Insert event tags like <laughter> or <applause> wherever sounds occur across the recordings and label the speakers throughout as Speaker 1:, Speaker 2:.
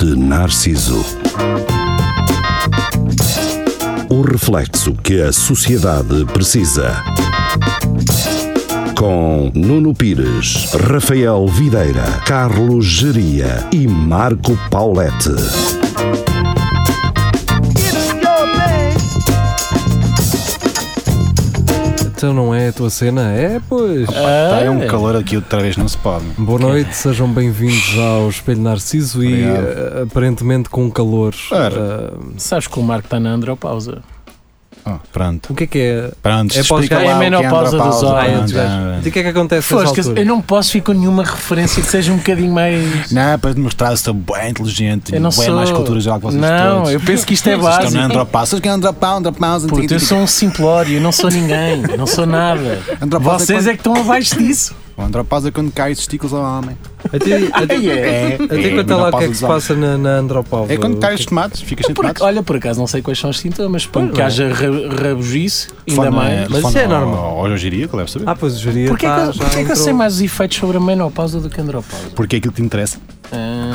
Speaker 1: de Narciso. O reflexo que a sociedade precisa. Com Nuno Pires, Rafael Videira, Carlos Geria e Marco Paulette.
Speaker 2: Então não é a tua cena? É, pois.
Speaker 3: Ah,
Speaker 4: Está é um calor aqui outra vez, não se pode.
Speaker 2: Boa noite, sejam bem-vindos ao Espelho Narciso e
Speaker 4: Obrigado.
Speaker 2: eh, aparentemente com calor.
Speaker 4: Ora.
Speaker 2: Ah,
Speaker 3: Sabes que o Marco está na andropausa.
Speaker 4: Ah, pronto.
Speaker 2: o que é que é?
Speaker 4: Pronto,
Speaker 2: É
Speaker 4: explica
Speaker 2: pós-
Speaker 4: lá
Speaker 2: é
Speaker 4: o que
Speaker 3: menopausa
Speaker 4: andropausa,
Speaker 3: dos
Speaker 2: Ah, é
Speaker 3: homens,
Speaker 4: pronto,
Speaker 2: dos
Speaker 4: ah,
Speaker 2: gajos. E o que é que acontece
Speaker 3: Foscas,
Speaker 2: nessa altura?
Speaker 3: eu não posso vir com nenhuma referência que seja um bocadinho mais.
Speaker 4: Não, é para demonstrar se bem inteligente
Speaker 3: Eu não
Speaker 4: bem
Speaker 3: sou.
Speaker 4: mais cultural que vocês
Speaker 3: não,
Speaker 4: todos.
Speaker 3: eu penso que isto é
Speaker 4: Vocês estão
Speaker 3: básico.
Speaker 4: na andropausa. Vocês que é andropausa, andropausa,
Speaker 3: Puto, eu sou um simplório, eu não sou ninguém, eu não sou nada.
Speaker 4: andropausa
Speaker 3: Vocês
Speaker 4: quando-
Speaker 3: é que estão abaixo disso.
Speaker 4: O andropausa é quando cai os testículos ao homem.
Speaker 3: <laughs>
Speaker 2: Até, até,
Speaker 3: é.
Speaker 2: até
Speaker 4: É,
Speaker 2: conta lá o que é que
Speaker 4: menopausa
Speaker 2: se passa na, na Andropausa.
Speaker 4: É quando cai os tomates, ficas sem
Speaker 3: Por ac-
Speaker 4: tomates.
Speaker 3: olha, por acaso não sei quais são os sintomas, suponho
Speaker 2: Pois não.
Speaker 4: é.
Speaker 3: que haja ra- rabugice, ainda
Speaker 4: Telefone-
Speaker 3: mais.
Speaker 2: mas isso
Speaker 4: telefone
Speaker 2: é normal.
Speaker 4: ao- Ao Jogiria, que deve saber.
Speaker 2: Ah, pois o geria
Speaker 3: Porquê é
Speaker 2: tá,
Speaker 3: que,
Speaker 2: já
Speaker 3: porquê que eu
Speaker 2: entrou.
Speaker 3: sei mais os efeitos sobre a menopausa do que a andropausa?
Speaker 4: Porque é aquilo que te interessa.
Speaker 3: Ah,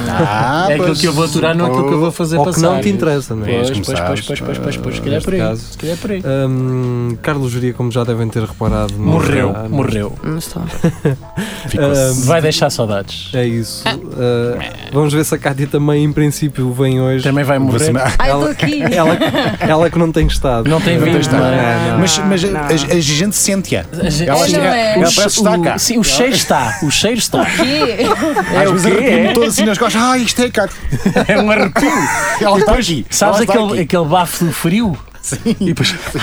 Speaker 4: Ah,
Speaker 3: <laughs> é aquilo
Speaker 4: pois.
Speaker 3: que eu vou aturar, não é aquilo que eu vou fazer
Speaker 2: Ou que
Speaker 3: passar.
Speaker 2: não te interessa, não é?
Speaker 3: Pois,
Speaker 4: Tens
Speaker 3: pois,
Speaker 4: de começar,
Speaker 3: pois, pois, pois, pois, pois, se calhar é
Speaker 2: neste
Speaker 3: por aí.
Speaker 2: caso.
Speaker 3: Se calhar por aí.
Speaker 2: Hum, Carlos Geria, como já devem ter reparado, não é?
Speaker 3: Morreu,
Speaker 2: está-
Speaker 3: morreu.
Speaker 5: Não está.
Speaker 4: Ficou-se.
Speaker 3: Ah, Vai deixar saudades.
Speaker 2: É isso. Ah, vamos ver se a Cátia também, em princípio, vem hoje.
Speaker 3: Também vai
Speaker 4: Vou assim, ah.
Speaker 3: morrer.
Speaker 4: assinar.
Speaker 5: Ai,
Speaker 2: Ela-
Speaker 5: estou
Speaker 6: <laughs>
Speaker 5: aqui.
Speaker 2: Ela, ela que não tem estado. Ah,
Speaker 3: Não tem vindo,
Speaker 4: estado.
Speaker 3: não é?
Speaker 2: Não, não.
Speaker 4: Mas, mas a,
Speaker 5: Não.
Speaker 4: a- a gente sente-a.
Speaker 3: A gente-
Speaker 4: Ela
Speaker 5: É,
Speaker 4: chega-
Speaker 5: não é?
Speaker 4: ela parece
Speaker 3: O che-
Speaker 4: que está
Speaker 3: o-
Speaker 4: cá.
Speaker 3: Sim, o cheiro está. O cheiro está.
Speaker 5: Quê?
Speaker 4: Às vezes arrepio-me todo assim nas costas. Ah, isto é <laughs> caro.
Speaker 3: É um arrepio.
Speaker 4: Ela está aqui.
Speaker 3: Sabes
Speaker 4: Ela está
Speaker 3: aquele,
Speaker 4: aqui.
Speaker 3: aquele bafo do frio?
Speaker 4: Sim. <laughs>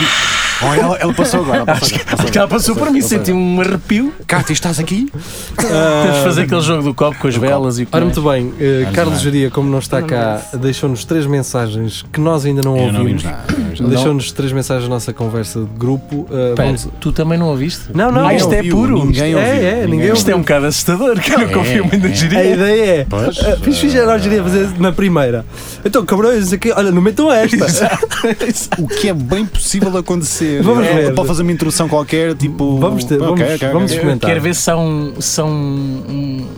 Speaker 4: Oh, ela, ela passou agora. ela passou agora,
Speaker 3: Acho que ela passou por mim, senti um arrepio.
Speaker 4: Cátia, estás aqui?
Speaker 3: Temos de fazer aquele jogo do copo com as velas e o que
Speaker 2: Ora,
Speaker 3: mais.
Speaker 2: muito bem, eh, Carlos
Speaker 4: bem.
Speaker 2: Geria, como não está cá, deixou-nos três mensagens que nós ainda não
Speaker 4: Eu não
Speaker 2: ouvimos.
Speaker 4: vimos nada. não vimos nada.
Speaker 2: Deixou-nos três mensagens na nossa conversa de grupo. eh,
Speaker 3: Pera,
Speaker 2: vamos-
Speaker 3: tu também não ouviste?
Speaker 2: Não, não,
Speaker 3: Ah, isto é
Speaker 4: ouviu,
Speaker 3: puro.
Speaker 4: Ninguém
Speaker 2: É,
Speaker 4: ouviu.
Speaker 2: é, ninguém
Speaker 3: Isto é um bocado assustador, que eu não confio muito na
Speaker 2: a
Speaker 3: giria.
Speaker 2: ideia é.
Speaker 4: Pois,
Speaker 2: eh, Fiz fizeram a Geria fazer na primeira. Então, cabrões, aqui, olha, não metam <laughs> esta.
Speaker 4: O que é bem possível acontecer.
Speaker 2: Vamos
Speaker 4: É,
Speaker 2: ver.
Speaker 4: Pode fazer uma introdução qualquer, tipo.
Speaker 2: Vamos ter-
Speaker 4: Ok,
Speaker 2: vamos-
Speaker 4: ok, ok.
Speaker 2: vamos-
Speaker 3: Eu
Speaker 2: Comentar.
Speaker 3: quero ver se há um- se há um- um-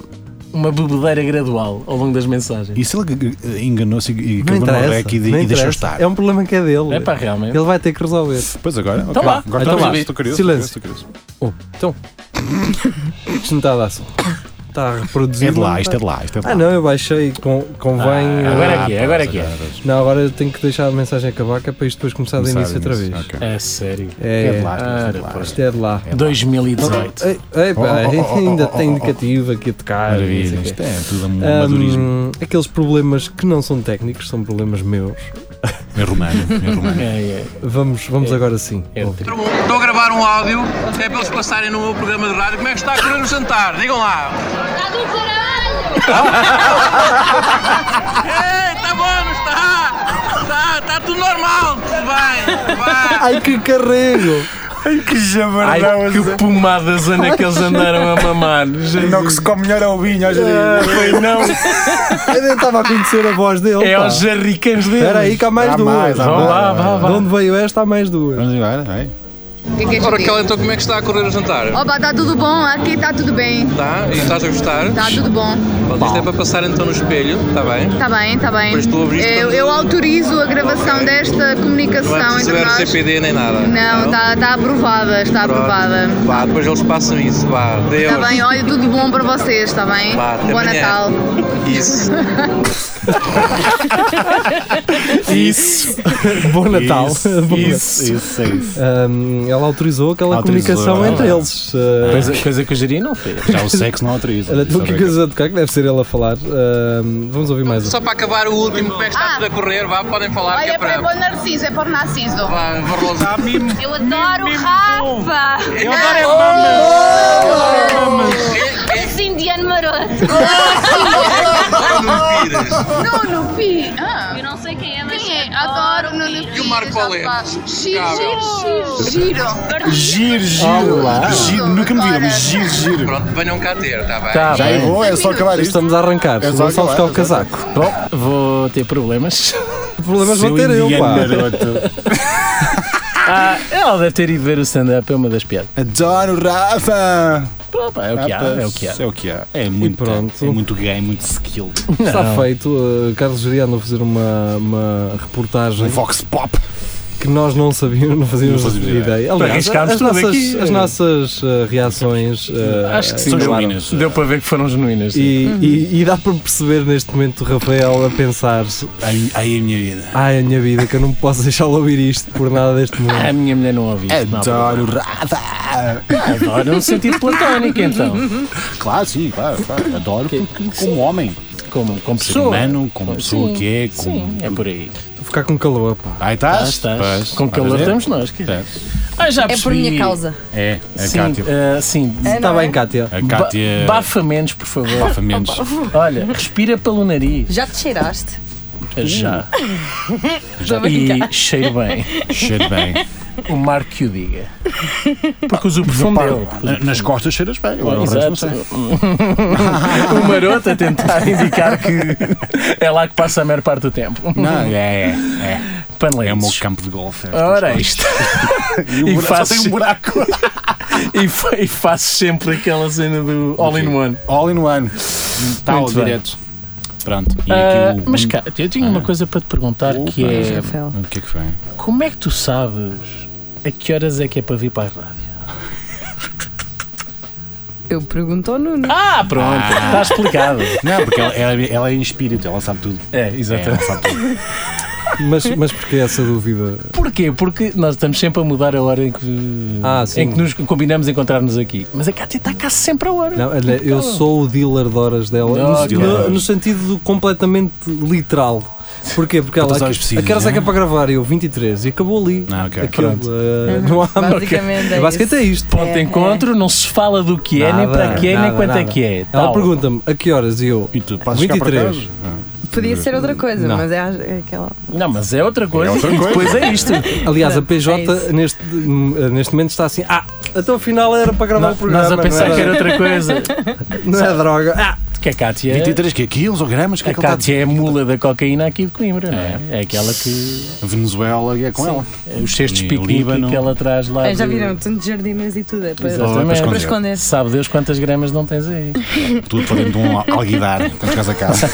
Speaker 3: uma bebedeira gradual ao longo das mensagens.
Speaker 4: E se ele enganou-se e e
Speaker 2: Não
Speaker 4: acabou no
Speaker 2: interessa.
Speaker 4: rec e,
Speaker 2: não
Speaker 4: e deixou
Speaker 2: interessa.
Speaker 4: estar?
Speaker 2: É um problema que é dele.
Speaker 3: É para realmente.
Speaker 2: Ele vai ter que resolver.
Speaker 4: Pois agora. ok.
Speaker 3: Então vá.
Speaker 2: Então
Speaker 4: Agora estou
Speaker 2: vá.
Speaker 4: curioso, estou curioso.
Speaker 2: Silêncio.
Speaker 4: estou curioso.
Speaker 2: Oh, então. Isto não está a dar som. Está a reproduzir.
Speaker 4: É de lá,
Speaker 2: não
Speaker 4: isto é de lá, isto é de lá.
Speaker 2: Ah não, eu baixei, com, convém.
Speaker 3: Ah,
Speaker 2: eh,
Speaker 3: agora é que é,
Speaker 4: pois,
Speaker 3: agora é que é.
Speaker 2: Não, agora eu tenho que deixar a mensagem acabar, que é para isto depois começar de
Speaker 4: Começar
Speaker 2: início outra vez.
Speaker 4: início, ok.
Speaker 3: É sério.
Speaker 2: É,
Speaker 4: É de lá,
Speaker 3: Ah,
Speaker 4: é de lá.
Speaker 3: pois.
Speaker 2: Isto é de lá.
Speaker 4: É lá.
Speaker 3: 2018.
Speaker 2: Ei, ei, pá,
Speaker 4: Oh, oh, oh, oh,
Speaker 2: ainda
Speaker 4: oh, oh,
Speaker 2: tem
Speaker 4: oh.
Speaker 2: indicativo aqui a tocar. não sei
Speaker 4: Maravilha,
Speaker 2: o quê.
Speaker 4: isto é tudo um
Speaker 2: Ahm,
Speaker 4: madurismo.
Speaker 2: aqueles problemas que não são técnicos, são problemas meus.
Speaker 4: É romano,
Speaker 2: <laughs>
Speaker 4: é romano.
Speaker 3: É, é.
Speaker 2: Vamos, vamos agora sim.
Speaker 3: É
Speaker 2: Bom,
Speaker 3: triste.
Speaker 6: Estou a gravar um áudio, é para eles passarem no meu programa de rádio. Como é que está a correr o jantar? Digam lá.
Speaker 7: Tá do caralho!
Speaker 6: <laughs> Ei, está bom, não está? Está, está tudo normal. Tudo bem, tudo bem.
Speaker 2: Ai que carrego!
Speaker 4: Que
Speaker 3: Ai,
Speaker 4: jabardão
Speaker 3: que pomadas Ana que eles andaram a mamar.
Speaker 4: Não, que se come melhor é o vinho, hoje
Speaker 3: Ah, foi não.
Speaker 2: Eu nem estava a conhecer a voz dele.
Speaker 3: É
Speaker 2: pá.
Speaker 3: aos jarricãs deles.
Speaker 2: Espera aí que há mais
Speaker 4: Há
Speaker 2: duas.
Speaker 4: mais, há
Speaker 3: Vão
Speaker 4: mais.
Speaker 3: lá, vá,
Speaker 2: De
Speaker 3: vá.
Speaker 2: onde veio esta, há mais duas.
Speaker 4: Vamos embora, vai.
Speaker 5: O que é que és
Speaker 6: Ora,
Speaker 5: dizer?
Speaker 6: Raquel, então como é que está a correr o jantar?
Speaker 5: Opa, tá tudo bom? Aqui tá tudo bem.
Speaker 6: Está? E estás a gostar?
Speaker 5: Tá tudo bom.
Speaker 6: Pronto, Isto é para passar então no espelho, está bem?
Speaker 5: Tá bem, tá bem.
Speaker 6: Pois tu abriste
Speaker 5: Eu,
Speaker 6: quando-
Speaker 5: eu autorizo a gravação
Speaker 6: Ok.
Speaker 5: desta
Speaker 6: Não é
Speaker 5: comunicação
Speaker 6: preciso
Speaker 5: entre então nós.
Speaker 6: RCPD nem nada.
Speaker 5: Não, tá, tá aprovada, está
Speaker 6: Pronto.
Speaker 5: aprovada.
Speaker 6: Vá, depois eles passam isso, vá. Deus.
Speaker 5: Tá bem, olha, tudo bom para vocês, tá bem?
Speaker 6: Vá, até
Speaker 5: Bom
Speaker 6: amanhã.
Speaker 5: Natal.
Speaker 6: Isso.
Speaker 4: Isso.
Speaker 2: Bom Natal. <laughs> Bom Natal.
Speaker 4: Isso, isso, é isso.
Speaker 2: Ahm, ela autorizou aquela
Speaker 4: Autorizou,
Speaker 2: comunicação
Speaker 4: é
Speaker 2: entre
Speaker 4: verdade.
Speaker 2: eles. Ah,
Speaker 3: Coisa, coisa que o Jiri não fez.
Speaker 4: Já o sexo não autoriza.
Speaker 2: Olha, tu
Speaker 4: Sabe
Speaker 2: que
Speaker 4: que-
Speaker 2: coisa de cá que deve ser ele a falar. Ahm, vamos ouvir mais um.
Speaker 6: Só para acabar o último, como é que está
Speaker 5: Ah.
Speaker 6: tudo a correr? Vá, podem falar que é
Speaker 5: Olha, é
Speaker 6: para.
Speaker 5: para o Narciso, é para o Narciso.
Speaker 6: Vá, Barroso.
Speaker 7: Eu adoro Rafa!
Speaker 6: Eu adoro é
Speaker 7: É esse indiano maroto!
Speaker 5: Nuno Pi. Ah.
Speaker 7: Eu não sei quem é, mas.
Speaker 5: Quem é? Adoro o Nuno Pi.
Speaker 6: E o Marco
Speaker 5: já
Speaker 6: Paulette?
Speaker 5: faz. Giro, giro,
Speaker 6: Impecável.
Speaker 5: giro.
Speaker 4: Giro, giro.
Speaker 2: Olá.
Speaker 4: Giro, nunca me viram, mas giro, giro.
Speaker 6: Pronto, venham cá ter, está bem?
Speaker 3: Tá
Speaker 4: Já é
Speaker 3: bem.
Speaker 4: bom, é só acabar isto.
Speaker 2: Estamos a arrancar.
Speaker 4: É só
Speaker 2: Vou só buscar
Speaker 4: acabar,
Speaker 2: o
Speaker 4: é só
Speaker 2: casaco.
Speaker 3: Bom, vou ter problemas.
Speaker 2: Problemas vão ter eu, pá.
Speaker 3: Ah, <laughs> ela deve ter ido ver o stand-up, é uma das piadas.
Speaker 4: Adoro Rafa!
Speaker 3: Pô, pá, é o que há, é o que há.
Speaker 4: É o que há. É muito,
Speaker 2: pronto.
Speaker 4: é muito gay, muito skill.
Speaker 2: Está
Speaker 3: Não.
Speaker 2: feito. Uh, Carlos Geria andou a fazer uma, uma reportagem
Speaker 4: Vox Pop.
Speaker 2: que nós não sabíamos, não fazíamos,
Speaker 4: Não fazíamos
Speaker 2: ideia. Aliás,
Speaker 3: Arriscámos
Speaker 2: as
Speaker 3: tudo
Speaker 2: nossas,
Speaker 3: aqui.
Speaker 2: as nossas uh, reações. uh,
Speaker 3: Acho que sim,
Speaker 4: São
Speaker 3: deu-
Speaker 4: genuínas.
Speaker 3: Deu para ver que foram genuínas. sim.
Speaker 2: E, e- e dá para perceber neste momento o Rafael a pensar:
Speaker 4: Ai, ai, a minha vida.
Speaker 2: ai, a minha vida, que eu não posso deixá-lo ouvir isto por nada deste mundo.
Speaker 3: Ah, A minha mulher não ouviu. Não,
Speaker 4: Adoro Rafa!
Speaker 3: adoro no sentido platónico, então.
Speaker 4: Claro, sim, claro, claro. Adoro porque, como homem,
Speaker 3: Como, como
Speaker 4: ser
Speaker 3: pessoa.
Speaker 4: humano, como pessoa
Speaker 3: Sim,
Speaker 4: que é, como.
Speaker 3: Sim, é por aí.
Speaker 2: Vou ficar com calor, pá.
Speaker 4: Aí
Speaker 3: Ah,
Speaker 4: estás?
Speaker 3: estás. Com calor estamos nós. quer dizer. é- Ah, já
Speaker 8: É por
Speaker 3: percebi.
Speaker 8: minha causa.
Speaker 4: É, a
Speaker 3: Sim,
Speaker 4: Cátia.
Speaker 3: ah, sim.
Speaker 2: Está Tá bem, Cátia.
Speaker 4: A Cátia. é
Speaker 3: Ba- é- bafa menos, por favor.
Speaker 4: Bafa menos. <laughs>
Speaker 3: Olha, respira pelo nariz.
Speaker 8: Já te cheiraste?
Speaker 3: Já.
Speaker 8: Já
Speaker 3: E cheiro bem.
Speaker 4: Cheiro bem.
Speaker 3: O Marco que o diga. Porque usa o perfume dele.
Speaker 4: Na- Nas costas cheiras bem. Agora o resto não
Speaker 3: Exato.
Speaker 4: sei.
Speaker 3: <laughs> o maroto a
Speaker 4: <laughs>
Speaker 3: tentar indicar que é lá que passa a maior parte do tempo.
Speaker 4: Não, é, é, é. É o meu
Speaker 3: Paneletes.
Speaker 4: campo de golfe. é.
Speaker 3: Ora, isto.
Speaker 4: E o
Speaker 3: e
Speaker 4: buraco-
Speaker 3: faz-
Speaker 4: Só tem um buraco.
Speaker 3: <laughs>
Speaker 4: é
Speaker 3: e, fa- e faço sempre aquela cena do all-in-one.
Speaker 4: All in one. Tal,
Speaker 3: Muito bem.
Speaker 4: Tá direto. Pronto. E
Speaker 3: Ah,
Speaker 4: aqui o-
Speaker 3: mas cá, eu tinha
Speaker 4: Ah.
Speaker 3: uma coisa para te perguntar que é
Speaker 8: Rafael.
Speaker 4: O que é que foi?
Speaker 3: como é que tu sabes a que horas é que é para vir para a rádio?
Speaker 8: Eu pergunto ao Nuno.
Speaker 3: Ah, pronto, está explicado.
Speaker 4: Não, porque ela, ela- ela é em espírito, ela sabe tudo.
Speaker 3: É,
Speaker 4: É, ela
Speaker 3: exatamente.
Speaker 4: sabe tudo.
Speaker 2: Mas, mas porquê essa dúvida?
Speaker 3: Porquê? Porque nós estamos sempre a mudar a hora em que,
Speaker 2: Ah, sim.
Speaker 3: em que nos combinamos encontrar-nos aqui. Mas a Cátia está cá sempre a hora.
Speaker 2: Não, olha, eu sou o dealer de horas dela,
Speaker 3: Não,
Speaker 2: no-
Speaker 4: dealer de
Speaker 2: no,
Speaker 4: horas.
Speaker 2: no sentido completamente literal. Porquê? Porque ela.
Speaker 4: Quantas horas
Speaker 2: A
Speaker 4: precisas,
Speaker 2: que horas é que é
Speaker 4: né?
Speaker 2: para gravar? Eu, 23, e acabou ali.
Speaker 4: Ah, ok.
Speaker 2: Aquilo,
Speaker 3: Pronto.
Speaker 2: eh, não há.
Speaker 8: Uhum. Basicamente é
Speaker 2: Basicamente
Speaker 8: isso.
Speaker 2: é isto.
Speaker 3: Ponto de
Speaker 8: É,
Speaker 3: encontro, não se fala do que é, nem
Speaker 2: Nada,
Speaker 3: para que é, nem
Speaker 2: nada,
Speaker 3: quanto é
Speaker 2: nada.
Speaker 3: que é.
Speaker 2: Ela
Speaker 3: Tal.
Speaker 2: pergunta-me a que horas e eu.
Speaker 4: <laughs> E tu passas cá para
Speaker 2: 23.
Speaker 4: casa?
Speaker 8: Podia ser outra coisa,
Speaker 2: Não.
Speaker 8: mas é a- é aquela.
Speaker 3: Não, mas é outra coisa.
Speaker 4: É outra
Speaker 3: E <laughs> depois
Speaker 4: coisa.
Speaker 3: é isto.
Speaker 2: Aliás, a
Speaker 8: Pronto, é
Speaker 2: PJ
Speaker 8: isso.
Speaker 2: neste, neste momento está assim. Ah, até o final era para gravar o programa.
Speaker 3: Nós a pensar
Speaker 2: não é?
Speaker 3: que era
Speaker 2: era,
Speaker 3: outra coisa.
Speaker 2: não é droga. Ah,
Speaker 3: Que a Cátia.
Speaker 4: 23 que é quilos ou gramas? Que
Speaker 3: A
Speaker 4: é que ela
Speaker 3: Cátia é a mula da cocaína aqui de Coimbra, não é? É aquela que.
Speaker 4: está- Venezuela é com ela.
Speaker 3: Os cestos
Speaker 4: E
Speaker 3: piquínico
Speaker 4: Líbano.
Speaker 3: que ela traz lá.
Speaker 8: Ah, já
Speaker 3: de-
Speaker 8: viram tanto jardineiras e tudo. É para,
Speaker 3: Exatamente.
Speaker 8: para
Speaker 4: Para
Speaker 8: esconder.
Speaker 3: Sabe Deus quantas gramas não tens aí.
Speaker 4: Tudo para dentro de
Speaker 3: <laughs>
Speaker 4: um al- alguidar, quando chegas a casa.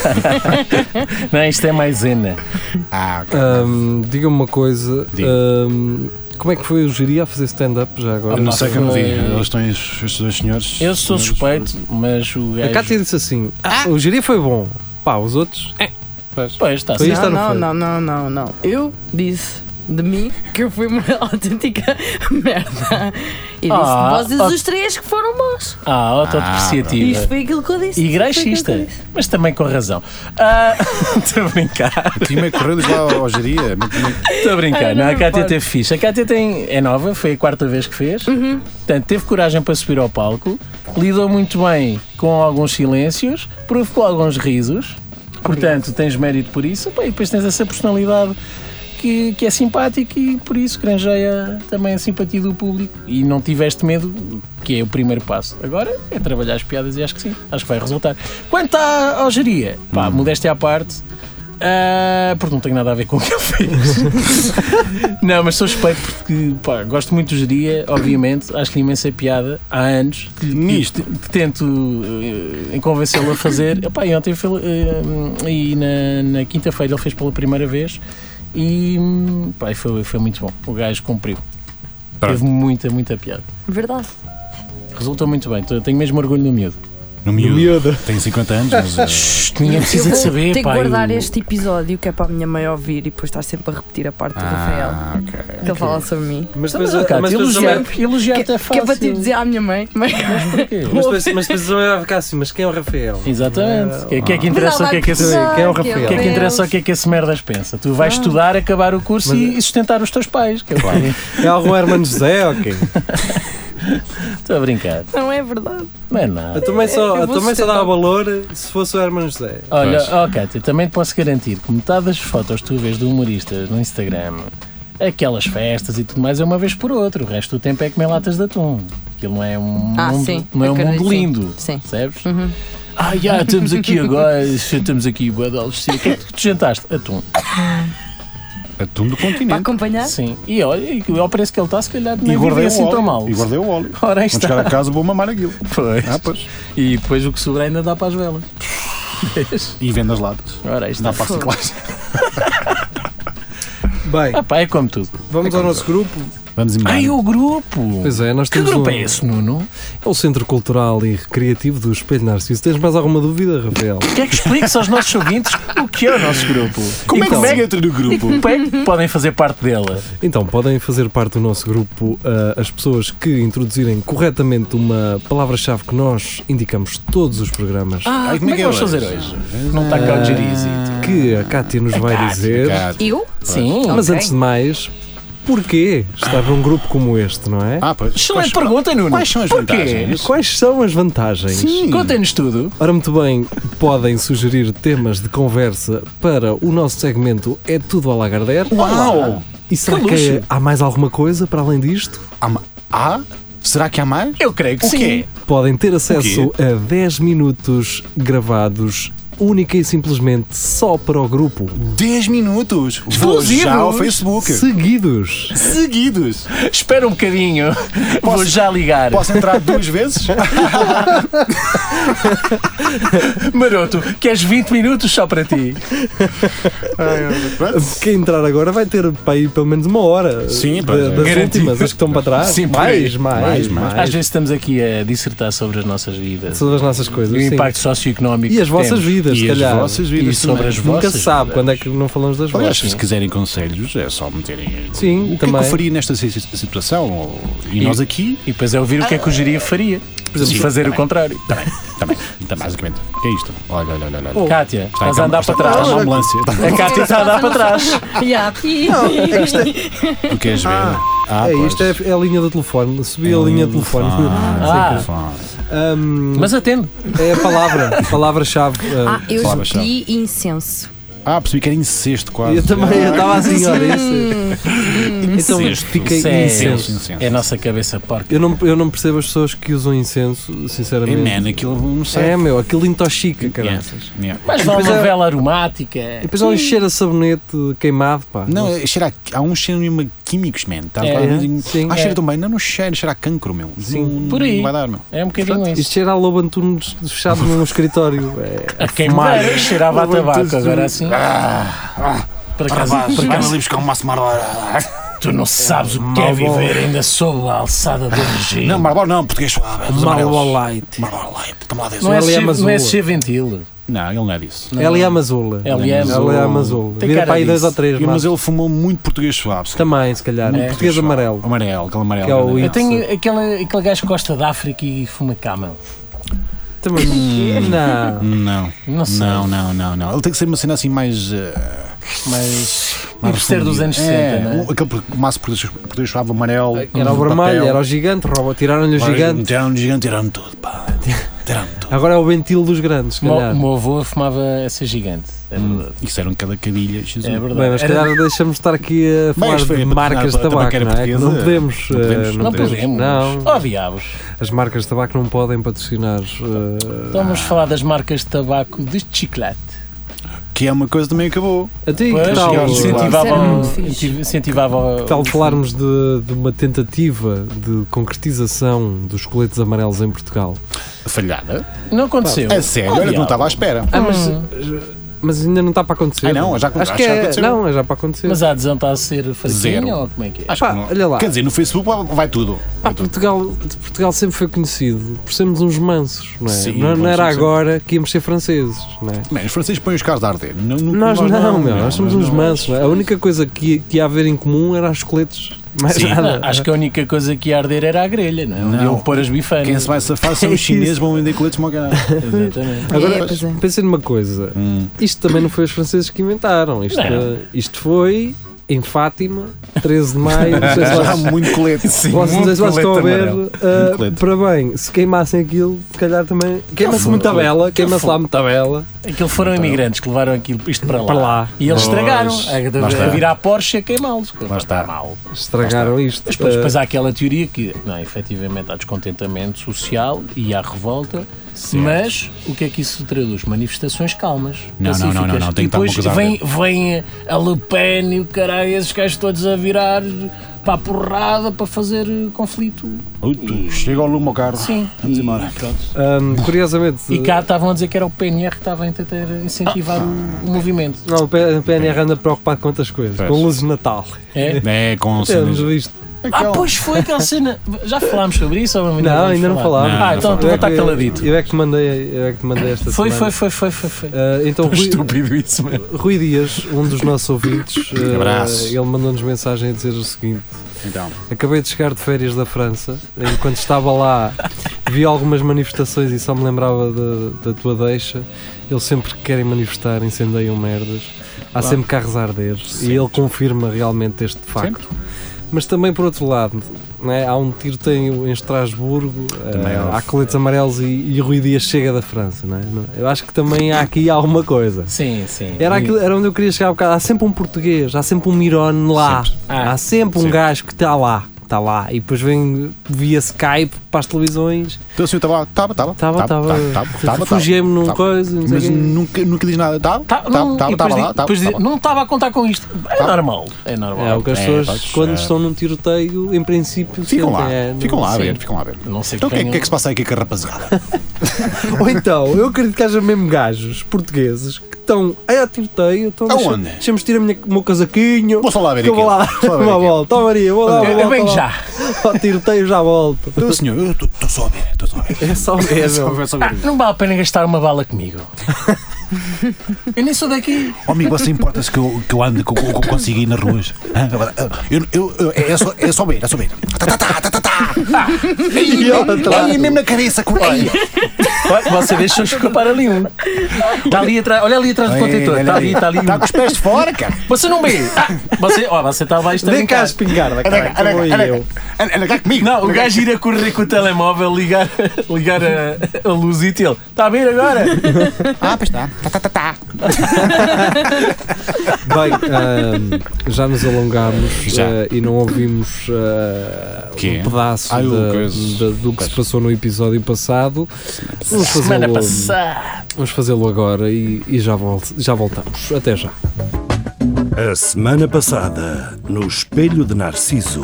Speaker 3: Não, isto é maisena.
Speaker 4: Ah, ok.
Speaker 2: hum, Diga-me uma coisa.
Speaker 4: Diga.
Speaker 2: hum, como é que foi o Giri a fazer stand-up já agora?
Speaker 4: Eu não sei que eu não vi.
Speaker 3: foi-
Speaker 4: Eles estão estes estes dois senhores.
Speaker 3: Eu sou
Speaker 4: senhores-
Speaker 3: suspeito, mas o gajo.
Speaker 2: A Cátia disse assim: "Ah, o Giri foi bom. Pá, os outros. É.
Speaker 3: Pois, está
Speaker 2: Foi
Speaker 3: certo.
Speaker 2: isto ou não
Speaker 8: não,
Speaker 2: foi?
Speaker 8: não, não, não, não. Eu disse de mim que eu fui uma <laughs> autêntica merda. E disse
Speaker 3: Ah,
Speaker 8: de vocês
Speaker 3: ah.
Speaker 8: os três que foram bons.
Speaker 3: Ah,
Speaker 8: E isto
Speaker 3: autodepreciativa.
Speaker 8: foi aquilo que eu disse.
Speaker 3: E
Speaker 8: foi aquilo que eu
Speaker 3: graxista,
Speaker 8: disse.
Speaker 3: mas também com razão. Ah, <laughs> Estou a brincar.
Speaker 4: O time é correndo lá ao ao geria.
Speaker 3: Estou a brincar,
Speaker 8: Ai,
Speaker 3: não,
Speaker 8: não
Speaker 3: a
Speaker 8: me
Speaker 3: Cátia
Speaker 8: pode.
Speaker 3: teve fixe. A Cátia tem, é nova, foi a quarta vez que fez. Portanto, teve coragem para subir ao palco, lidou muito bem com alguns silêncios, provocou alguns risos. Portanto, tens mérito por isso. Pá, e depois tens essa personalidade que, que é simpática e por isso granjeia também a simpatia do público. E não tiveste medo, que é o primeiro passo. Agora é trabalhar as piadas e acho que sim, acho que vai resultar. Quanto à algeria, pá, modéstia à parte, ah, porque não tenho nada a ver com o que eu fiz. não, mas sou suspeito porque pá, gosto muito do geria, obviamente, acho-lhe imensa piada há anos que, que-
Speaker 4: Nisto.
Speaker 3: que tento eh, convencê-lo a fazer. Epá, e ontem foi, eh, e na, na quinta-feira ele fez pela primeira vez e hum, pá, e foi, foi muito bom. O gajo cumpriu.
Speaker 4: Pronto.
Speaker 3: Teve muita, muita piada.
Speaker 8: Verdade.
Speaker 3: Resultou muito bem, eu tenho mesmo orgulho no miúdo.
Speaker 4: No miúdo. Tem 50 anos, mas. eh,
Speaker 3: Ninguém
Speaker 8: eu
Speaker 3: precisa é de
Speaker 8: vou
Speaker 3: saber,
Speaker 8: ter que
Speaker 3: pá.
Speaker 8: guardar
Speaker 3: eu-
Speaker 8: este episódio que é para a minha mãe ouvir e depois estar sempre a repetir a parte do Rafael.
Speaker 4: Ah, ok.
Speaker 8: Que ele fala sobre mim.
Speaker 2: então, Mas
Speaker 3: Mas,
Speaker 2: depois,
Speaker 3: ó, Cátia,
Speaker 2: mas depois
Speaker 3: elogiar,
Speaker 2: também-
Speaker 3: elogiar
Speaker 8: Que,
Speaker 3: até
Speaker 8: que
Speaker 3: fácil.
Speaker 8: é para te dizer à minha mãe. Mãe,
Speaker 2: mas depois- mas depois também vai ficar assim: mas quem é o Rafael?
Speaker 3: Exatamente. O que, é- que é que
Speaker 8: Mas ela
Speaker 3: interessa o que é
Speaker 8: vai
Speaker 3: que esse.
Speaker 8: precisar,
Speaker 2: quem é o
Speaker 8: que
Speaker 2: Rafael?
Speaker 3: O que é que
Speaker 8: Deus.
Speaker 3: interessa o que é que esse merdas pensa? Tu vais estudar, acabar o curso e, e sustentar os teus pais. que é o que-
Speaker 2: É algum Hermano José? Ok.
Speaker 3: Estou a brincar.
Speaker 8: <laughs> Não é verdade.
Speaker 3: Não é nada.
Speaker 2: Eu também
Speaker 8: Eu
Speaker 2: só,
Speaker 8: vou
Speaker 2: eu também só
Speaker 8: sustentar.
Speaker 2: dava valor se fosse o Hermano José.
Speaker 3: Olha,
Speaker 4: Pois.
Speaker 3: ó Cátia, também te posso garantir que metade das fotos que tu vês de humoristas no Instagram, aquelas festas e tudo mais, é uma vez por outra. O resto do tempo é comer latas de atum. Aquilo não é um
Speaker 8: Ah,
Speaker 3: mundo,
Speaker 8: sim.
Speaker 3: não é um
Speaker 8: Acredito,
Speaker 3: mundo
Speaker 8: sim.
Speaker 3: lindo.
Speaker 8: Sim. Uhum.
Speaker 3: Percebes? Ah, já, <laughs> estamos aqui agora, estamos aqui, badal, o que é que tu jantaste? Atum.
Speaker 4: Atum do
Speaker 8: Para
Speaker 4: continente.
Speaker 8: acompanhar?
Speaker 3: Sim. E olha, e ao preço que ele está, se calhar nem
Speaker 4: guardei
Speaker 3: vivia
Speaker 4: o
Speaker 3: assim
Speaker 4: óleo.
Speaker 3: tão mal.
Speaker 4: E guardei o óleo.
Speaker 3: <laughs> Ora, aí
Speaker 4: Quando
Speaker 3: está.
Speaker 4: chegar a casa vou mamar aquilo. <laughs>
Speaker 3: Pois.
Speaker 4: Ah, pois.
Speaker 3: E depois o que sobra ainda dá para as velas. Vês?
Speaker 4: E vendo as latas.
Speaker 3: Ora, aí está.
Speaker 4: Dá para a reciclagem.
Speaker 2: Bem,
Speaker 3: Ah, pá, é como tudo.
Speaker 2: vamos ao nosso grupo.
Speaker 4: <laughs> Vamos embora.
Speaker 3: Ai, o grupo!
Speaker 2: Pois é, nós
Speaker 3: que
Speaker 2: temos
Speaker 3: grupo
Speaker 2: um-
Speaker 3: é esse, Nuno?
Speaker 2: É o Centro Cultural e Recreativo do Espelho Narciso. Tens mais alguma dúvida, Rafael?
Speaker 3: Quer que expliques aos nossos ouvintes o que é o nosso grupo?
Speaker 4: Como
Speaker 3: E
Speaker 4: é que se entra no
Speaker 3: e
Speaker 4: grupo?
Speaker 3: como é que podem fazer parte dela?
Speaker 2: Então, podem fazer parte do nosso grupo ah, as pessoas que introduzirem corretamente uma palavra-chave que nós indicamos todos os programas
Speaker 8: Ah,
Speaker 4: Ai,
Speaker 3: Como é que vamos
Speaker 4: hoje? Eh,
Speaker 3: fazer hoje? Não está cá o Gerizi.
Speaker 2: que a Cátia nos vai
Speaker 3: Cátia,
Speaker 2: dizer.
Speaker 4: Cá.
Speaker 8: Eu?
Speaker 3: Sim.
Speaker 2: Mas
Speaker 8: Ok.
Speaker 2: antes
Speaker 8: <laughs>
Speaker 2: de mais, porquê estar num grupo como este, não é?
Speaker 4: Ah, pois. Quais-
Speaker 3: Excelente pergunta, Nuno.
Speaker 4: Quais são as
Speaker 3: Porquê?
Speaker 4: vantagens?
Speaker 2: Quais são as vantagens?
Speaker 4: Sim.
Speaker 3: Contem-nos tudo.
Speaker 2: Ora, muito bem, podem sugerir temas de conversa para o nosso segmento É Tudo a Lagardère.
Speaker 4: Uau!
Speaker 2: E será
Speaker 3: Que
Speaker 2: que,
Speaker 3: luxo!
Speaker 2: há mais alguma coisa para além disto?
Speaker 4: Há ma- Há? Será que há mais?
Speaker 3: Eu creio que
Speaker 4: O
Speaker 3: sim.
Speaker 4: quê?
Speaker 2: Podem ter acesso a 10 minutos gravados única e simplesmente só para o grupo.
Speaker 4: 10 minutos. Vou
Speaker 3: Exclusivos.
Speaker 4: já ao Facebook.
Speaker 2: Seguidos.
Speaker 4: Seguidos.
Speaker 3: Espera um bocadinho. Vou já ligar.
Speaker 4: Posso entrar duas <laughs> vezes?
Speaker 3: Maroto, queres 20 minutos só para ti?
Speaker 4: Pronto.
Speaker 2: Quem entrar agora vai ter para aí pelo menos uma hora.
Speaker 4: Sim,
Speaker 2: da-
Speaker 4: pois é.
Speaker 2: das
Speaker 3: Garantido.
Speaker 2: últimas, as que estão para trás.
Speaker 3: Sim, por aí.
Speaker 2: mais, mais,
Speaker 4: Mais,
Speaker 2: mais,
Speaker 4: mais.
Speaker 3: Às vezes estamos aqui a dissertar sobre as nossas vidas.
Speaker 2: Sobre as nossas coisas.
Speaker 3: E o
Speaker 2: sim.
Speaker 3: impacto socioeconómico.
Speaker 2: E as
Speaker 3: que
Speaker 2: vossas
Speaker 3: temos.
Speaker 2: vidas, se
Speaker 4: E as
Speaker 2: calhar.
Speaker 4: vossas
Speaker 3: E
Speaker 4: vidas
Speaker 3: sobre
Speaker 4: também.
Speaker 3: as
Speaker 2: Nunca
Speaker 3: vossas
Speaker 2: se sabe
Speaker 3: vidas.
Speaker 2: quando é que não falamos das
Speaker 4: Aliás,
Speaker 2: vossas.
Speaker 4: se quiserem conselhos, é só meterem.
Speaker 2: Sim,
Speaker 4: o que é
Speaker 2: também.
Speaker 4: que eu faria nesta si- situação? Ou- E, nós aqui.
Speaker 3: E depois é ouvir o que é que o geria faria. Tá,
Speaker 4: exemplo,
Speaker 3: e fazer
Speaker 4: também.
Speaker 3: o contrário.
Speaker 4: Também, também. Então, basicamente. O que é isto? Olha, olha, olha. olha.
Speaker 3: Cátia,
Speaker 4: Está em
Speaker 3: Oh, estás a andar
Speaker 4: está-
Speaker 3: para trás.
Speaker 4: Está uma ambulância.
Speaker 3: A Cátia está a andar para trás.
Speaker 8: Já, aqui. <laughs>
Speaker 4: Tu queres ver? Ah,
Speaker 2: É,
Speaker 4: pois.
Speaker 2: isto é, é a linha do telefone. Subi a
Speaker 4: É
Speaker 2: linha
Speaker 4: um
Speaker 2: do telefone.
Speaker 3: Ah,
Speaker 4: Fone.
Speaker 2: Ahm,
Speaker 3: mas atende.
Speaker 2: é a palavra, palavra-chave. ah,
Speaker 9: Ah, eu
Speaker 4: Palavra
Speaker 9: escolhi incenso.
Speaker 4: Ah, percebi que era incesto quase.
Speaker 2: eu também eu estava assim, olha isso. Então
Speaker 4: Incesto.
Speaker 2: fiquei
Speaker 3: Isso é-
Speaker 2: incenso.
Speaker 3: É a nossa cabeça porca.
Speaker 2: Eu não, eu não percebo as pessoas que usam incenso,
Speaker 4: É,
Speaker 2: sinceramente.
Speaker 4: man, aquilo não sei.
Speaker 2: É, meu, aquilo intoxica, cara.
Speaker 4: Yeah.
Speaker 3: Mas vá uma
Speaker 2: Depois é-
Speaker 3: vela aromática. É
Speaker 2: Depois há um cheiro a sabonete queimado, pá.
Speaker 4: Não, é, cheira a, há uns cheiros mesmo a químicos, man. Tá,
Speaker 3: É,
Speaker 4: pá,
Speaker 2: é,
Speaker 4: dizem,
Speaker 2: sim,
Speaker 4: ah,
Speaker 3: é.
Speaker 4: cheira tão bem. Não, não cheira, cheira a cancro, meu.
Speaker 2: Sim,
Speaker 4: não,
Speaker 3: por aí.
Speaker 4: Não vai dar, meu.
Speaker 3: É um bocadinho
Speaker 2: Isto
Speaker 3: isso.
Speaker 2: cheira a lobo antunes fechado num escritório. É,
Speaker 3: A queimar, cheirava a tabaco, agora assim. Por acaso, por acaso,
Speaker 4: buscar uma Marlboro.
Speaker 3: tu não sabes o que é viver ainda sob a alçada da energia.
Speaker 4: Não, Marlboro não, português suave. dos
Speaker 2: Marlboro
Speaker 4: amarelos.
Speaker 2: Light.
Speaker 4: Marlboro Light. Toma lá desse.
Speaker 3: Não é
Speaker 2: Ele é
Speaker 3: ser- não é
Speaker 2: Amazola.
Speaker 3: ser ventil.
Speaker 4: Não, ele não é disso.
Speaker 2: é ali a Amazola.
Speaker 3: Ele é
Speaker 2: Ela é Amazol.
Speaker 3: Tem
Speaker 2: Vira
Speaker 3: cara
Speaker 2: para aí dois
Speaker 3: disso.
Speaker 2: ou três,
Speaker 4: Mas
Speaker 2: mas
Speaker 4: ele fumou muito português suave. sim.
Speaker 2: Também, se calhar. Um
Speaker 3: É.
Speaker 2: Português
Speaker 4: Suave.
Speaker 2: amarelo.
Speaker 4: Amarelo, aquele amarelo.
Speaker 2: Que é o
Speaker 3: Eu
Speaker 2: Isso.
Speaker 3: tenho aquele, aquele gajo que gosta da África e fuma camel.
Speaker 2: Também. Não.
Speaker 4: Não,
Speaker 3: Não sei.
Speaker 4: não, não, não, não. Ele tem que ser uma cena assim mais. eh,
Speaker 3: Mas. Um
Speaker 4: mais
Speaker 3: besteiro dos
Speaker 4: refundida.
Speaker 3: anos
Speaker 4: É,
Speaker 3: 60, não é?
Speaker 4: um- Aquele por- maço português português suave, amarelo.
Speaker 2: Era o
Speaker 4: de
Speaker 2: vermelho,
Speaker 4: Hum. papel.
Speaker 2: era o gigante, roubou- tiraram-lhe o
Speaker 4: Agora,
Speaker 2: gigante.
Speaker 4: Tiraram o gigante, tiraram tudo, pá. Tiraram tudo.
Speaker 2: Agora é o ventil dos grandes, se
Speaker 3: O meu-
Speaker 2: calhar. Hum.
Speaker 3: o meu avô fumava essa gigante. É verdade.
Speaker 4: Isso era um cada cadilha. Jesus.
Speaker 3: É verdade.
Speaker 2: Bem, mas se
Speaker 3: Era-
Speaker 2: calhar deixamos de estar aqui a falar de
Speaker 4: isto foi patrocinado
Speaker 2: marcas de
Speaker 4: pela
Speaker 2: tabaco,
Speaker 4: tabaqueira
Speaker 2: não é? Que Não
Speaker 4: portuguesa.
Speaker 2: podemos.
Speaker 4: Não podemos,
Speaker 2: eh,
Speaker 4: não
Speaker 3: Não
Speaker 4: podemos.
Speaker 3: podemos.
Speaker 2: Não,
Speaker 3: Oh, diabos.
Speaker 2: as marcas de tabaco não podem patrocinar. eh,
Speaker 3: Então vamos falar das marcas de tabaco de chiclete.
Speaker 4: Que é uma coisa também que acabou.
Speaker 2: Até que
Speaker 3: Pois,
Speaker 2: tal, é
Speaker 3: eles incentivavam-
Speaker 9: Isso era muito fixe.
Speaker 3: incentivavam
Speaker 2: que tal Então, falarmos de, de uma tentativa de concretização dos coletes amarelos em Portugal?
Speaker 4: Falhada?
Speaker 3: Não aconteceu.
Speaker 4: É sério, olha que não estava à espera.
Speaker 2: Ah, mas, mas ainda não está para acontecer.
Speaker 4: Ah, não, já-
Speaker 2: acho
Speaker 4: acho
Speaker 2: que
Speaker 4: que já
Speaker 2: é,
Speaker 4: aconteceu.
Speaker 2: Não, é já para acontecer.
Speaker 3: Mas a adesão está a ser fraquinha
Speaker 4: Zero.
Speaker 3: ou como é que é?
Speaker 4: Acho
Speaker 2: Pá,
Speaker 4: que não.
Speaker 2: olha lá.
Speaker 4: Quer dizer, no Facebook vai tudo.
Speaker 2: Pá,
Speaker 4: Vai tudo.
Speaker 2: Portugal, Portugal sempre foi conhecido por sermos uns mansos, não é?
Speaker 4: Sim,
Speaker 2: não, não
Speaker 4: vamos
Speaker 2: era
Speaker 4: sempre.
Speaker 2: agora que íamos ser franceses, não é?
Speaker 4: Man, os franceses põem os carros a arder. Não, não-
Speaker 2: Nós não, meu, nós somos uns
Speaker 4: não.
Speaker 2: mansos. não é? A única coisa que, que ia haver em comum era os coletes. Mais
Speaker 4: Sim.
Speaker 2: nada.
Speaker 3: Não, <laughs> acho que a única coisa que ia arder era a grelha, não é? Onde
Speaker 4: Não.
Speaker 3: iam pôr as bifanas.
Speaker 4: Quem se vai safar são os chineses, vão vender coletes como ao caralho.
Speaker 3: Exatamente.
Speaker 2: Agora,
Speaker 9: É, pois é.
Speaker 2: pensei numa coisa.
Speaker 4: Hum.
Speaker 2: Isto também não foi os franceses que inventaram. Isto,
Speaker 3: Não.
Speaker 2: isto foi em Fátima, 13 de maio. não sei se
Speaker 4: Já há
Speaker 2: vocês-
Speaker 4: muito colete. É. <laughs> Sim.
Speaker 2: Vocês, não sei se vocês estão a ver, ah,
Speaker 4: Muito colete.
Speaker 2: para bem, se queimassem aquilo, se calhar também. Queima-se muita bela, queima-se lá muita bela.
Speaker 3: Aquilo foram imigrantes que levaram aquilo, isto para lá.
Speaker 2: Para lá.
Speaker 3: E eles
Speaker 4: Pois.
Speaker 3: estragaram.
Speaker 4: Lá
Speaker 3: A,
Speaker 4: está.
Speaker 3: a virar a Porsche e a queimá-los. Lá
Speaker 4: está.
Speaker 3: Mal.
Speaker 2: Estragaram isto.
Speaker 3: Mas depois,
Speaker 2: Ah,
Speaker 3: depois há aquela teoria que, não, efetivamente, há descontentamento social e há revolta, mas o que é que isso traduz? Manifestações calmas.
Speaker 4: Não, não, não, não, não,
Speaker 3: pacíficas.
Speaker 4: tem que
Speaker 3: E
Speaker 4: estar uma
Speaker 3: depois
Speaker 4: coisa a
Speaker 3: vem, vem a Le Pen e o caralho há esses gajos todos a virar para a porrada para fazer eh, conflito.
Speaker 4: Ui, tu, Chega ao lume ao carro.
Speaker 3: Sim.
Speaker 4: Vamos embora.
Speaker 3: Pronto.
Speaker 2: Ahm, eh, curiosamente.
Speaker 3: E cá estavam a dizer que era o PNR que estava a tentar
Speaker 4: Ah.
Speaker 3: incentivar o, o movimento.
Speaker 2: Não, o P- o PNR anda preocupado com outras coisas.
Speaker 4: Pois.
Speaker 2: Com luzes de Natal.
Speaker 4: <laughs>
Speaker 3: É?
Speaker 4: É, com
Speaker 2: Temos
Speaker 4: cenas.
Speaker 2: visto.
Speaker 3: Ah, pois foi aquela cena. Já falámos sobre isso? Ou
Speaker 2: Então- Não,
Speaker 3: vamos
Speaker 2: ainda não
Speaker 3: falar?
Speaker 2: falámos.
Speaker 3: Ah, então
Speaker 2: Eu
Speaker 3: tu
Speaker 2: é
Speaker 3: está
Speaker 2: que-
Speaker 3: caladito.
Speaker 2: Eu é que te mandei, eu é que te mandei esta
Speaker 3: Foi, foi,
Speaker 2: semana.
Speaker 3: foi, foi, foi, foi.
Speaker 2: Ah, então, <laughs> Rui,
Speaker 4: Estúpido isso, mano.
Speaker 2: Rui Dias, um dos nossos ouvintes, ah,
Speaker 4: Abraço.
Speaker 2: ele mandou-nos mensagem a dizer o seguinte:
Speaker 4: Então.
Speaker 2: Acabei de chegar de férias da França. Enquanto estava lá, vi algumas manifestações e só me lembrava da, da tua deixa. Eles sempre que querem manifestar incendeiam merdas. Há sempre carros a arder. E ele confirma realmente este facto. Mas também, por outro lado, né, há um tiroteio em Estrasburgo, eh, há coletes amarelos e, e Rui Dias chega da França. Né? Eu acho que também há aqui alguma coisa.
Speaker 3: Sim, sim.
Speaker 2: Era, aquilo, era onde eu queria chegar há bocado. Há sempre um português, há sempre um Mirone lá.
Speaker 3: Ah,
Speaker 2: há sempre um
Speaker 4: sempre.
Speaker 2: gajo que está lá. Está lá. E depois vem via Skype para as televisões.
Speaker 4: Então assim, eu estava, estava, estava.
Speaker 2: Estava, estava.
Speaker 4: tá,
Speaker 2: Refugiei-me num
Speaker 4: tava.
Speaker 2: coisa. Não sei o
Speaker 4: Tá. Mas
Speaker 2: quê.
Speaker 4: nunca, nunca diz nada. Estava,
Speaker 3: Tá, não,
Speaker 4: estava,
Speaker 3: e depois
Speaker 4: estava
Speaker 3: di-
Speaker 4: lá. Tava,
Speaker 3: depois di-
Speaker 4: tava.
Speaker 3: Não estava a contar com isto. É
Speaker 4: Tá.
Speaker 3: normal. É normal.
Speaker 2: É o que as
Speaker 4: É,
Speaker 2: pessoas,
Speaker 4: pois,
Speaker 2: quando
Speaker 4: é.
Speaker 2: estão num tiroteio, em princípio,
Speaker 4: Ficam
Speaker 2: sentem,
Speaker 4: lá,
Speaker 2: é, não-
Speaker 4: ficam lá a
Speaker 3: sim.
Speaker 4: ver, ficam lá a ver.
Speaker 3: Não sei
Speaker 4: Então o que, é-
Speaker 3: quem-
Speaker 4: o que é que se passa aqui com
Speaker 2: <laughs>
Speaker 4: a rapaziada?
Speaker 2: Ou então, eu acredito que haja mesmo gajos portugueses que estão "Ai, a tiroteio, estão
Speaker 4: Aonde?
Speaker 2: deixa- deixa-me tirar o minha- o meu casaquinho.
Speaker 4: Vou só lá ver
Speaker 2: que eu vou
Speaker 4: aquilo.
Speaker 2: lá
Speaker 4: Só
Speaker 2: dar <laughs>
Speaker 4: ver
Speaker 2: uma
Speaker 4: aquilo.
Speaker 2: volta. Ó Maria, vou lá.
Speaker 3: Eu-
Speaker 2: uma
Speaker 3: eu
Speaker 2: volta
Speaker 3: venho
Speaker 2: lá.
Speaker 3: já.
Speaker 2: Ao tiroteio já
Speaker 4: <laughs>
Speaker 2: volto.
Speaker 4: Então, senhor, eu estou só a ver, estou só a ver.
Speaker 2: É só mesmo.
Speaker 4: ver, só
Speaker 3: Ah, não vale a pena gastar uma
Speaker 4: <laughs>
Speaker 3: bala comigo. Eu nem sou daqui.
Speaker 4: Oh, amigo, você importa-se que eu, que eu ande, que eu, que eu consiga ir nas ruas? Hã? Agora, eu- eu- eu- é, só, é só ver, é só ver. Tá, tá, tá, tá, tá, <laughs> tá.
Speaker 2: E ele atrás.
Speaker 4: Ai, mesmo na cabeça, com <laughs> Ai.
Speaker 3: Você deixou escapar ali um.
Speaker 2: Tá
Speaker 3: Está ali atrás. Olha ali atrás do contentor.
Speaker 4: tá
Speaker 3: Está ali, está ali.
Speaker 2: um.
Speaker 4: Está com os pés de fora, cara.
Speaker 3: Você não vê. Ah, você, ó, você está abaixo
Speaker 2: Dê
Speaker 3: também.
Speaker 2: cá a
Speaker 3: cara.
Speaker 2: espingarda,
Speaker 4: Anda
Speaker 2: cara.
Speaker 4: cá, anda
Speaker 2: que
Speaker 4: cá,
Speaker 2: vou
Speaker 4: anda
Speaker 2: eu.
Speaker 4: cá. Anda- anda cá comigo.
Speaker 3: Não, o gajo ir a correr com o telemóvel, ligar, <laughs> ligar a, a luzita e ele. Está a ver agora?
Speaker 4: Ah, pois está. Tá, tá, tá, tá.
Speaker 2: Bem, ahm, já nos alongámos
Speaker 4: Já.
Speaker 2: eh, e não ouvimos eh,
Speaker 4: Quê?
Speaker 2: um pedaço
Speaker 4: Ah, eu-
Speaker 2: da-
Speaker 4: coisas.
Speaker 2: da- do que se passou no episódio passado. Vamos
Speaker 3: Semana
Speaker 2: fazê-lo-
Speaker 3: passada.
Speaker 2: Vamos fazê-lo agora e, e já, vol- já voltamos. Até já.
Speaker 1: A semana passada, no Espelho de Narciso.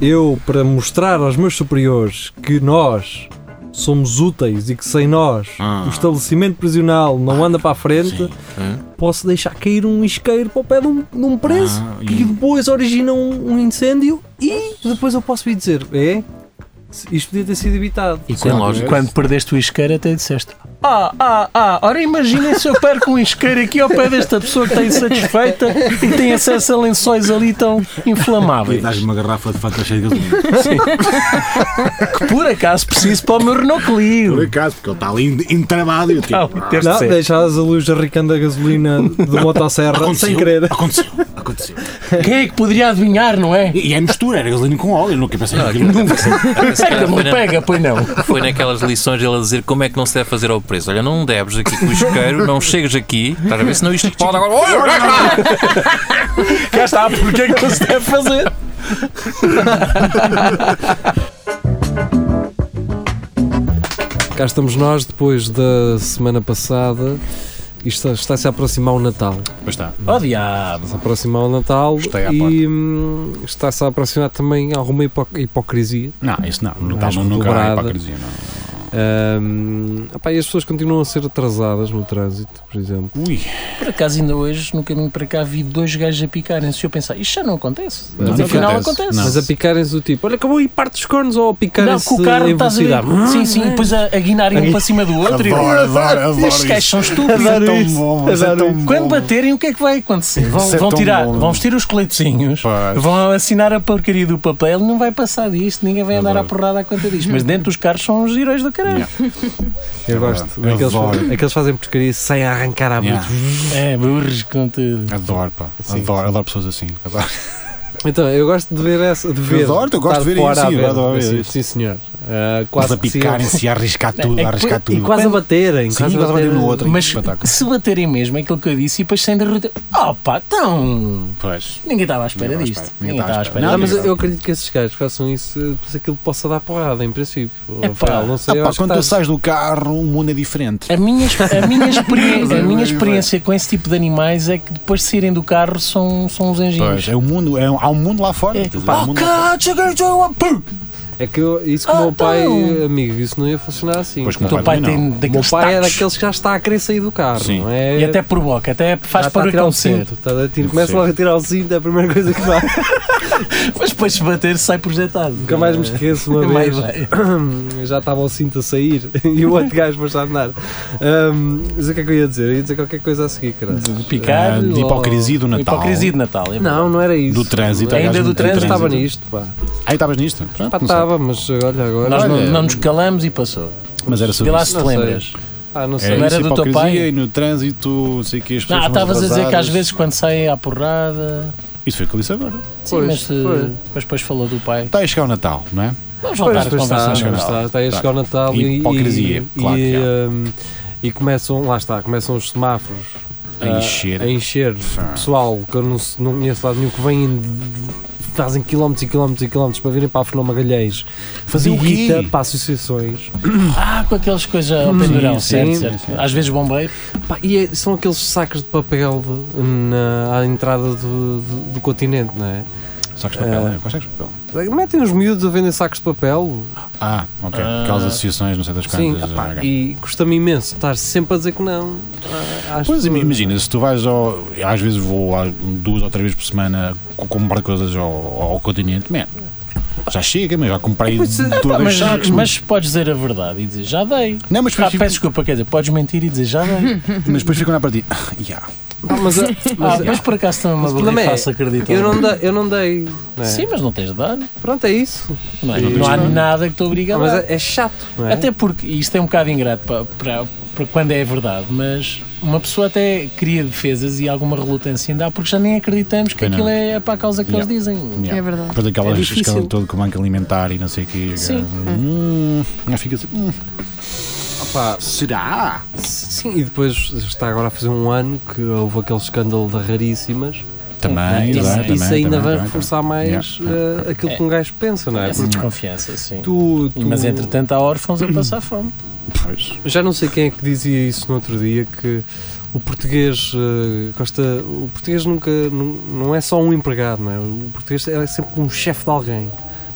Speaker 2: Eu, para mostrar aos meus superiores que nós somos úteis e que sem nós o estabelecimento prisional não anda para a frente, posso deixar cair um isqueiro para o pé de um, de um preso que depois origina um, um incêndio e depois eu posso vir dizer: é, isto podia ter sido evitado.
Speaker 3: E quando, quando perdeste o isqueiro, até disseste: Ah, ah, ah, ora imaginem se eu perco um isqueiro aqui ao pé desta pessoa que está insatisfeita e tem acesso a lençóis ali tão inflamáveis.
Speaker 4: Dás-me uma garrafa de fanta cheia de gasolina.
Speaker 3: Que por acaso preciso para o meu Renault
Speaker 4: Por
Speaker 3: Clio.
Speaker 4: acaso, porque ele está ali entramado e eu
Speaker 3: Não,
Speaker 4: tipo...
Speaker 3: teve Ah, de
Speaker 2: Não,
Speaker 3: ser.
Speaker 2: deixavas a luz arrancando a gasolina de motosserra sem querer.
Speaker 4: Aconteceu, aconteceu.
Speaker 3: Quem é que poderia adivinhar, não é?
Speaker 4: E, e é mistura, era gasolina com óleo, eu nunca pensei naquilo. Nunca pensei.
Speaker 3: Pega, não um pega, pois não.
Speaker 9: Ah, <laughs> Foi naquelas lições ele a dizer como é que não se deve fazer ao preso. Olha, não deves aqui com o isqueiro, não chegas aqui, estás a ver? Senão isto tipo- pode agora. é Olha, olha, olha.
Speaker 3: <laughs> Cá está, porque é que não se deve fazer?
Speaker 2: Cá estamos nós depois da semana passada. e está- Está-se a aproximar o Natal.
Speaker 4: Pois está.
Speaker 3: Oh, diabo.
Speaker 2: Está-se a aproximar o Natal
Speaker 4: Gostei à
Speaker 2: e hum, está-se a aproximar também alguma hipo- hipocrisia.
Speaker 4: Não, isso não. tá Não
Speaker 2: Mais
Speaker 4: está nunca há
Speaker 2: redobrada.
Speaker 4: é hipocrisia, não.
Speaker 2: Hum, opá, e as pessoas continuam a ser atrasadas no trânsito, por exemplo.
Speaker 4: Ui,
Speaker 3: Por acaso, ainda hoje, no caminho para cá, vi dois gajos a picarem-se. E eu pensei: Isto já não acontece.
Speaker 4: Não,
Speaker 3: Mas
Speaker 4: não
Speaker 3: afinal
Speaker 4: acontece.
Speaker 3: acontece.
Speaker 4: Não.
Speaker 2: Mas a picarem-se do tipo, olha, acabou e parte os cornos ou a
Speaker 3: Não,
Speaker 2: picarem-se
Speaker 3: com o carro
Speaker 2: em
Speaker 3: estás a
Speaker 2: velocidade. Hum?
Speaker 3: ver. Sim, sim, depois a, a guinarem um para cima do outro. e eu-
Speaker 4: Adoro, adoro, adoro
Speaker 3: Estes gajos
Speaker 4: isso.
Speaker 3: são estúpidos. Então,
Speaker 4: Adoro Isso é tão isso. bom, isso é Adoro tão isso. bom.
Speaker 3: Quando baterem, o que é que vai acontecer? Vão,
Speaker 4: Isso é
Speaker 3: vão
Speaker 4: tão
Speaker 3: tirar,
Speaker 4: bom.
Speaker 3: vão vestir os coletezinhos,
Speaker 4: Pois.
Speaker 3: vão assinar a porcaria do papel, não vai passar disto, ninguém vai andar à
Speaker 4: Adoro.
Speaker 3: porrada à conta
Speaker 4: <laughs>
Speaker 3: disto. Mas dentro dos carros são os heróis do caralho.
Speaker 2: Eu gosto.
Speaker 4: É verdade. Eu
Speaker 2: aqueles,
Speaker 4: adoro.
Speaker 2: aqueles fazem porcaria sem arrancar a
Speaker 4: Yeah.
Speaker 2: bruto.
Speaker 3: É, burros com tudo.
Speaker 4: Adoro, pá. Adoro, adoro pessoas assim. Adoro.
Speaker 2: Então, eu gosto de ver essa. De ver,
Speaker 4: adoro, eu
Speaker 2: estar
Speaker 4: gosto de ver
Speaker 2: fora
Speaker 4: isso,
Speaker 2: a
Speaker 4: sim, eu adoro ver
Speaker 2: assim,
Speaker 4: isso.
Speaker 2: Sim, senhor. Ah,
Speaker 4: Mas
Speaker 2: quase
Speaker 4: a
Speaker 2: que sim.
Speaker 4: picarem-se e a arriscar tudo,
Speaker 3: É
Speaker 4: a
Speaker 3: que-
Speaker 4: arriscar tudo.
Speaker 2: E quase a baterem.
Speaker 4: Sim, quase a bater no outro.
Speaker 3: Mas
Speaker 4: Espetáculo.
Speaker 3: se baterem mesmo é aquilo que eu disse e depois sem derrotar. Opa, então.
Speaker 4: Pois.
Speaker 3: Ninguém estava à espera
Speaker 4: Ninguém
Speaker 3: disto.
Speaker 4: estava à espera.
Speaker 3: Ninguém estava à espera
Speaker 2: Não, mas
Speaker 3: disto.
Speaker 2: eu acredito que esses gajos façam isso, eh, pois aquilo possa dar porrada, em princípio.
Speaker 3: É
Speaker 2: Rafael,
Speaker 3: pá.
Speaker 2: não sei, eu
Speaker 4: Ah, pá,
Speaker 2: acho que
Speaker 4: quando tu
Speaker 2: estás-
Speaker 4: sais do carro, o mundo é diferente.
Speaker 3: A minha, ex- a
Speaker 4: <laughs>
Speaker 3: minha, experiência, a minha
Speaker 4: Pois é.
Speaker 3: experiência com esse tipo de animais é que depois de saírem do carro são, são os anjinhos.
Speaker 4: Pois, é o mundo, é, um- há um mundo lá fora.
Speaker 3: É,
Speaker 4: Tudo, há
Speaker 3: pá,
Speaker 4: um mundo lá fora.
Speaker 3: cá, cheguei, cheguei, pum!
Speaker 2: É que eu- isso que o
Speaker 3: Ah,
Speaker 2: meu pai,
Speaker 3: então.
Speaker 2: amigo, isso não ia funcionar assim.
Speaker 4: Pois,
Speaker 2: O
Speaker 4: como
Speaker 3: O teu
Speaker 4: Não,
Speaker 3: pai
Speaker 4: não.
Speaker 3: tem
Speaker 2: meu
Speaker 3: daqueles
Speaker 2: pai é
Speaker 3: tacos.
Speaker 2: daqueles que já está a querer sair do carro,
Speaker 4: Sim.
Speaker 2: não é?
Speaker 3: E até provoca, até faz
Speaker 2: já está a
Speaker 3: para
Speaker 2: tirar o
Speaker 3: acontecer.
Speaker 2: tá cinto. Está a tirar- começa
Speaker 4: Sim.
Speaker 2: logo a tirar o cinto, é a primeira coisa que vai.
Speaker 3: Mas depois se bater sai projetado. Eh,
Speaker 2: Nunca mais me esqueço uma
Speaker 3: Mais
Speaker 2: vez. <laughs> Já estava o cinto a sair <laughs> e o outro gajo para a andar. Ahm, mas o que é que eu ia dizer? Eu ia dizer qualquer coisa a seguir, cara.
Speaker 3: De picar.
Speaker 4: Ah, de
Speaker 3: eh, ou-
Speaker 4: hipocrisia do Natal.
Speaker 3: Hipocrisia de Natal. é
Speaker 2: Não, não era isso.
Speaker 4: Do trânsito,
Speaker 2: Ainda
Speaker 3: aliás,
Speaker 2: do
Speaker 3: do
Speaker 2: trânsito
Speaker 3: trânsito.
Speaker 2: estava nisto, pá.
Speaker 4: Aí estavas nisto?
Speaker 2: Pá,
Speaker 4: Pronto, não sei.
Speaker 2: estava, mas olha agora.
Speaker 3: Nós não,
Speaker 4: Olha.
Speaker 3: não nos calamos e passou.
Speaker 4: Mas era sobre
Speaker 3: Vê lá
Speaker 4: isso.
Speaker 3: se
Speaker 2: Não
Speaker 3: te
Speaker 2: sei.
Speaker 3: lembras.
Speaker 2: Ah, não sei.
Speaker 3: não
Speaker 4: É
Speaker 3: era
Speaker 4: isso,
Speaker 3: do teu
Speaker 4: hipocrisia
Speaker 3: pai?
Speaker 4: E no trânsito, não sei que as pessoas
Speaker 3: Não,
Speaker 4: vão
Speaker 3: estavas a dizer que às
Speaker 4: atrasadas.
Speaker 3: vezes quando sai à porrada.
Speaker 4: Isso foi o que eu disse agora.
Speaker 3: Sim,
Speaker 2: Pois,
Speaker 3: mas, eh,
Speaker 2: foi.
Speaker 3: mas depois falou do pai.
Speaker 4: Está a chegar o Natal, não é?
Speaker 2: Pois,
Speaker 3: Vamos voltar a
Speaker 2: pois está,
Speaker 3: conversar.
Speaker 4: no
Speaker 2: pois
Speaker 4: Natal.
Speaker 2: está, está aí a chegar o Natal e,
Speaker 4: Hipocrisia,
Speaker 2: e-
Speaker 4: claro
Speaker 2: e,
Speaker 4: que é. há.
Speaker 2: hum, e começam, lá está, começam os semáforos
Speaker 4: A encher.
Speaker 2: a encher pessoal que eu não, se- não conheço lado nenhum que vêm de- fazem quilómetros e quilómetros e quilómetros para virem para a Fernão Magalhães
Speaker 4: Fazer o quê?
Speaker 2: Digita para associações
Speaker 3: Ah, com aquelas coisas ao pendurão,
Speaker 2: sim,
Speaker 3: certo,
Speaker 2: sim,
Speaker 3: certo.
Speaker 4: sim.
Speaker 3: Às vezes bombeiro.
Speaker 2: Pá, e é- são aqueles sacos de papel de- na, à entrada do, do- do continente, não é?
Speaker 4: Sacos de papel,
Speaker 2: Ah.
Speaker 4: não é? Quais sacos de papel?
Speaker 2: Metem os miúdos a vender sacos de papel
Speaker 4: Ah, ok.
Speaker 3: Ah.
Speaker 4: Aquelas associações, não sei das
Speaker 2: Sim,
Speaker 4: quantas.
Speaker 2: pá,
Speaker 4: ah, ok.
Speaker 2: e custa-me imenso estar sempre a dizer que não. Ah, acho
Speaker 4: Pois
Speaker 2: que-
Speaker 4: imagina, se tu vais ao. Às vezes vou a- duas ou três vezes por semana co- comprar coisas ao, ao continente, man. Já chega, mas já comprei
Speaker 2: Pois,
Speaker 4: dois
Speaker 2: ah,
Speaker 3: Mas,
Speaker 4: sacos. man.
Speaker 3: mas podes dizer a verdade e dizer já dei.
Speaker 4: não, mas
Speaker 2: assim
Speaker 4: depois,
Speaker 3: Ah, peço
Speaker 4: fico,
Speaker 3: desculpa, quer dizer, podes mentir e dizer já dei.
Speaker 4: mas depois ficam lá para ti. Ah, yeah.
Speaker 2: Ah,
Speaker 3: <laughs>
Speaker 2: mas, a-
Speaker 3: Ah,
Speaker 2: mas a-
Speaker 3: mas por acaso também
Speaker 2: Mas
Speaker 3: uma
Speaker 2: o
Speaker 3: barriga
Speaker 2: problema é,
Speaker 3: faço acreditar.
Speaker 2: eu não, dei- eu não dei. não é?
Speaker 3: Sim, mas não tens de dar.
Speaker 2: Pronto, é isso.
Speaker 3: Não, é?
Speaker 4: Não tens
Speaker 3: Não há
Speaker 4: de dar.
Speaker 3: nada que te obrigue a
Speaker 2: Ah,
Speaker 3: dar.
Speaker 2: mas é, é chato, não é?
Speaker 3: Até porque, e isto é um bocado ingrato para, para, para quando é verdade, mas uma pessoa até cria defesas e alguma relutância em dar porque já nem acreditamos que
Speaker 4: Pois não.
Speaker 3: aquilo é para a causa que
Speaker 4: Yeah.
Speaker 3: eles dizem.
Speaker 8: É
Speaker 4: yeah.
Speaker 8: verdade.
Speaker 4: Depois
Speaker 3: É
Speaker 4: daquela
Speaker 3: difícil.
Speaker 4: escala toda com banco alimentar e não sei o quê.
Speaker 3: Sim.
Speaker 4: Hum, já fica assim. hum,
Speaker 2: Pá,
Speaker 4: será?
Speaker 2: sim, e depois está agora a fazer um ano que houve aquele escândalo da raríssimas.
Speaker 4: Também,
Speaker 2: isso
Speaker 3: Isso-
Speaker 4: exato,
Speaker 2: isso
Speaker 4: também,
Speaker 2: ainda
Speaker 4: também,
Speaker 2: vai
Speaker 4: também,
Speaker 2: reforçar mais
Speaker 4: Yeah,
Speaker 2: eh, aquilo que um gajo pensa, não é?
Speaker 3: Essa
Speaker 2: Porque
Speaker 3: desconfiança, sim.
Speaker 2: tu, tu-
Speaker 3: Mas entretanto há órfãos a passar fome.
Speaker 4: também. Pois.
Speaker 2: já não sei quem é que dizia isso no outro dia que o português eh, gosta o português nunca nu- não é só um empregado não é o português é sempre um chefe de alguém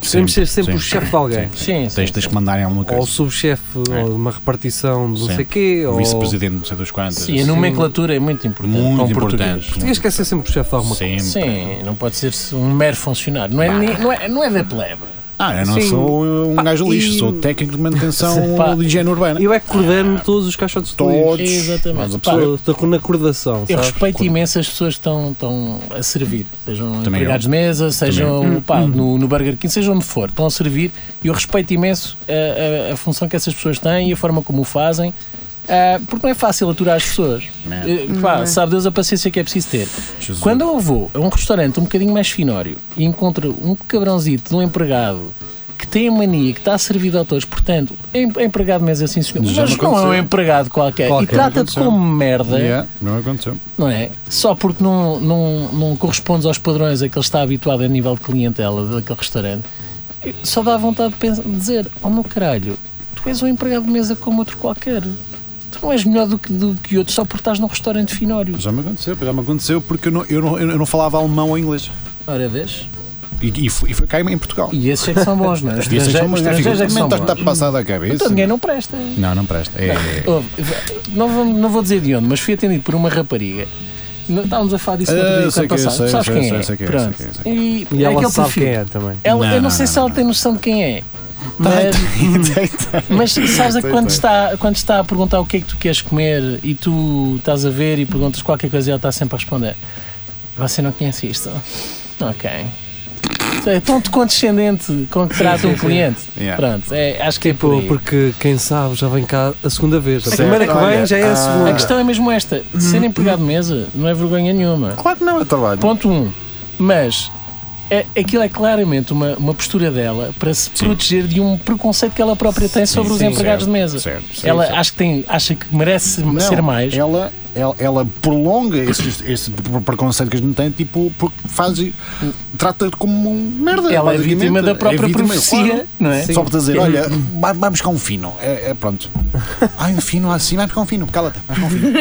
Speaker 4: Sempre,
Speaker 2: Queremos ser sempre
Speaker 4: sempre.
Speaker 2: o chefe de alguém
Speaker 3: Sim, sim.
Speaker 4: Tens, tens que mandarem alguma
Speaker 2: ou o
Speaker 4: coisa.
Speaker 2: subchefe
Speaker 4: É.
Speaker 2: ou de uma repartição de não sei
Speaker 4: Sempre.
Speaker 2: quê ou
Speaker 4: Vice-presidente, não sei das quantas.
Speaker 3: Sim, a nomenclatura é muito importante.
Speaker 4: Muito
Speaker 3: para um
Speaker 4: importante.
Speaker 2: o português quer ser sempre o chefe
Speaker 3: é
Speaker 2: de alguma coisa
Speaker 4: Sempre.
Speaker 3: Sim, não pode ser um mero funcionário. Não é, nem- não é, não é da plebe.
Speaker 4: Ah, eu não
Speaker 2: Sim.
Speaker 4: sou um
Speaker 2: Pá,
Speaker 4: gajo lixo,
Speaker 2: e-
Speaker 4: sou técnico de manutenção
Speaker 3: <laughs> Pá.
Speaker 4: de higiene urbana.
Speaker 2: eu é que coordeno todos os caixotes de lixo
Speaker 4: Todos.
Speaker 3: Exatamente.
Speaker 4: Mas a
Speaker 3: Pá,
Speaker 4: pessoa-
Speaker 2: estou tá com na coordenação
Speaker 3: Eu
Speaker 2: sabes?
Speaker 3: respeito imenso as pessoas que estão, estão a servir, sejam
Speaker 4: Também Uhum.
Speaker 3: empregados
Speaker 4: eu.
Speaker 3: de mesa, sejam pá, no, no Burger King, sejam onde for, estão a servir e eu respeito imenso a, a- a função que essas pessoas têm e a forma como o fazem, ah, porque não é fácil aturar as pessoas.
Speaker 4: Não. é.
Speaker 3: Eh, pá, sabe Deus a paciência que é preciso ter.
Speaker 4: Jesus.
Speaker 3: Quando eu vou a um restaurante um bocadinho mais finório e encontro um cabrãozito de um empregado que tem a mania, que está a servir de autores, portanto, é em- é empregado mesmo assim, senhor,
Speaker 4: Já
Speaker 3: mas
Speaker 4: me
Speaker 3: não é um
Speaker 4: aconteceu.
Speaker 3: empregado qualquer,
Speaker 2: Qualquer.
Speaker 3: e trata-te
Speaker 4: Aconteceu. é
Speaker 3: como merda
Speaker 4: Yeah, não aconteceu.
Speaker 3: não é? Só porque não, não, não correspondes aos padrões a que ele está habituado a nível de clientela daquele restaurante, só dá vontade de, pensar, de dizer: Oh meu caralho, tu és um empregado de mesa como outro qualquer. Tu não és melhor do que, do que outro só porque estás num restaurante finório.
Speaker 4: Já me aconteceu, já me aconteceu porque eu não, eu não, eu não falava alemão ou inglês.
Speaker 3: Ora, vês?
Speaker 4: E, e, fui- e fui- caí-me em Portugal.
Speaker 3: E esses é que são bons, não
Speaker 4: <laughs>
Speaker 3: é? Os
Speaker 4: E
Speaker 3: estrangeiros- os estrangeiros é que são
Speaker 4: Então, está
Speaker 3: bons.
Speaker 4: passado à cabeça.
Speaker 3: Então ninguém não presta.
Speaker 4: Não, não presta. É, é- <laughs> é.
Speaker 3: Ouve, Não vou, não vou dizer de onde, mas fui atendido por uma rapariga. Não- Estávamos a falar disso no
Speaker 4: Ah,
Speaker 3: outro dia,
Speaker 4: eu sei
Speaker 3: quando
Speaker 4: quem é,
Speaker 3: passámos.
Speaker 4: sei,
Speaker 3: Sabes
Speaker 4: sei,
Speaker 3: quem
Speaker 4: sei,
Speaker 3: é?
Speaker 4: sei quem é, sei
Speaker 3: Pronto.
Speaker 4: quem é, sei
Speaker 3: E
Speaker 2: e
Speaker 3: é aquele
Speaker 2: ela sabe
Speaker 3: perfil.
Speaker 2: quem é também
Speaker 3: Ela,
Speaker 4: Não,
Speaker 3: eu não,
Speaker 4: não,
Speaker 3: sei
Speaker 4: não,
Speaker 3: se ela tem noção de quem é. Mas,
Speaker 4: tá,
Speaker 3: mas sabes a
Speaker 4: Tem,
Speaker 3: quando
Speaker 4: tem.
Speaker 3: está, quando está a perguntar o que é que tu queres comer e tu estás a ver e perguntas qualquer coisa e ela está sempre a responder: Você não conhece isto? <laughs> Ok. É tão condescendente com que trata um cliente.
Speaker 4: Yeah.
Speaker 3: Pronto, é, acho que é por
Speaker 2: Pô,
Speaker 3: aí.
Speaker 2: Tipo, porque quem sabe já vem cá a segunda vez. A
Speaker 4: Certo.
Speaker 2: primeira que vem
Speaker 4: Olha,
Speaker 2: já é a
Speaker 4: ah,
Speaker 2: segunda.
Speaker 3: A questão é mesmo esta: ser empregado de mesa não é vergonha nenhuma.
Speaker 4: Claro que não, é trabalho.
Speaker 3: Ponto 1. Um. Mas é, aquilo é claramente uma, uma postura dela para se
Speaker 4: Sim.
Speaker 3: proteger de um preconceito que ela própria tem sobre os
Speaker 4: Sim,
Speaker 3: empregados
Speaker 4: certo,
Speaker 3: de mesa.
Speaker 4: certo, sim,
Speaker 3: ela
Speaker 4: certo.
Speaker 3: acho que tem, acha que merece
Speaker 4: Não, é
Speaker 3: ser mais.
Speaker 4: Ela, ela, ela prolonga esse, esse preconceito que a gente tem, tipo, porque faz. trata como um merda.
Speaker 3: Ela é
Speaker 4: basicamente.
Speaker 3: vítima da própria
Speaker 4: vítima,
Speaker 3: profecia,
Speaker 4: claro.
Speaker 3: não é?
Speaker 4: Só para dizer,
Speaker 3: Sim.
Speaker 4: olha, vai, vai buscar um fino. É, é
Speaker 3: <laughs>
Speaker 4: pronto. Ai, um fino assim, vai buscar um fino. Cala-te, vai buscar um fino.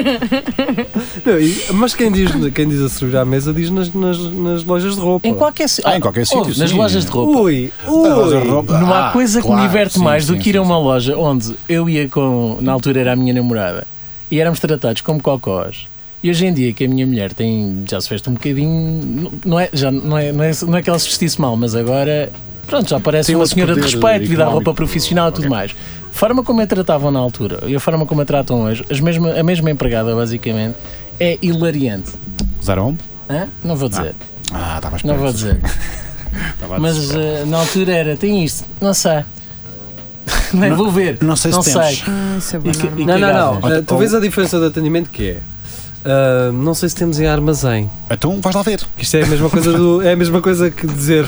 Speaker 2: Não, e- mas quem diz, quem diz a cerveja à mesa diz nas, nas, nas lojas de roupa.
Speaker 3: Em qualquer, si-
Speaker 4: Ah, em qualquer sítio,
Speaker 3: ouve, Nas
Speaker 4: sim.
Speaker 3: lojas de roupa.
Speaker 2: Ui,
Speaker 4: Loja de
Speaker 2: ui.
Speaker 4: roupa.
Speaker 3: Não há
Speaker 4: Ah,
Speaker 3: coisa que
Speaker 4: claro,
Speaker 3: me diverte
Speaker 4: sim,
Speaker 3: mais do
Speaker 4: sim,
Speaker 3: que ir a
Speaker 4: sim,
Speaker 3: uma loja onde eu ia com. Na altura era a minha namorada e éramos tratados como cocós. E hoje em dia que a minha mulher tem. Já se veste um bocadinho. não- Não é, já não é, não é, não é que ela se vestisse mal, mas agora. Pronto, já parece
Speaker 4: Tem
Speaker 3: uma
Speaker 4: outro
Speaker 3: senhora de
Speaker 4: poder
Speaker 3: respeito, devido à
Speaker 4: económico,
Speaker 3: roupa profissional e tudo
Speaker 4: ok.
Speaker 3: mais. A forma como a tratavam na altura e a forma como a tratam hoje, as mesma, a mesma empregada, basicamente, é hilariante.
Speaker 4: Zarão?
Speaker 3: Hã? Não vou dizer,
Speaker 4: um? Ah, estava a esperar.
Speaker 3: não vou dizer.
Speaker 4: Estava a
Speaker 3: Mas
Speaker 4: esperar.
Speaker 3: eh, na altura era, tem isto, não sei. <laughs> Não, vou ver.
Speaker 4: não sei se temos.
Speaker 3: sei.
Speaker 8: Ah, isso é bom.
Speaker 3: E que-
Speaker 8: normal.
Speaker 3: e
Speaker 2: Não, não, não.
Speaker 4: cagadas.
Speaker 2: Ah, tu vês a diferença de atendimento que é. Ah, não sei se temos em armazém.
Speaker 4: Então vais lá ver.
Speaker 2: Que Isto é a mesma coisa do, é a mesma coisa que dizer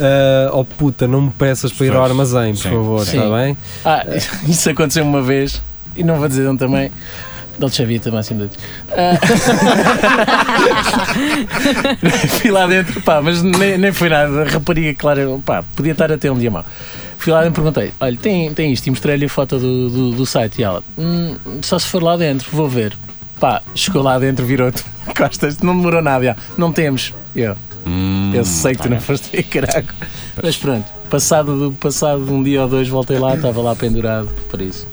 Speaker 2: ah, oh puta, não me peças para ir ao
Speaker 4: Pois.
Speaker 2: armazém, por
Speaker 4: Sim,
Speaker 2: favor,
Speaker 3: sim.
Speaker 2: está bem?
Speaker 3: Ah, <laughs> isso aconteceu uma vez, e não vou dizer onde também. Dolce Vita, também assim doido. Ah. <laughs> Fui lá dentro, pá, mas nem, nem foi nada. A Rapariga, claro, pá, podia estar até um dia mau. Fui lá dentro e perguntei: olha, tem, tem isto? E mostrei-lhe a foto do, do, do site. E ela: "Hum, só se for lá dentro, vou ver. Pá, chegou lá dentro, virou-te <laughs> costas, não demorou nada. e ela, não temos. E eu, eu sei que tu não foste ver, caraco. Mas pronto, passado, do- passado um dia ou dois voltei lá, estava lá pendurado, por isso.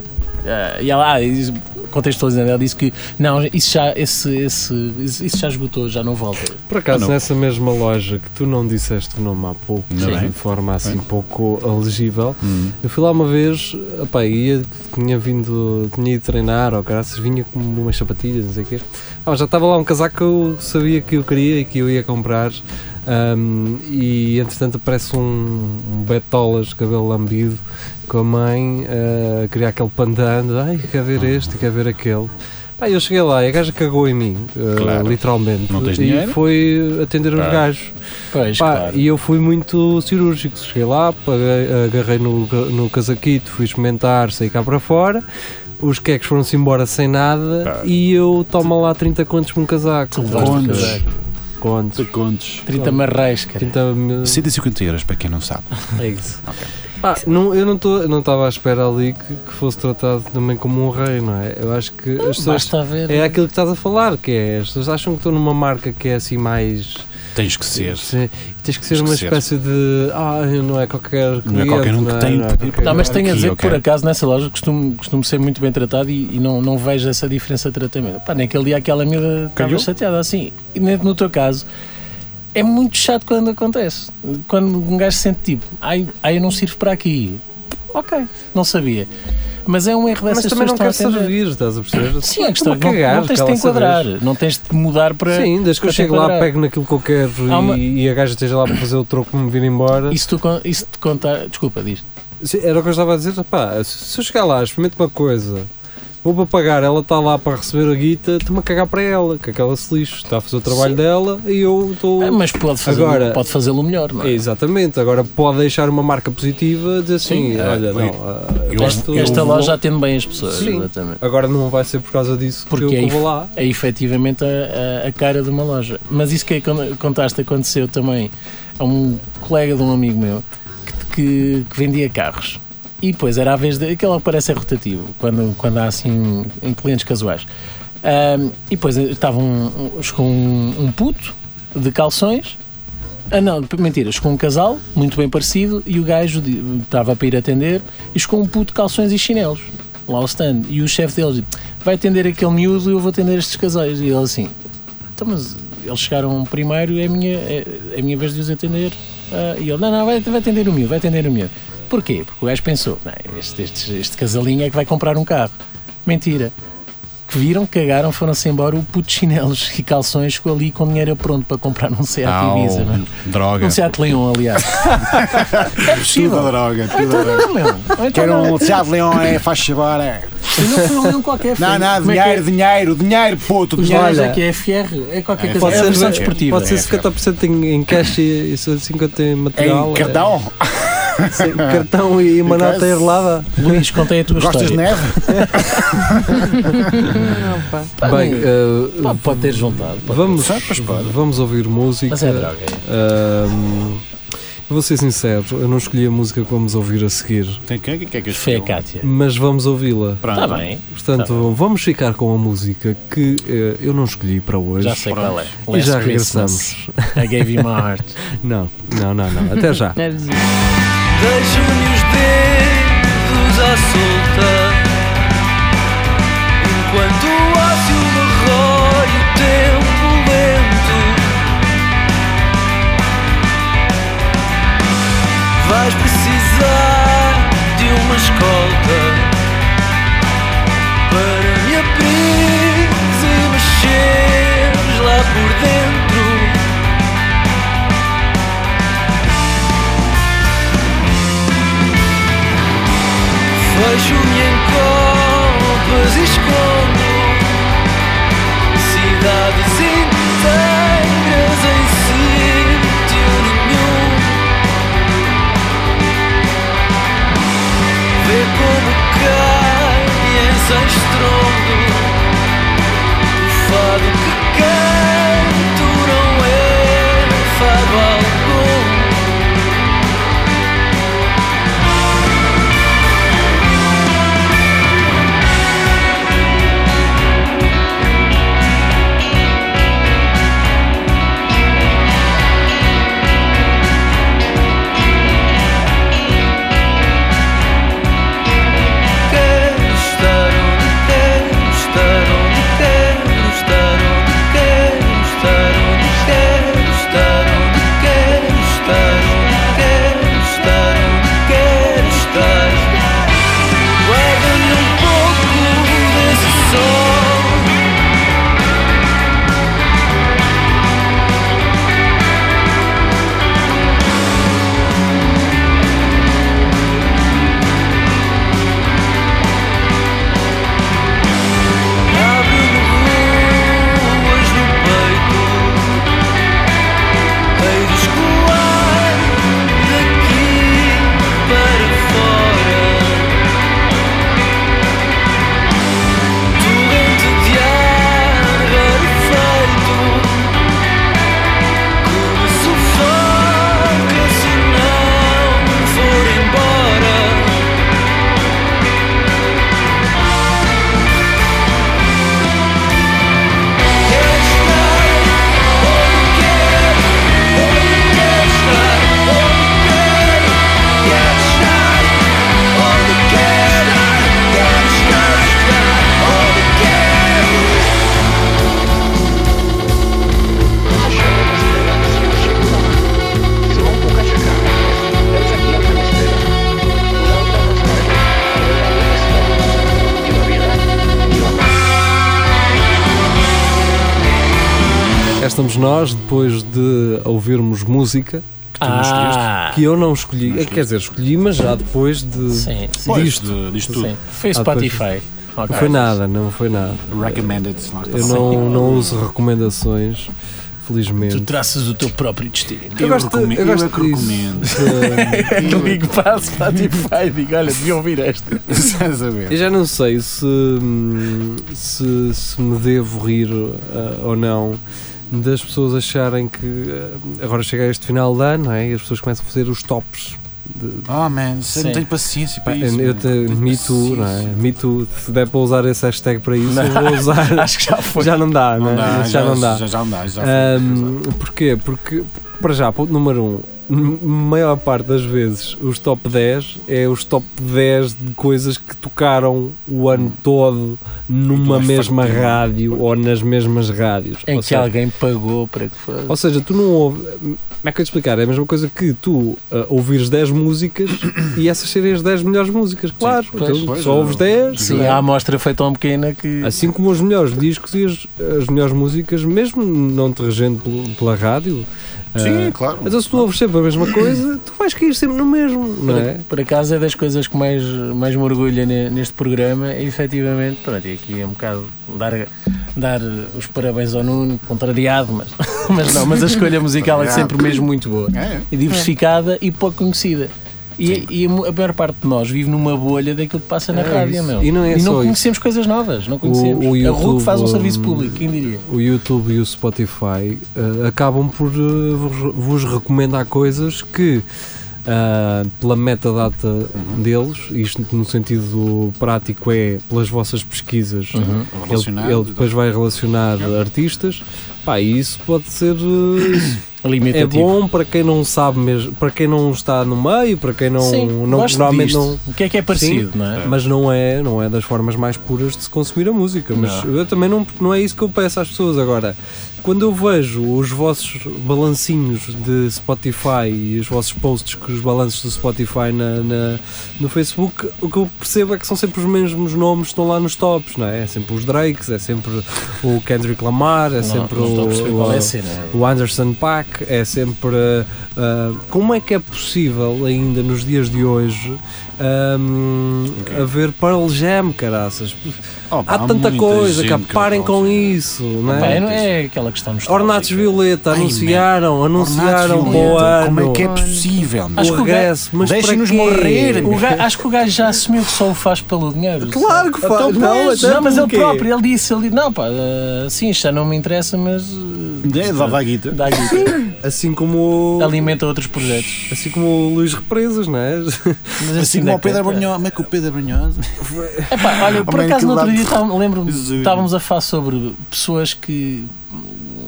Speaker 3: Ah, e ela, ah, e contextualizando, ela disse que não, isso já, esse, esse, isso já esgotou, já não volta.
Speaker 2: Por acaso,
Speaker 4: Ah, não.
Speaker 2: nessa mesma loja que tu não disseste o nome há pouco,
Speaker 4: Ainda
Speaker 2: de
Speaker 4: bem.
Speaker 2: forma assim
Speaker 4: Bem.
Speaker 2: pouco alegível,
Speaker 4: Hum.
Speaker 2: eu fui lá uma vez, opa, ia, tinha vindo, tinha ido treinar, ou graças, vinha com umas sapatilhas, não sei o quê. Ah, já estava lá um casaco que eu sabia que eu queria e que eu ia comprar. ahm, e entretanto aparece um, um betolas de cabelo lambido com a mãe ah, a criar aquele pandando, ai quer
Speaker 4: Ah.
Speaker 2: ver este, quer ver aquele Pá, eu cheguei lá e a gaja cagou em mim ah,
Speaker 4: Claro.
Speaker 2: literalmente
Speaker 4: Não tens
Speaker 2: e
Speaker 4: dinheiro? Ah,
Speaker 2: foi atender os
Speaker 4: Claro.
Speaker 2: gajos
Speaker 3: Pois,
Speaker 2: Pá,
Speaker 3: claro.
Speaker 2: e eu fui muito cirúrgico. Cheguei lá, paguei- agarrei no, no casaquito, fui experimentar, saí cá para fora. Os queques foram-se embora sem nada
Speaker 4: Pá.
Speaker 2: e eu toma lá 30 contos por um casaco.
Speaker 3: Tu levaste o
Speaker 4: Contos.
Speaker 3: casaco.
Speaker 2: Contos.
Speaker 4: contos.
Speaker 3: 30 marrais, cara.
Speaker 2: 30 mil.
Speaker 4: 150 euros, para quem não sabe.
Speaker 2: É isso. Pá, não, eu não tô- eu não estava à espera ali que, que fosse tratado também como um rei, não é? Eu acho que as pessoas.
Speaker 3: Basta ver.
Speaker 2: É aquilo que estás a falar, que é. As pessoas acham que estou numa marca que é assim mais.
Speaker 4: Tens que ser.
Speaker 2: Sim, e tens que ser
Speaker 4: Tens que
Speaker 2: uma
Speaker 4: ser.
Speaker 2: espécie de. Ah, não é qualquer.
Speaker 4: Não é qualquer um que tem o poder para
Speaker 3: Não, Tá, mas tenho a
Speaker 4: Aqui,
Speaker 3: dizer que
Speaker 4: ok.
Speaker 3: por acaso nessa loja costumo, costumo ser muito bem tratado e, e não, não vejo essa diferença de tratamento. Pá, naquele dia aquela miúda estava
Speaker 4: Calhou?
Speaker 3: chateada assim. E ne- no teu caso, é muito chato quando acontece. Quando um gajo se sente tipo, ai, ai eu não sirvo para aqui. Ok, não sabia. Mas é um erro
Speaker 2: Mas
Speaker 3: dessas
Speaker 2: também não quero
Speaker 3: pessoas que estão a atender.
Speaker 2: servir, estás a perceber?
Speaker 3: Sim, a questão é que
Speaker 2: Estou-me a
Speaker 3: não, não tens de te
Speaker 2: cala-se a
Speaker 3: enquadrar,
Speaker 2: vez.
Speaker 3: não tens de te mudar para.
Speaker 2: Sim, desde que eu
Speaker 3: para te
Speaker 2: chego lá,
Speaker 3: enquadrar.
Speaker 2: pego naquilo que eu quero
Speaker 3: Há
Speaker 2: e,
Speaker 3: uma-
Speaker 2: e a gaja esteja lá para fazer o troco que me vir embora.
Speaker 3: E se tu, con- e se te contar. Desculpa, diz.
Speaker 2: Sim, Era o que eu estava a dizer, pá, se se eu chegar lá, experimento uma coisa, vou para pagar, ela está lá para receber a guita, estou-me a cagar para ela, que aquela se lixo, está a fazer o trabalho dela e eu estou.
Speaker 3: Ah, mas pode fazê-lo
Speaker 2: Agora-
Speaker 3: pode fazê-lo melhor, não é?
Speaker 2: Exatamente, agora pode deixar uma marca positiva, dizer assim,
Speaker 3: Sim, é,
Speaker 2: olha,
Speaker 4: foi-
Speaker 2: não, ah,
Speaker 4: eu-
Speaker 2: isto-
Speaker 3: Esta
Speaker 4: Eu vou-
Speaker 3: loja atende bem as pessoas.
Speaker 2: Sim.
Speaker 3: Exatamente.
Speaker 2: Agora não vai ser por causa disso
Speaker 3: Porque
Speaker 2: que eu
Speaker 3: aí-
Speaker 2: vou lá.
Speaker 3: é efetivamente a, a- a cara de uma loja. Mas isso que é con- contaste aconteceu também a um colega de um amigo meu que, que- que vendia carros. E depois era a vez de. Aquilo que parece é rotativo, quando, quando há assim em clientes casuais. Ahm, e depois estava um, um- chegou um, um puto de calções. Ah, não, mentira, chegou um casal muito bem parecido e o gajo di- estava para ir atender e chegou um puto de calções e chinelos lá ao stand. E o chefe deles disse: Vai atender aquele miúdo e eu vou atender estes casais. E ele assim: Então, mas eles chegaram primeiro, é a minha, é, é a minha vez de os atender. Ah, e ele: Não, não, vai, vai atender o miúdo, vai atender o miúdo. Porquê? Porque o gajo pensou: "Não, este, este, este casalinho é que vai comprar um carro. Mentira. Que viram, cagaram, foram-se embora. O puto de chinelos e calções ficou ali com dinheiro pronto para comprar um Seat
Speaker 4: Au,
Speaker 3: Ibiza, mano.
Speaker 4: droga.
Speaker 3: Um Seat
Speaker 4: <laughs>
Speaker 3: Leon, aliás. é
Speaker 4: Tudo
Speaker 3: possível.
Speaker 4: droga.
Speaker 3: Ou
Speaker 4: Tudo
Speaker 3: então
Speaker 4: droga.
Speaker 3: não, meu. Ou então
Speaker 4: Quero
Speaker 3: não.
Speaker 4: um Seat Leon, é, faz agora.
Speaker 3: Isto não foi um leão qualquer. foi.
Speaker 4: Não, não,
Speaker 3: Como é que é?
Speaker 4: dinheiro, dinheiro, dinheiro, puto,
Speaker 3: Os
Speaker 4: dinheiro.
Speaker 3: leões aqui é FR, é qualquer
Speaker 4: É
Speaker 3: coisa.
Speaker 4: FR.
Speaker 3: É a versão
Speaker 2: Pode ser-
Speaker 3: desportiva. né?
Speaker 2: Pode ser 50% em, em cash e, e 50% em material.
Speaker 4: Em cartão,
Speaker 2: É, <laughs> sim, cartão e uma
Speaker 4: Em
Speaker 2: nota
Speaker 4: cash.
Speaker 2: irlada.
Speaker 3: É. Luís, contei a tua
Speaker 4: gostas de
Speaker 3: história.
Speaker 4: neve?
Speaker 3: Pá,
Speaker 2: Bem,
Speaker 3: nem-
Speaker 2: eh,
Speaker 3: Pá, pode ter juntado. pode ter.
Speaker 2: vamos,
Speaker 4: Ah, pois pode.
Speaker 2: vamos ouvir música.
Speaker 3: Mas é droga. é.
Speaker 2: Ahm, eu vou ser sincero, eu não escolhi a música que vamos ouvir a seguir,
Speaker 4: Tem que, que, que é que eu
Speaker 3: Foi a
Speaker 4: escrevo?
Speaker 3: Cátia.
Speaker 2: mas vamos ouvi-la.
Speaker 4: Pronto.
Speaker 3: Está Tá bem,
Speaker 2: Portanto, vamos ficar com a música que eh, eu não escolhi para hoje.
Speaker 3: já sei qual é.
Speaker 2: E já
Speaker 3: Last Christmas,
Speaker 2: regressamos.
Speaker 3: I gave you my <laughs> heart.
Speaker 2: Não, não, não, não. Até
Speaker 3: <laughs>
Speaker 2: já.
Speaker 8: Deve dizer.
Speaker 6: Deixo-me os dedos à solta Enquanto o ócio me rói o tempo lento Vais precisar de uma escolta Para me abrires e mexeres lá por dentro Vejo-me em copas e escondo Cidades inteiras em sítio nenhum Vê como caem sem estrondo O fado que canto não é fado algum quero estar onde quero estar onde quero estar onde quero estar onde quero estar onde quero estar onde quero estar onde quero estar guarda-me um pouco desse sol Abre-me ruas no peito Hei de escoar daqui para fora Torrente de ar rarefeito Que me sufoca se não for embora
Speaker 2: Cá estamos nós, depois de ouvirmos música
Speaker 3: Ah,
Speaker 2: que eu não escolhi. Eh, Quer dizer, escolhi, mas já depois de.
Speaker 3: sim, sim.
Speaker 4: Pois,
Speaker 2: Disto.
Speaker 4: de- disto tudo.
Speaker 3: sim. Foi
Speaker 2: Ah, depois-
Speaker 3: Spotify.
Speaker 2: Não
Speaker 3: Ah,
Speaker 2: foi nada, não foi nada.
Speaker 4: Recommended.
Speaker 2: Eu não, não uso recomendações, felizmente.
Speaker 3: traças o teu
Speaker 4: <laughs>
Speaker 3: próprio destino.
Speaker 2: Eu gosto-
Speaker 4: recomendo.
Speaker 2: eu gosto
Speaker 4: eu recomendo.
Speaker 2: disso. Eh,
Speaker 3: Ligo para o é Spotify e digo: olha, devia ouvir esta.
Speaker 4: <laughs> Estás a ver?
Speaker 2: Eu já não sei se, hum, se, se me devo rir ah, ou não das pessoas acharem que ah, agora chega este final de ano não é? e as pessoas começam a fazer os tops. de-
Speaker 4: Oh, man, você
Speaker 3: Sim.
Speaker 4: não tem paciência para isso.
Speaker 2: eu
Speaker 4: man.
Speaker 2: te,
Speaker 4: Não tenho
Speaker 2: me too, não é?
Speaker 4: paciência.
Speaker 2: Me too. Se der para usar esse hashtag para isso, eu vou usar.
Speaker 3: Acho que Ah, já foi.
Speaker 2: já não dá, não,
Speaker 4: Não
Speaker 2: é?
Speaker 4: dá,
Speaker 2: Isso já, não dá.
Speaker 4: Já, já não dá. Já
Speaker 2: Ahm, porquê? Porque, para já, ponto número um, m- maior parte das vezes os top 10 é os top 10 de coisas que tocaram o ano todo numa
Speaker 4: vais
Speaker 2: mesma
Speaker 4: fartar.
Speaker 2: rádio ou nas mesmas rádios.
Speaker 3: Em
Speaker 2: ou,
Speaker 3: que
Speaker 2: seja,
Speaker 3: alguém pagou para que fosse.
Speaker 2: ou seja, tu não ouves. Como é que eu te explicar? É a mesma coisa que tu ah, ouvires 10 músicas e essas serem as 10 melhores músicas. Claro,
Speaker 3: pois,
Speaker 2: então
Speaker 4: pois,
Speaker 2: só ouves é?
Speaker 4: eu-
Speaker 2: 10.
Speaker 3: Sim, há a amostra foi tão pequena que.
Speaker 2: Assim como os melhores discos e as, as melhores músicas, mesmo não te regendo pel- pela rádio, eh,
Speaker 4: Sim, claro.
Speaker 2: Mas se tu ouves sempre a mesma coisa, tu vais cair sempre no mesmo, não é?
Speaker 3: Por acaso é das coisas que mais, mais me orgulha ne- neste programa e efetivamente, pronto, e aqui é um bocado dar, dar os parabéns ao Nuno, contrariado, mas, <laughs> mas não, mas a escolha musical é sempre mesmo muito boa.
Speaker 4: É, é.
Speaker 3: E diversificada e pouco conhecida. E, e a mo- a maior parte de nós vive numa bolha daquilo que passa na
Speaker 2: É
Speaker 3: rádio,
Speaker 2: isso.
Speaker 3: meu.
Speaker 2: E não é só isso.
Speaker 3: conhecemos coisas novas, não conhecemos.
Speaker 2: o
Speaker 3: a rua
Speaker 2: YouTube,
Speaker 3: que faz um
Speaker 2: hum,
Speaker 3: serviço público, quem diria?
Speaker 2: O YouTube e o Spotify eh, acabam por eh, vos- vos recomendar coisas que, ah, pela metadata deles, isto no sentido prático é pelas vossas pesquisas, ele,
Speaker 4: Relacionado,
Speaker 2: ele depois vai relacionar artistas. Pá, e isso pode ser eh, isso é
Speaker 3: Limitativo.
Speaker 2: bom para quem não sabe mesmo, para quem não está no meio, para quem não,
Speaker 3: Sim,
Speaker 2: não
Speaker 3: gosto
Speaker 2: normalmente
Speaker 3: disto.
Speaker 2: não
Speaker 3: O que é que é parecido, não é?
Speaker 2: mas não é, não é das formas mais puras de se consumir a música. Mas eu também não, não é isso que eu peço às pessoas agora. Quando eu vejo os vossos balancinhos de Spotify e os vossos posts com os balanços do Spotify na, na- no Facebook, o que eu percebo é que são sempre os mesmos nomes que estão lá nos tops, não é? É sempre os Drakes, é sempre o Kendrick Lamar, é sempre
Speaker 3: não estou a
Speaker 2: o-
Speaker 3: perceber
Speaker 2: o,
Speaker 3: qual é a cena.
Speaker 2: o Anderson Pack é sempre. ah, ah, como é que é possível, ainda nos dias de hoje, ahm, haver Pearl Jam, caraças?
Speaker 4: Oh, pá,
Speaker 2: há, tanta
Speaker 4: muita
Speaker 2: coisa,
Speaker 4: gente
Speaker 2: cá,
Speaker 4: que
Speaker 2: parem
Speaker 4: eu
Speaker 2: com
Speaker 4: gosto.
Speaker 2: isso, não
Speaker 3: Pá,
Speaker 2: é?
Speaker 3: é, não é aquela questão nostálgica.
Speaker 2: Ornatos Violeta, anunciaram, anunciaram para
Speaker 4: Ornatos
Speaker 2: o
Speaker 4: Violeta, Como é
Speaker 2: ano
Speaker 4: que é possível? meu?
Speaker 2: o
Speaker 3: Acho que o ga-
Speaker 2: regresso, mas para
Speaker 4: Deixem-nos
Speaker 2: quê?
Speaker 4: morrer.
Speaker 3: O ga- acho que o gajo já assumiu que só o faz pelo dinheiro.
Speaker 2: Claro que
Speaker 3: Então,
Speaker 2: faz,
Speaker 3: pois,
Speaker 2: não,
Speaker 3: não,
Speaker 2: até
Speaker 3: mas ele
Speaker 2: porque-
Speaker 3: próprio, ele disse, ele disse, não pá, eh, sim, isto já não me interessa, mas eh,
Speaker 4: É, Dá dá guita.
Speaker 3: dá guita.
Speaker 4: é?
Speaker 2: Assim como, o-
Speaker 3: alimenta outros projetos.
Speaker 2: assim como o Luís Represas, não é?
Speaker 3: Mas
Speaker 4: Assim
Speaker 3: dá
Speaker 4: como o Pedro
Speaker 3: conta.
Speaker 4: Brunhosa. Como é que o Pedro Brunhosa.
Speaker 3: Epá, olha, por
Speaker 4: Homem,
Speaker 3: acaso
Speaker 4: aquilo
Speaker 3: no outro
Speaker 4: dá-
Speaker 3: dia tava- lembro-me,
Speaker 4: Jesus.
Speaker 3: estávamos a falar sobre pessoas que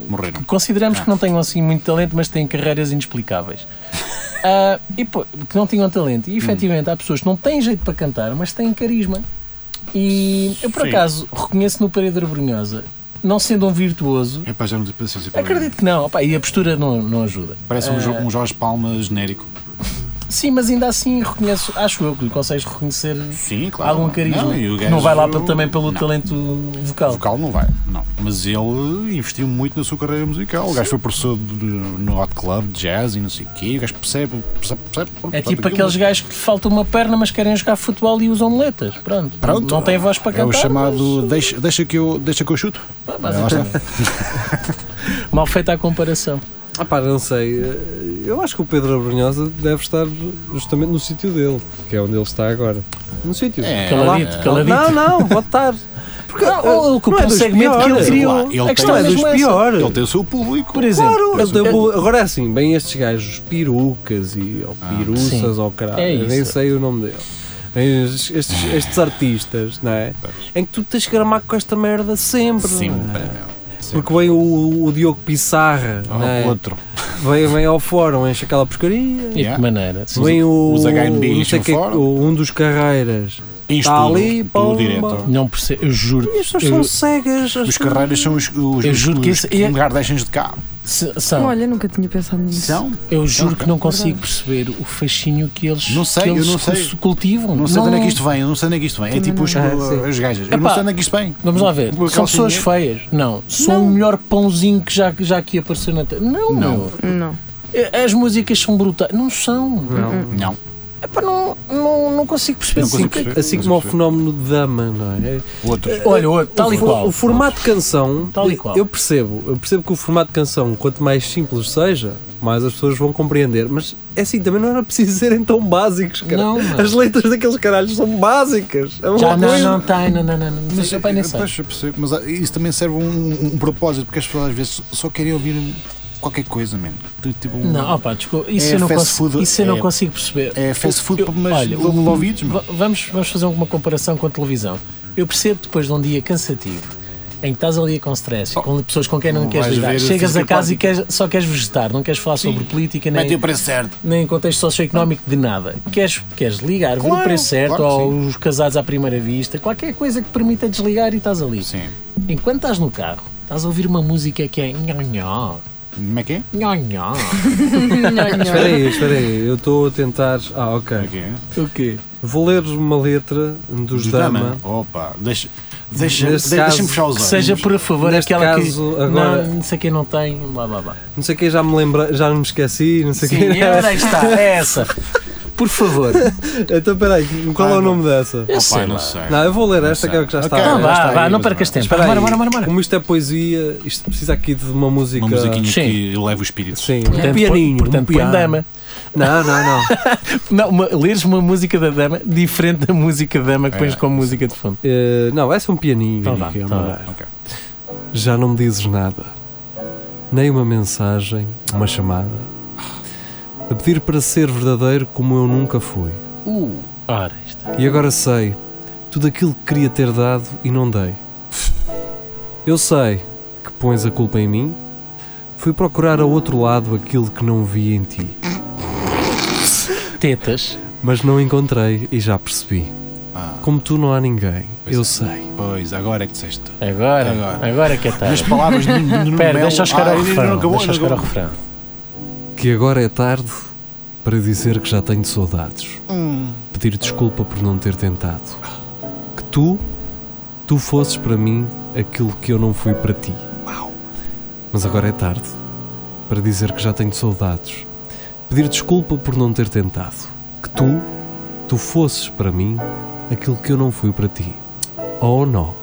Speaker 4: Morreram.
Speaker 3: consideramos que não tenham assim muito talento, mas têm carreiras
Speaker 4: <laughs>
Speaker 3: inexplicáveis. Ah, e pô, que não tinham talento. E efetivamente há pessoas que não têm jeito para cantar, mas têm carisma. E eu por
Speaker 4: Sim.
Speaker 3: acaso reconheço no Pedro Brunhosa, não sendo um virtuoso,
Speaker 4: É pá, já não tenho paciência para ver.
Speaker 3: acredito que não. Opá, e a postura não, não ajuda.
Speaker 4: Parece um, jo- um Jorge Palma genérico.
Speaker 3: Sim, mas ainda assim reconheço, acho eu que consegues reconhecer
Speaker 4: Sim,
Speaker 3: algum carisma.
Speaker 4: Não,
Speaker 3: Não,
Speaker 4: e o gajo-
Speaker 3: vai lá pelo- também pelo
Speaker 4: Não,
Speaker 3: talento
Speaker 4: O
Speaker 3: vocal.
Speaker 4: vocal não vai, não. Mas ele investiu muito na sua carreira musical. O gajo foi professor de- de- no hot club, de jazz e não sei o quê. O gajo percebe, percebe, percebe.
Speaker 3: É
Speaker 4: percebe
Speaker 3: tipo
Speaker 4: aquilo.
Speaker 3: aqueles gajos que lhe falta uma perna, mas querem jogar futebol e usam moletas. Pronto.
Speaker 4: Pronto.
Speaker 3: Não têm voz para
Speaker 4: É
Speaker 3: cantar.
Speaker 4: o chamado
Speaker 3: mas-
Speaker 4: deixa, deixa, que eu, deixa que eu chuto.
Speaker 3: Ah,
Speaker 4: É, lá está.
Speaker 3: basicamente.
Speaker 4: é
Speaker 3: Mal feita a comparação.
Speaker 2: <laughs> Ah pá, não sei. Eu acho que o Pedro Abrunhosa deve estar justamente no sítio dele, que é onde ele está agora. No sítio.
Speaker 4: É,
Speaker 3: Caladito,
Speaker 4: é,
Speaker 3: caladito.
Speaker 2: Não, não, pode estar. Porque
Speaker 3: Não, ele ocupou
Speaker 2: é
Speaker 3: um
Speaker 2: dos
Speaker 3: segmento que ele
Speaker 2: piores.
Speaker 3: criou.
Speaker 4: Lá, ele
Speaker 3: a
Speaker 4: tem-
Speaker 3: questão
Speaker 2: Não
Speaker 3: é,
Speaker 2: é dos
Speaker 3: mesmo essa.
Speaker 2: piores.
Speaker 4: Ele tem um o seu público.
Speaker 3: Por exemplo,
Speaker 2: Claro,
Speaker 4: Mas
Speaker 2: ele
Speaker 4: eu-
Speaker 2: deu- agora é assim, bem estes gajos, perucas e ou
Speaker 4: Ah,
Speaker 2: piruças
Speaker 3: sim.
Speaker 2: ou caralho,
Speaker 3: É
Speaker 2: eu nem
Speaker 3: isso.
Speaker 2: sei o nome dele. Estes, estes- estes artistas, não é? Em que tu tens que gramar com esta merda sempre.
Speaker 4: Sim,
Speaker 2: não é?
Speaker 4: é, sim.
Speaker 2: Porque vem o, o Diogo Pissarra,
Speaker 4: Ah,
Speaker 2: não é?
Speaker 4: Outro.
Speaker 2: vem, vem ao fórum, enche aquela porcaria.
Speaker 3: e de que
Speaker 4: Yeah.
Speaker 3: maneira? Sim.
Speaker 2: Vem o,
Speaker 4: os HMB
Speaker 2: não sei
Speaker 4: enchem
Speaker 2: quem-
Speaker 4: fora.
Speaker 2: o- um dos carreiras. Está
Speaker 4: Está
Speaker 2: ali,
Speaker 4: ali,
Speaker 2: pomba.
Speaker 4: tudo direto.
Speaker 3: Não percebo, eu juro.
Speaker 2: E as pessoas são
Speaker 3: Eu,
Speaker 2: cegas. as
Speaker 4: Os
Speaker 2: pessoas-
Speaker 4: carreiras são os, os,
Speaker 3: Eu juro
Speaker 4: os,
Speaker 3: que
Speaker 4: os
Speaker 3: esse-
Speaker 4: um lugar deixem-nos de cá.
Speaker 3: se- são.
Speaker 8: Olha, nunca tinha pensado nisso.
Speaker 4: São?
Speaker 3: eu juro
Speaker 4: Não,
Speaker 2: é
Speaker 3: que não consigo perceber o fascínio que eles,
Speaker 4: Não sei,
Speaker 3: que
Speaker 4: eu
Speaker 3: eles
Speaker 4: não sei.
Speaker 3: se cultivam.
Speaker 4: Não sei de onde é que isto vem, eu não sei de onde é que isto vem. É
Speaker 8: Também
Speaker 4: tipo os,
Speaker 2: não. Ah, sim.
Speaker 4: as gajas. Eu não
Speaker 3: Epá,
Speaker 4: sei de onde é que isto vem.
Speaker 3: Vamos lá ver.
Speaker 4: Uma
Speaker 3: São pessoas
Speaker 4: calcinha.
Speaker 3: feias? Não. São o melhor pãozinho que já, já aqui apareceu na tela. Não,
Speaker 4: Não.
Speaker 8: <laughs> Não.
Speaker 3: meu. As músicas são brutais. Não são.
Speaker 2: Não.
Speaker 4: Não.
Speaker 3: Epá, não, não, não consigo perceber.
Speaker 4: Não consigo
Speaker 3: o que é que-
Speaker 4: perceber.
Speaker 2: Assim como o fenómeno de dama, não é?
Speaker 4: Outros.
Speaker 3: Olha, olha, tal e
Speaker 2: o, for-
Speaker 3: qual.
Speaker 2: O formato de canção,
Speaker 3: Tal e qual.
Speaker 2: eu percebo, eu percebo que o formato de canção, quanto mais simples seja, mais as pessoas vão compreender. Mas é assim, também não era preciso <laughs> serem tão básicos, cara.
Speaker 3: Não, não.
Speaker 2: As letras daqueles caralhos são básicas. É uma
Speaker 3: Já não,
Speaker 2: coisa.
Speaker 3: não tem, não, não, não. não. Mas, epá, nem sei.
Speaker 4: eh, Pois, eu percebo, mas ah, isso também serve um, um- um propósito, porque as pessoas às vezes só querem ouvir qualquer coisa, mano. Tu, Tipo, um-
Speaker 3: Não, opa, desculpa, isso,
Speaker 4: É
Speaker 3: eu não,
Speaker 4: fast
Speaker 3: consigo,
Speaker 4: food,
Speaker 3: isso eu não
Speaker 4: é-
Speaker 3: consigo perceber.
Speaker 4: É fast food,
Speaker 3: Eu-
Speaker 4: mas
Speaker 3: olha,
Speaker 4: olha,
Speaker 3: o-
Speaker 4: ouvidos, mano.
Speaker 3: Va- Vamos, vamos fazer uma comparação com a televisão. Eu percebo que depois de um dia cansativo, em que estás ali com stress, com pessoas com quem não,
Speaker 4: Oh, Não
Speaker 3: queres
Speaker 4: vais
Speaker 3: lidar,
Speaker 4: ver
Speaker 3: chegas a
Speaker 4: física
Speaker 3: casa e queres- só queres vegetar, não queres falar sobre política nem,
Speaker 4: Mete o preço certo.
Speaker 3: nem contexto socioeconómico de nada. Queres, queres ligar, ver o
Speaker 4: Claro,
Speaker 3: preço certo,
Speaker 4: claro que
Speaker 3: ou os casados à primeira vista, qualquer coisa que permita desligar e estás ali.
Speaker 4: Sim.
Speaker 3: Enquanto estás no carro, estás a ouvir uma música que é nhonhó,
Speaker 4: Como é que é? <laughs>
Speaker 3: nhonhó.
Speaker 2: Espera aí, espera aí, eu estou a tentar. Ah, ok.
Speaker 4: Como é que é?
Speaker 3: O quê?
Speaker 2: Vou ler uma letra dos,
Speaker 4: Dos
Speaker 2: Dama.
Speaker 4: Dama. Opa, deixa. Deixa-
Speaker 2: Neste
Speaker 4: de-
Speaker 2: caso,
Speaker 4: Deixa-me fechar os
Speaker 3: Que
Speaker 4: olhos.
Speaker 3: seja, por favor,
Speaker 2: Neste
Speaker 3: aquela
Speaker 2: caso,
Speaker 3: que.
Speaker 2: agora-
Speaker 3: Não, não sei quem não tem. Blá, blá, blá.
Speaker 2: Não sei quem já me lembra, já me esqueci, não sei
Speaker 3: Sim,
Speaker 2: quem
Speaker 3: é, aí está. É essa. Por favor.
Speaker 2: Então peraí, qual é
Speaker 4: Ah,
Speaker 2: o
Speaker 4: não.
Speaker 2: nome dessa?
Speaker 3: Eu
Speaker 4: Oh,
Speaker 3: sei
Speaker 4: pá, não
Speaker 3: lá.
Speaker 4: sei.
Speaker 2: Não, eu vou ler esta
Speaker 4: sei.
Speaker 2: que é o que já está.
Speaker 4: Ok,
Speaker 2: já
Speaker 3: Não,
Speaker 2: está
Speaker 3: Então vá,
Speaker 2: aí.
Speaker 3: vá, não
Speaker 4: mas
Speaker 3: percas tempo.
Speaker 2: Espera aí,
Speaker 3: Então, Bora, bora, bora, bora.
Speaker 2: Como isto é poesia, isto precisa aqui de uma música.
Speaker 4: Uma musiquinha
Speaker 3: Sim.
Speaker 4: que eleva o espírito.
Speaker 2: Sim, um
Speaker 3: Portanto,
Speaker 2: pianinho.
Speaker 3: põe- portanto,
Speaker 2: um
Speaker 3: põe
Speaker 2: piano.
Speaker 3: dama.
Speaker 2: Não, não, não.
Speaker 3: <laughs> Não, uma, leres uma música da dama diferente da música da dama que
Speaker 4: É.
Speaker 3: pões como música de fundo.
Speaker 2: Eh, não, essa é um pianinho.
Speaker 3: Então vá,
Speaker 2: Henrique, é
Speaker 3: então
Speaker 2: uma-
Speaker 3: vá.
Speaker 4: Ok.
Speaker 2: Já não me dizes nada, nem uma mensagem, uma chamada, a pedir para ser verdadeiro como eu nunca fui.
Speaker 3: Ora, está.
Speaker 2: E agora sei tudo aquilo que queria ter dado e não dei. Eu sei que pões a culpa em mim. Fui procurar a outro lado aquilo que não vi em ti,
Speaker 3: Tetas.
Speaker 2: mas não encontrei e já percebi.
Speaker 4: Ah.
Speaker 2: Como tu não há ninguém,
Speaker 4: Pois
Speaker 2: eu
Speaker 4: é.
Speaker 2: sei.
Speaker 4: Pois, agora é que disseste.
Speaker 3: Agora,
Speaker 4: Agora.
Speaker 3: agora, que é
Speaker 4: As
Speaker 3: tarde.
Speaker 4: palavras de Nuno Nuno
Speaker 3: Espera,
Speaker 4: Melo-
Speaker 3: deixa eu chegar
Speaker 4: Ah,
Speaker 3: ao
Speaker 4: ainda não
Speaker 3: refrão.
Speaker 4: acabou,
Speaker 3: Deixa eu
Speaker 4: ainda
Speaker 3: chegar ao
Speaker 4: acabou.
Speaker 3: refrão.
Speaker 2: Que agora é tarde para dizer que já tenho saudades.
Speaker 4: Hum.
Speaker 2: Pedir desculpa por não ter tentado. Que tu, tu fosses para mim aquilo que eu não fui para ti. Mas agora é tarde para dizer que já tenho saudades. Pedir desculpa por não ter tentado. Que tu, tu fosses para mim aquilo que eu não fui para ti. Oh não.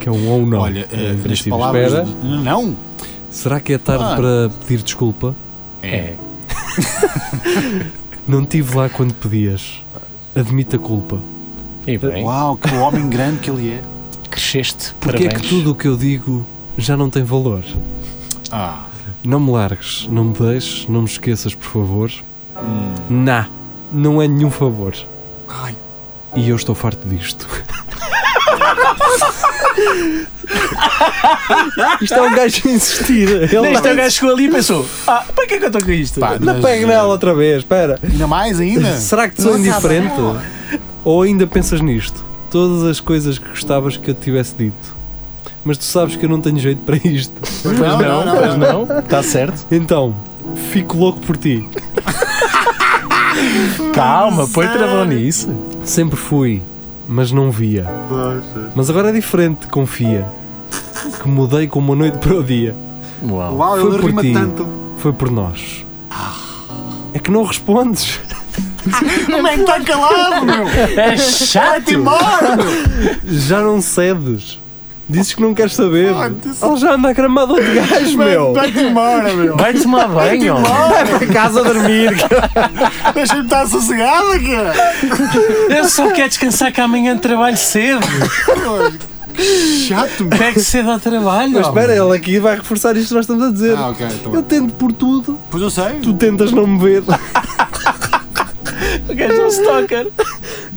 Speaker 2: Que é um ou não.
Speaker 4: Olha,
Speaker 2: Em
Speaker 4: eh, nas
Speaker 2: princípio.
Speaker 4: palavras.
Speaker 2: Espera.
Speaker 4: de- Não!
Speaker 2: Será que é tarde
Speaker 4: Ah.
Speaker 2: para pedir desculpa?
Speaker 3: É.
Speaker 2: <laughs> Não tive lá quando pedias. Admite a culpa.
Speaker 3: E bem,
Speaker 4: Uau, que homem grande que ele é.
Speaker 3: cresceste.
Speaker 2: Porque é que
Speaker 3: parabéns.
Speaker 2: tudo o que eu digo já não tem valor?
Speaker 4: Ah,
Speaker 2: Não me largues, não me deixes, não me esqueças, por favor. Nah, não é nenhum favor.
Speaker 4: Hum. Ai.
Speaker 2: E eu estou farto disto. <laughs> Isto é um gajo a insistir. Ele
Speaker 3: Este gajo chegou ali e pensou: Ah, para que é que eu estou com isto?
Speaker 4: Pá,
Speaker 2: não
Speaker 4: é mas,
Speaker 2: pega
Speaker 4: eh,
Speaker 2: nela outra vez, espera.
Speaker 4: Ainda mais, ainda?
Speaker 2: <laughs> Será que te sou
Speaker 4: Não sabe.
Speaker 2: indiferente? Ou ainda pensas nisto? Todas as coisas que gostavas que eu te tivesse dito. Mas tu sabes que eu não tenho jeito para isto.
Speaker 3: pois não,
Speaker 4: não, não,
Speaker 3: pois não, está certo.
Speaker 2: Então, fico louco por ti.
Speaker 3: Calma, põe travão nisso.
Speaker 2: Sempre fui, mas não via. Mas agora é diferente, confia. Que mudei como a noite para o dia.
Speaker 3: Uau.
Speaker 4: Uau,
Speaker 2: Foi
Speaker 4: ele
Speaker 2: por
Speaker 4: rima
Speaker 2: ti.
Speaker 4: tanto.
Speaker 2: Foi por nós. É que não respondes.
Speaker 4: Como é que está calado, meu?
Speaker 3: É chato!
Speaker 4: Embora, meu!
Speaker 2: Já não cedes. Dizes que não queres saber.
Speaker 4: Ah, disse-
Speaker 2: Ele já anda a gramar de outro gajo, meu.
Speaker 4: Vai-te embora, meu!
Speaker 3: Vai-te tomar banho!
Speaker 2: Vai para casa dormir.
Speaker 4: <laughs> Deixa-me estar sossegada, cara!
Speaker 3: Eu só quero descansar que amanhã trabalho cedo.
Speaker 4: Chato, meu!
Speaker 3: Pego cedo ao trabalho.
Speaker 2: Mas espera, ele aqui vai reforçar isto que nós estamos a dizer.
Speaker 4: Ah, ok, então.
Speaker 2: Eu tento por tudo,
Speaker 4: Pois eu sei.
Speaker 2: tu tentas não me
Speaker 4: <laughs>
Speaker 2: ver,
Speaker 3: O gajo é um stalker.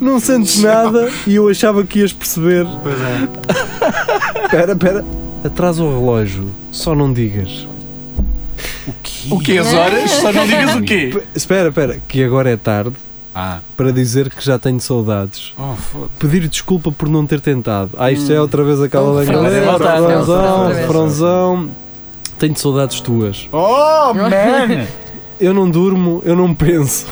Speaker 2: não sentes nada e eu achava que ias perceber.
Speaker 4: Pois é.
Speaker 2: <laughs> Espera, espera. Atrás o relógio, só não digas.
Speaker 3: O quê? As horas? Só não digas o quê?
Speaker 2: P- Espera, espera, que agora é tarde
Speaker 4: Ah,
Speaker 2: para dizer que já tenho saudades.
Speaker 4: oh, Hum. foda
Speaker 2: Pedir desculpa por não ter tentado. Ah, isto é outra vez aquela da
Speaker 8: Outra vez,
Speaker 2: galera.
Speaker 3: outra vez,
Speaker 8: Então, outra
Speaker 2: Fronzão,
Speaker 8: vez.
Speaker 2: fronzão. Tenho saudades tuas.
Speaker 4: Oh, man!
Speaker 2: Eu não durmo, eu não penso.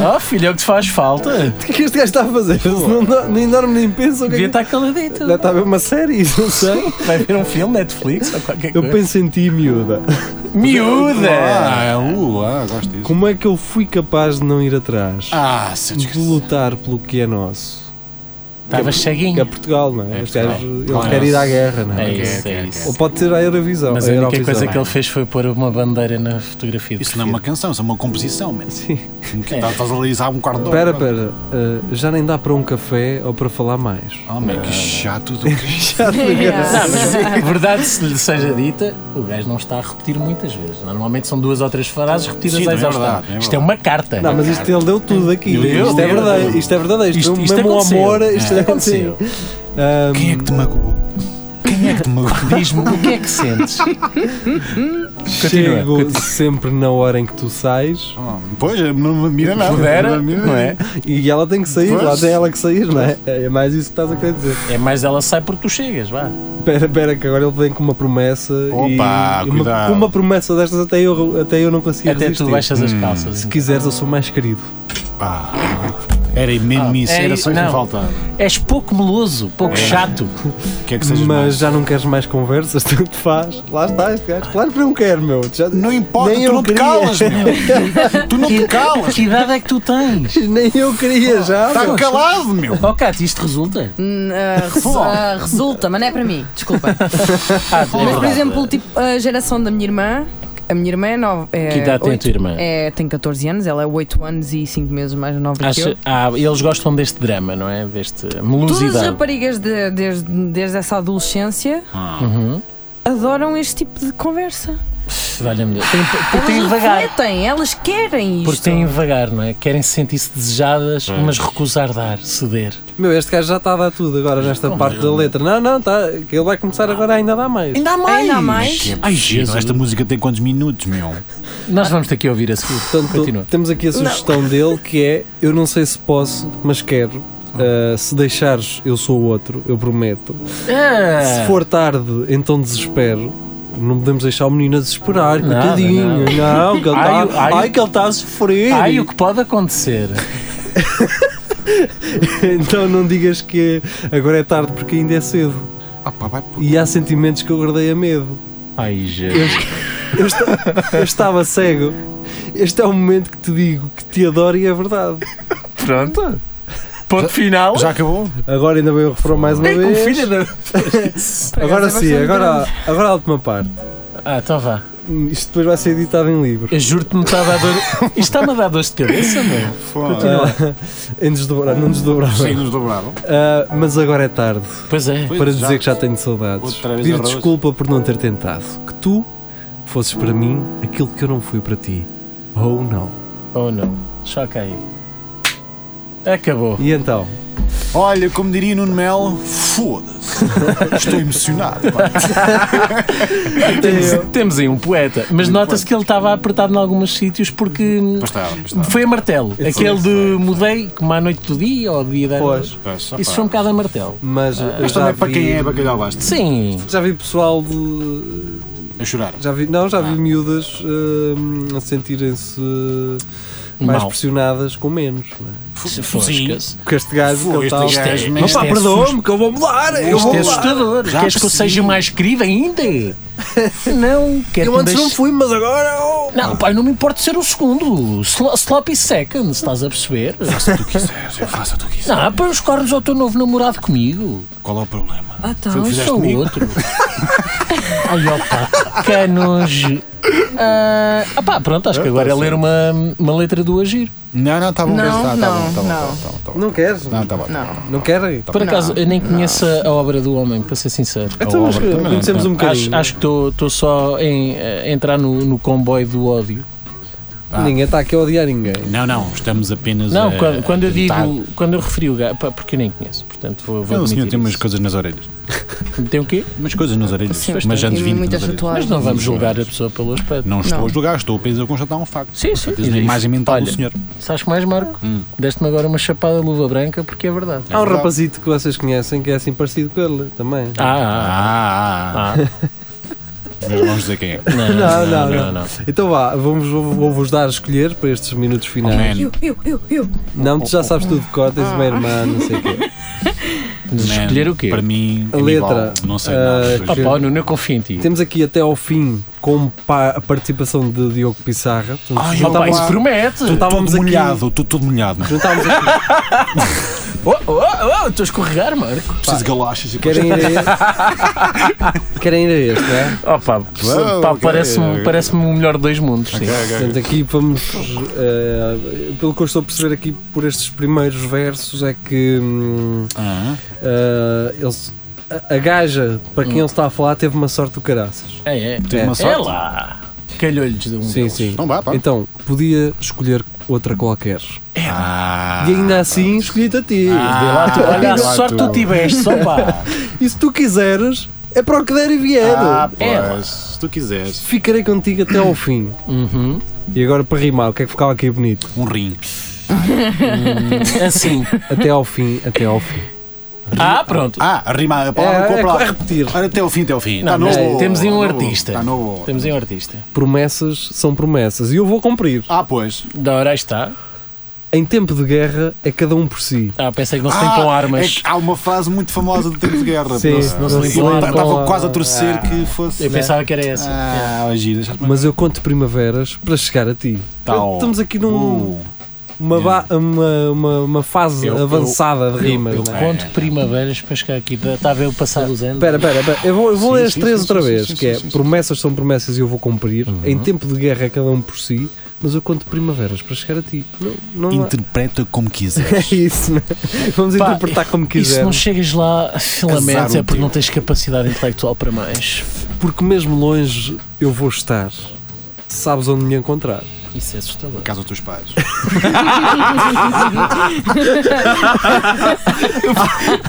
Speaker 3: Oh, filho, é o que te faz falta.
Speaker 2: O que é que este gajo está a fazer? Não dá- nem dorme nem pensa. o que é
Speaker 3: Devia tá-
Speaker 2: que-
Speaker 3: estar caladito.
Speaker 2: Deve estar a ver uma série, <laughs> não sei.
Speaker 3: Vai ver um filme, Netflix ou qualquer
Speaker 2: Eu
Speaker 3: coisa.
Speaker 2: penso em ti, miúda.
Speaker 3: Miúda!
Speaker 4: Ah, é uh, ah, gosto disso.
Speaker 2: Como é que eu fui capaz de não ir atrás?
Speaker 4: Ah, se eu te
Speaker 2: de lutar pelo que é nosso?
Speaker 3: Estava
Speaker 2: Que é
Speaker 3: ceguinho.
Speaker 2: Portugal, não é?
Speaker 4: É
Speaker 2: Este
Speaker 4: Portugal.
Speaker 2: gajo, ele
Speaker 4: Claro.
Speaker 2: quer ir à guerra, não é?
Speaker 3: Ah, É
Speaker 4: Ok,
Speaker 3: isso,
Speaker 4: ok,
Speaker 3: é
Speaker 4: ok.
Speaker 3: isso.
Speaker 2: Ou pode ser a Eurovisão.
Speaker 3: Mas a única
Speaker 2: Eurovisão.
Speaker 3: coisa que ele fez foi pôr uma bandeira na fotografia. de
Speaker 4: Isso não é uma canção, isso é uma composição, man.
Speaker 2: Sim.
Speaker 4: Que tá- Estás a analisar um quarto de
Speaker 2: Espera,
Speaker 4: hora.
Speaker 2: espera. Ah, já nem dá para um café ou para falar mais.
Speaker 4: Oh, man, que chato do que
Speaker 2: <laughs> Já te
Speaker 3: Não, mas a verdade se lhe seja dita, o gajo não está a repetir muitas vezes. Normalmente são duas ou três frases repetidas
Speaker 4: Sim,
Speaker 3: à
Speaker 4: é
Speaker 3: exaustão.
Speaker 4: verdade, é
Speaker 3: Isto é uma carta.
Speaker 2: Não, mas isto ele deu tudo aqui.
Speaker 3: Deu,
Speaker 2: isto, é
Speaker 3: deu,
Speaker 2: verdade,
Speaker 3: deu.
Speaker 2: isto é verdadeiro. Isto,
Speaker 3: Isto-
Speaker 2: é
Speaker 3: isto
Speaker 2: mesmo
Speaker 3: aconteceu.
Speaker 2: amor. Isto
Speaker 3: É.
Speaker 2: aconteceu. Ah,
Speaker 4: Quem é que te magoou? Quem é que te magoou?
Speaker 3: Diz-me o que
Speaker 4: <laughs>
Speaker 3: é que sentes. Continua,
Speaker 2: Chego sempre na hora em que tu sais
Speaker 4: Oh, pois, não me mira nada.
Speaker 3: Pudera,
Speaker 4: não me mira
Speaker 3: não é?
Speaker 2: e ela tem que sair,
Speaker 4: Pois.
Speaker 2: lá tem ela que sair, não é? É mais isso que estás a querer dizer.
Speaker 3: É mais ela sai porque tu chegas, vá.
Speaker 2: Espera, espera, que agora ele vem com uma promessa. e-
Speaker 4: Opa,
Speaker 2: e uma,
Speaker 4: cuidado.
Speaker 2: com uma promessa destas até eu, até eu não consegui
Speaker 3: Até
Speaker 2: resistir.
Speaker 3: tu baixas as calças.
Speaker 2: Se quiseres, eu sou mais querido.
Speaker 4: Pá, Ah, Era mesmo isso,
Speaker 3: é
Speaker 4: era
Speaker 3: isso,
Speaker 4: só isso que É.
Speaker 3: não.
Speaker 4: me faltava.
Speaker 3: És pouco meloso, pouco
Speaker 4: <laughs>
Speaker 3: chato.
Speaker 4: Quer que seja
Speaker 2: Mas
Speaker 4: mais.
Speaker 2: já não queres mais conversas, <laughs> tu te faz. Lá está este gajo. Claro que não quero, meu. Já-
Speaker 4: Não importa,
Speaker 2: Nem
Speaker 4: tu
Speaker 2: eu
Speaker 4: não te
Speaker 2: queria. <laughs>
Speaker 4: calas,
Speaker 3: <laughs>
Speaker 4: meu. tu não te calas.
Speaker 3: Que idade é que tu tens?
Speaker 2: Nem eu queria já.
Speaker 4: Está tá calado, meu.
Speaker 3: Oh, Cátia, isto resulta.
Speaker 8: Hum, ah, resu-
Speaker 4: Bom.
Speaker 8: ah, resulta, mas não é para mim, desculpa.
Speaker 3: <laughs> Ah, é
Speaker 8: mas, por exemplo, tipo, a geração da minha irmã, a minha irmã é nova. É,
Speaker 3: Que idade tem a
Speaker 8: oito-
Speaker 3: tua irmã?
Speaker 8: É, tem 14 anos, ela é 8 anos e 5 meses mais nova que
Speaker 3: Acha,
Speaker 8: eu.
Speaker 3: ah, eles gostam deste drama, não é? Deste
Speaker 8: Todas as
Speaker 3: melosidade.
Speaker 8: raparigas de- desde, desde essa adolescência
Speaker 3: Uhum.
Speaker 8: adoram este tipo de conversa.
Speaker 3: Valha-me Deus. Tem- Porque têm
Speaker 8: Elas
Speaker 3: vagar.
Speaker 8: refletem, elas querem isto.
Speaker 3: Porque têm vagar, não é? Querem sentir-se desejadas,
Speaker 2: É.
Speaker 3: mas recusar dar, ceder.
Speaker 2: Meu, este gajo já está a dar tudo agora nesta
Speaker 4: Oh,
Speaker 2: parte da letra. Não, não, tá, que ele vai começar agora ainda a dar mais.
Speaker 3: Ainda há mais!
Speaker 8: Ainda há mais.
Speaker 4: Ai, Jesus, esta música tem quantos minutos, meu?
Speaker 3: Nós vamos ter que ouvir a seguir.
Speaker 2: Portanto,
Speaker 3: Continua.
Speaker 2: temos aqui a sugestão dele que é: eu não sei se posso, mas quero. Ah, se deixares, eu sou o outro, eu prometo.
Speaker 3: Ah.
Speaker 2: Se for tarde, então desespero. Não podemos deixar o menino a desesperar,
Speaker 3: Nada,
Speaker 2: coitadinho. Não, que ele
Speaker 3: Ai, o-
Speaker 2: está
Speaker 3: ai, o-
Speaker 2: ai, que ele tá a sofrer.
Speaker 3: Ai, o que pode acontecer?
Speaker 2: <laughs> Então não digas que agora é tarde porque ainda é cedo.
Speaker 4: Ah, pá, vai por...
Speaker 2: E há sentimentos que eu guardei a medo.
Speaker 3: Ai, Jesus.
Speaker 2: Eu, esta- eu estava cego. Este é o momento que te digo que te adoro e é verdade.
Speaker 3: Pronto. Ponto final.
Speaker 4: Já acabou?
Speaker 2: Agora ainda bem o refrão mais uma
Speaker 3: É com
Speaker 2: vez.
Speaker 3: <laughs> filha da.
Speaker 2: Agora
Speaker 8: Essa é
Speaker 2: sim,
Speaker 8: bastante
Speaker 2: agora, agora a última parte.
Speaker 3: Ah, então vá.
Speaker 2: Hum, Isto depois vai ser editado em livro.
Speaker 3: Eu juro-te, me está a dar dor. <laughs> Isto está-me a dar dor de cabeça, meu.
Speaker 2: Ah, em desdobrar, não desdobrar.
Speaker 4: Sim, nos dobraram.
Speaker 2: Ah, mas agora é tarde
Speaker 3: Pois é.
Speaker 4: Pois,
Speaker 2: para
Speaker 4: já.
Speaker 2: dizer que já tenho saudades.
Speaker 4: Outra vez
Speaker 2: Pedir
Speaker 4: arroz.
Speaker 2: desculpa por não ter tentado. Que tu fosses para mim aquilo que eu não fui para ti. Oh não.
Speaker 3: Ou não. Choca aí. Acabou.
Speaker 2: E
Speaker 4: <coughs>
Speaker 2: então?
Speaker 4: Olha, como diria Nuno Melo, foda-se. Estou emocionado. pá.
Speaker 3: Temos, <laughs> temos aí um poeta, mas nota-se que ele estava apertado em alguns sítios porque
Speaker 4: Mas está, mas está.
Speaker 3: foi a martelo.
Speaker 2: Isso,
Speaker 3: Aquele
Speaker 2: isso,
Speaker 3: de mudei como à noite do dia ou dia da noite.
Speaker 2: Pois.
Speaker 4: Pois, só
Speaker 3: Isso
Speaker 4: pá.
Speaker 3: foi um bocado a martelo.
Speaker 2: Mas, eu
Speaker 4: Ah, Mas
Speaker 2: já
Speaker 4: também para
Speaker 2: vi-
Speaker 4: quem é bacalhau basta.
Speaker 3: Sim.
Speaker 2: Já vi pessoal de.
Speaker 4: A chorar.
Speaker 2: Já vi, não, já vi miúdas hum, a sentirem-se mais
Speaker 3: Mal.
Speaker 2: pressionadas com menos. não é?
Speaker 3: Foscas.
Speaker 2: Porque este gajo
Speaker 4: Foi, este
Speaker 2: cantava-
Speaker 4: gajo,
Speaker 3: Isto é-
Speaker 4: meu.
Speaker 3: isto
Speaker 2: Opa,
Speaker 3: é
Speaker 2: perdoa-me que eu vou mudar! Eu
Speaker 3: Isto
Speaker 2: vou
Speaker 3: é
Speaker 2: mudar!
Speaker 3: assustador.
Speaker 4: Já
Speaker 3: Queres que eu
Speaker 4: percebi.
Speaker 3: seja mais
Speaker 2: <laughs>
Speaker 3: querido ainda? Não, quero
Speaker 2: Eu
Speaker 3: que me
Speaker 2: antes não
Speaker 3: deixes-
Speaker 2: fui, mas agora. oh!
Speaker 3: Não, pai, não me importa ser o segundo. Slo- sloppy second, estás a
Speaker 2: <laughs>
Speaker 3: perceber?
Speaker 4: Faça o que tu quiseres, eu faço o que tu quiseres.
Speaker 3: Não, põe os cornos ao teu novo namorado comigo.
Speaker 4: Qual é o problema?
Speaker 8: Ah,
Speaker 4: Foi o
Speaker 8: então.
Speaker 4: que
Speaker 3: Eu
Speaker 4: fizeste
Speaker 3: sou
Speaker 4: comigo? <laughs>
Speaker 3: outro. Ai, opa, que nojo. Ah, ah pá, pronto, acho que agora é ler uma, uma letra do Agir.
Speaker 4: Não, não, tá bom,
Speaker 8: Não,
Speaker 4: tá, tá bom,
Speaker 8: não,
Speaker 4: tá bom,
Speaker 8: não.
Speaker 4: tá bom, tá bom.
Speaker 2: Não queres?
Speaker 4: Não, tá bom. tá bom.
Speaker 2: Não querem?
Speaker 3: Por acaso, eu nem conheço a obra do homem, para ser sincero.
Speaker 2: Então, mas
Speaker 4: obra também,
Speaker 2: conhecemos
Speaker 4: não. é?
Speaker 2: um
Speaker 3: Acho,
Speaker 2: bocadinho.
Speaker 3: acho que estou só em eh, entrar no, no comboio do ódio.
Speaker 2: Ah. Ninguém está aqui a odiar ninguém.
Speaker 4: Não, não, estamos apenas
Speaker 3: Não,
Speaker 4: a-
Speaker 3: quando, quando eu
Speaker 4: a tentar.
Speaker 3: digo, quando eu referi o gajo, pá, porque eu nem conheço, portanto vou, vou
Speaker 4: O senhor
Speaker 3: admitir
Speaker 4: tem umas
Speaker 3: isso.
Speaker 4: coisas nas orelhas.
Speaker 3: Tem o quê?
Speaker 4: Umas coisas nas orelhas.
Speaker 8: Sim,
Speaker 4: mas anos
Speaker 8: e
Speaker 4: 20.
Speaker 8: muitas
Speaker 4: nas orelhas.
Speaker 8: tatuagens.
Speaker 3: Mas não vamos julgar a pessoa pelo aspecto.
Speaker 4: Não estou
Speaker 8: Não.
Speaker 4: a julgar, estou apenas a constatar um facto.
Speaker 3: Sim, sim. é
Speaker 4: Tens uma imagem mental do senhor. Hum.
Speaker 3: Sabes que mais, Marco? Deste-me agora uma chapada de luva branca porque é verdade.
Speaker 2: Há um rapazito que vocês conhecem que é assim parecido com ele também.
Speaker 3: Ah, ah,
Speaker 4: Ah, ah,
Speaker 3: ah.
Speaker 4: ah. Mas vamos dizer quem é.
Speaker 3: Não,
Speaker 2: Não, não, Então vá, vamos, vou- vou-vos dar a escolher para estes minutos finais.
Speaker 4: Man,
Speaker 8: Eu, eu, eu.
Speaker 2: não, tu já
Speaker 4: Oh,
Speaker 2: sabes tudo de cor, tens uma irmã, não sei o quê.
Speaker 3: Mas
Speaker 4: man,
Speaker 3: escolher o quê?
Speaker 4: Para mim,
Speaker 2: A
Speaker 4: é
Speaker 2: letra.
Speaker 4: igual, Não sei
Speaker 2: Ah,
Speaker 4: nada.
Speaker 3: Ah, pá, Nuno, eu confio em ti.
Speaker 2: Temos aqui até ao fim com pa- a participação de Diogo Pissarra. Portanto,
Speaker 4: Ai,
Speaker 3: Ah, pá,
Speaker 4: estava-
Speaker 3: isso promete.
Speaker 2: juntávamos
Speaker 4: Todo
Speaker 2: aqui-
Speaker 4: molhado, estou todo molhado. mas
Speaker 2: juntávamos aqui.
Speaker 3: Oh, oh, oh, estou a escorregar, Marco.
Speaker 4: Preciso de galachas e
Speaker 2: Querem ir a este?
Speaker 4: <laughs>
Speaker 2: Querem ir a este, não é?
Speaker 3: Oh, pá, pá,
Speaker 4: ok,
Speaker 3: parece-me
Speaker 4: ok.
Speaker 3: parece-me o melhor dos mundos. Sim.
Speaker 2: Portanto, aqui vamos. eh, pelo que eu estou a perceber aqui por estes primeiros versos, é que. hum,
Speaker 4: Ah,
Speaker 2: eh, eles- a, a gaja para
Speaker 4: Hum.
Speaker 2: quem ele está a falar teve uma sorte do caraças.
Speaker 3: É, é.
Speaker 4: Tive
Speaker 2: É.
Speaker 4: uma
Speaker 3: É
Speaker 4: sorte.
Speaker 3: lá. Calhou-lhes de um.
Speaker 2: Sim, sim.
Speaker 4: Não vá, pá.
Speaker 2: Então, podia escolher outra qualquer.
Speaker 4: Ah.
Speaker 2: E ainda assim, escolhi-te a ti.
Speaker 3: Vê lá tu, olha a sorte
Speaker 4: é um.
Speaker 3: tu tiveste, ó pá.
Speaker 2: E se tu quiseres, é para o que der e vier.
Speaker 4: Ah,
Speaker 3: É.
Speaker 4: pois, se tu quiseres.
Speaker 2: Ficarei contigo até ao fim.
Speaker 3: Uhum.
Speaker 2: E agora para rimar, o que é que ficava aqui bonito?
Speaker 4: Um rim.
Speaker 3: Assim.
Speaker 2: Até ao fim, até ao fim.
Speaker 3: Ah, pronto.
Speaker 4: Ah, rima a
Speaker 2: É,
Speaker 4: palavra com a
Speaker 2: é, é
Speaker 4: palavra.
Speaker 2: repetir.
Speaker 4: Ora, até o fim, até o fim.
Speaker 3: Não,
Speaker 4: Tá
Speaker 3: mas
Speaker 4: novo,
Speaker 3: temos aí um
Speaker 4: tá novo,
Speaker 3: artista.
Speaker 4: tá novo.
Speaker 3: Temos aí um artista.
Speaker 2: Promessas são promessas. E eu vou cumprir.
Speaker 4: Ah, pois.
Speaker 3: Da hora aí está.
Speaker 2: em tempo de guerra é cada um por si.
Speaker 3: Ah, pensei que não se tem com
Speaker 4: é
Speaker 3: armas.
Speaker 4: que há uma fase muito famosa do tempo de guerra.
Speaker 2: Sim,
Speaker 4: pô.
Speaker 2: não se
Speaker 4: Eu
Speaker 3: limpou
Speaker 4: estava
Speaker 2: com a-
Speaker 4: quase a torcer que fosse.
Speaker 3: Ah. Eu pensava que era essa.
Speaker 4: Ah, gira, deixaste-me-
Speaker 2: Mas eu conto primaveras para chegar a ti.
Speaker 4: Tal.
Speaker 2: Estamos aqui
Speaker 3: Hum.
Speaker 2: num-
Speaker 4: Uh,
Speaker 2: Uma, ba- uma, uma, uma fase
Speaker 4: Eu- eu-
Speaker 2: avançada de rimas.
Speaker 3: Eu
Speaker 2: não é?
Speaker 3: conto primaveras para chegar aqui. Está a ver o passar dos anos.
Speaker 2: Espera, espera, espera. eu vou, eu vou
Speaker 4: Sim,
Speaker 2: ler as
Speaker 4: sim,
Speaker 2: três
Speaker 4: sim,
Speaker 2: outra
Speaker 4: sim,
Speaker 2: vez,
Speaker 4: sim,
Speaker 2: que é
Speaker 4: sim, Uhum. sim, sim.
Speaker 2: promessas são promessas e eu vou cumprir. Em tempo de guerra é cada um por si, mas eu conto primaveras para chegar a ti. Não, não há-
Speaker 4: Interpreta como quiser.
Speaker 2: É isso, né? Vamos
Speaker 3: Pá,
Speaker 2: interpretar como
Speaker 3: E se não
Speaker 2: quisermos.
Speaker 3: chegas lá, lamento,
Speaker 4: Casar
Speaker 3: é
Speaker 4: um
Speaker 3: porque não
Speaker 4: tio.
Speaker 3: tens capacidade intelectual para mais.
Speaker 2: Porque mesmo longe eu vou estar. Sabes onde me encontrar.
Speaker 3: Isso é assustador.
Speaker 4: Casa dos teus pais.
Speaker 3: <laughs>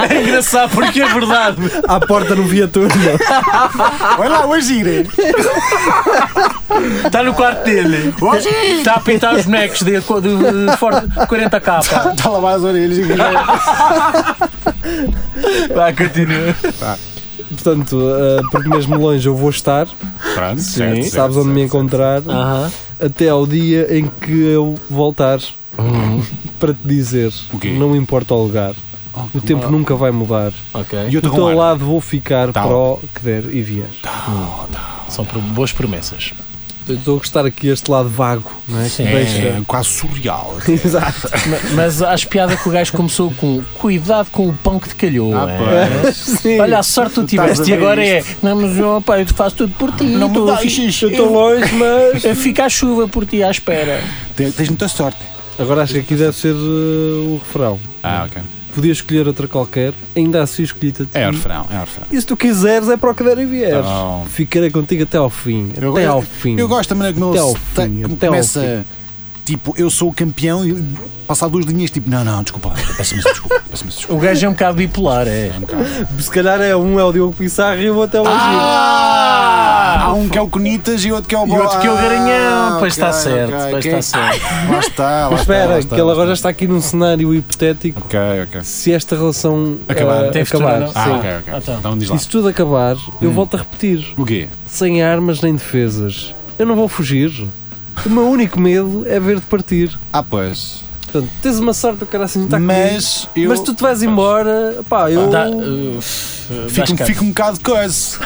Speaker 3: É engraçado porque é verdade.
Speaker 2: À porta no <laughs> viatura.
Speaker 4: Olha lá, hoje gira.
Speaker 3: Está Tá no quarto dele.
Speaker 4: Hoje
Speaker 3: Está a pintar os bonecos de, de, de Ford 40k.
Speaker 4: Está Tá, a lavar as orelhas. e-
Speaker 3: <laughs> Vai, continua.
Speaker 2: Portanto, ah, porque mesmo longe eu vou estar.
Speaker 4: Pronto,
Speaker 3: certo, certo,
Speaker 2: sabes onde me encontrar.
Speaker 4: Ah.
Speaker 3: Aham.
Speaker 2: Até ao dia em que eu voltar para te dizer:
Speaker 4: Uhum. O quê? Oh,
Speaker 2: não importa o lugar. O tempo nunca vai mudar.
Speaker 3: Ok.
Speaker 4: E
Speaker 2: Do
Speaker 4: eu um estou com
Speaker 2: teu
Speaker 4: ar.
Speaker 2: lado vou ficar
Speaker 4: Tal.
Speaker 2: para o que der e vier.
Speaker 4: Tá.
Speaker 3: São pro- boas promessas.
Speaker 2: Eu Estou a gostar aqui este lado vago, não
Speaker 4: <laughs>
Speaker 2: é? Que
Speaker 3: Sim.
Speaker 2: deixa.
Speaker 4: É quase surreal.
Speaker 2: Exato.
Speaker 3: Ma- Mas acho piada que o gajo começou com cuidado com o pão que te calhou.
Speaker 4: Ah,
Speaker 3: é?
Speaker 4: pá.
Speaker 2: Sim.
Speaker 3: Olha a sorte tu
Speaker 4: Estás a
Speaker 3: tiveste e
Speaker 4: ver
Speaker 3: agora é. Não, mas João, pá, eu faço tudo por ti.
Speaker 4: Não
Speaker 3: tu,
Speaker 4: me
Speaker 3: fi-
Speaker 4: deixes.
Speaker 2: eu estou longe, mas.
Speaker 3: eu fico à chuva por ti à espera.
Speaker 4: Te- Tens muita sorte.
Speaker 2: Agora acho que aqui deve ser uh, o refrão.
Speaker 4: Ah, ok.
Speaker 2: Podia escolher outra qualquer, ainda assim escolhi-te a ti.
Speaker 4: É o refrão, é o refrão.
Speaker 2: E se tu quiseres, é para o que der e vieres.
Speaker 4: Então-
Speaker 2: Ficarei contigo até ao fim.
Speaker 4: Eu
Speaker 2: até
Speaker 4: gosto-
Speaker 2: ao fim.
Speaker 4: Eu gosto da maneira como
Speaker 2: Até
Speaker 4: ele
Speaker 2: ao
Speaker 4: se ta-
Speaker 2: fim,
Speaker 4: como
Speaker 2: até ao
Speaker 4: começa. Tipo, eu sou o campeão e passar duas linhas, tipo, não, não, desculpa, peço-me desculpa, peço-me desculpa.
Speaker 3: O gajo é um bocado bipolar, é.
Speaker 2: Se calhar é um, é o Diogo Pissarro e o outro é o Gil.
Speaker 4: Ah, há um que é o Conitas e outro que é o
Speaker 3: E outro que é o
Speaker 4: Ah,
Speaker 3: Garanhão, pois está
Speaker 4: ok,
Speaker 3: certo,
Speaker 4: ok,
Speaker 3: pois
Speaker 4: quem- é
Speaker 3: está certo.
Speaker 4: Lá está, lá
Speaker 2: Mas espera,
Speaker 4: está, lá
Speaker 2: que
Speaker 4: está,
Speaker 2: ele
Speaker 4: lá
Speaker 2: agora está aqui num cenário hipotético.
Speaker 4: Ok, ok.
Speaker 2: Se esta relação
Speaker 4: Acabar.
Speaker 2: eh,
Speaker 3: Tem futuro,
Speaker 2: acabar
Speaker 3: não?
Speaker 2: sim.
Speaker 4: Ah, ok, ok.
Speaker 3: Ah, tá.
Speaker 4: Então diz
Speaker 2: E
Speaker 4: lá. Hum.
Speaker 2: se tudo acabar, eu volto a repetir.
Speaker 4: O quê?
Speaker 2: Sem armas nem defesas. Eu não vou fugir. O meu único medo é ver-te partir.
Speaker 4: Ah, pois.
Speaker 2: Portanto, tens uma sorte do cara assim está comigo.
Speaker 4: Mas eu.
Speaker 2: Mas tu te vais embora, pá, eu.
Speaker 3: Dá, uh, f- dás
Speaker 4: Ah, Fico,
Speaker 3: cabo.
Speaker 4: fico um bocado coisa.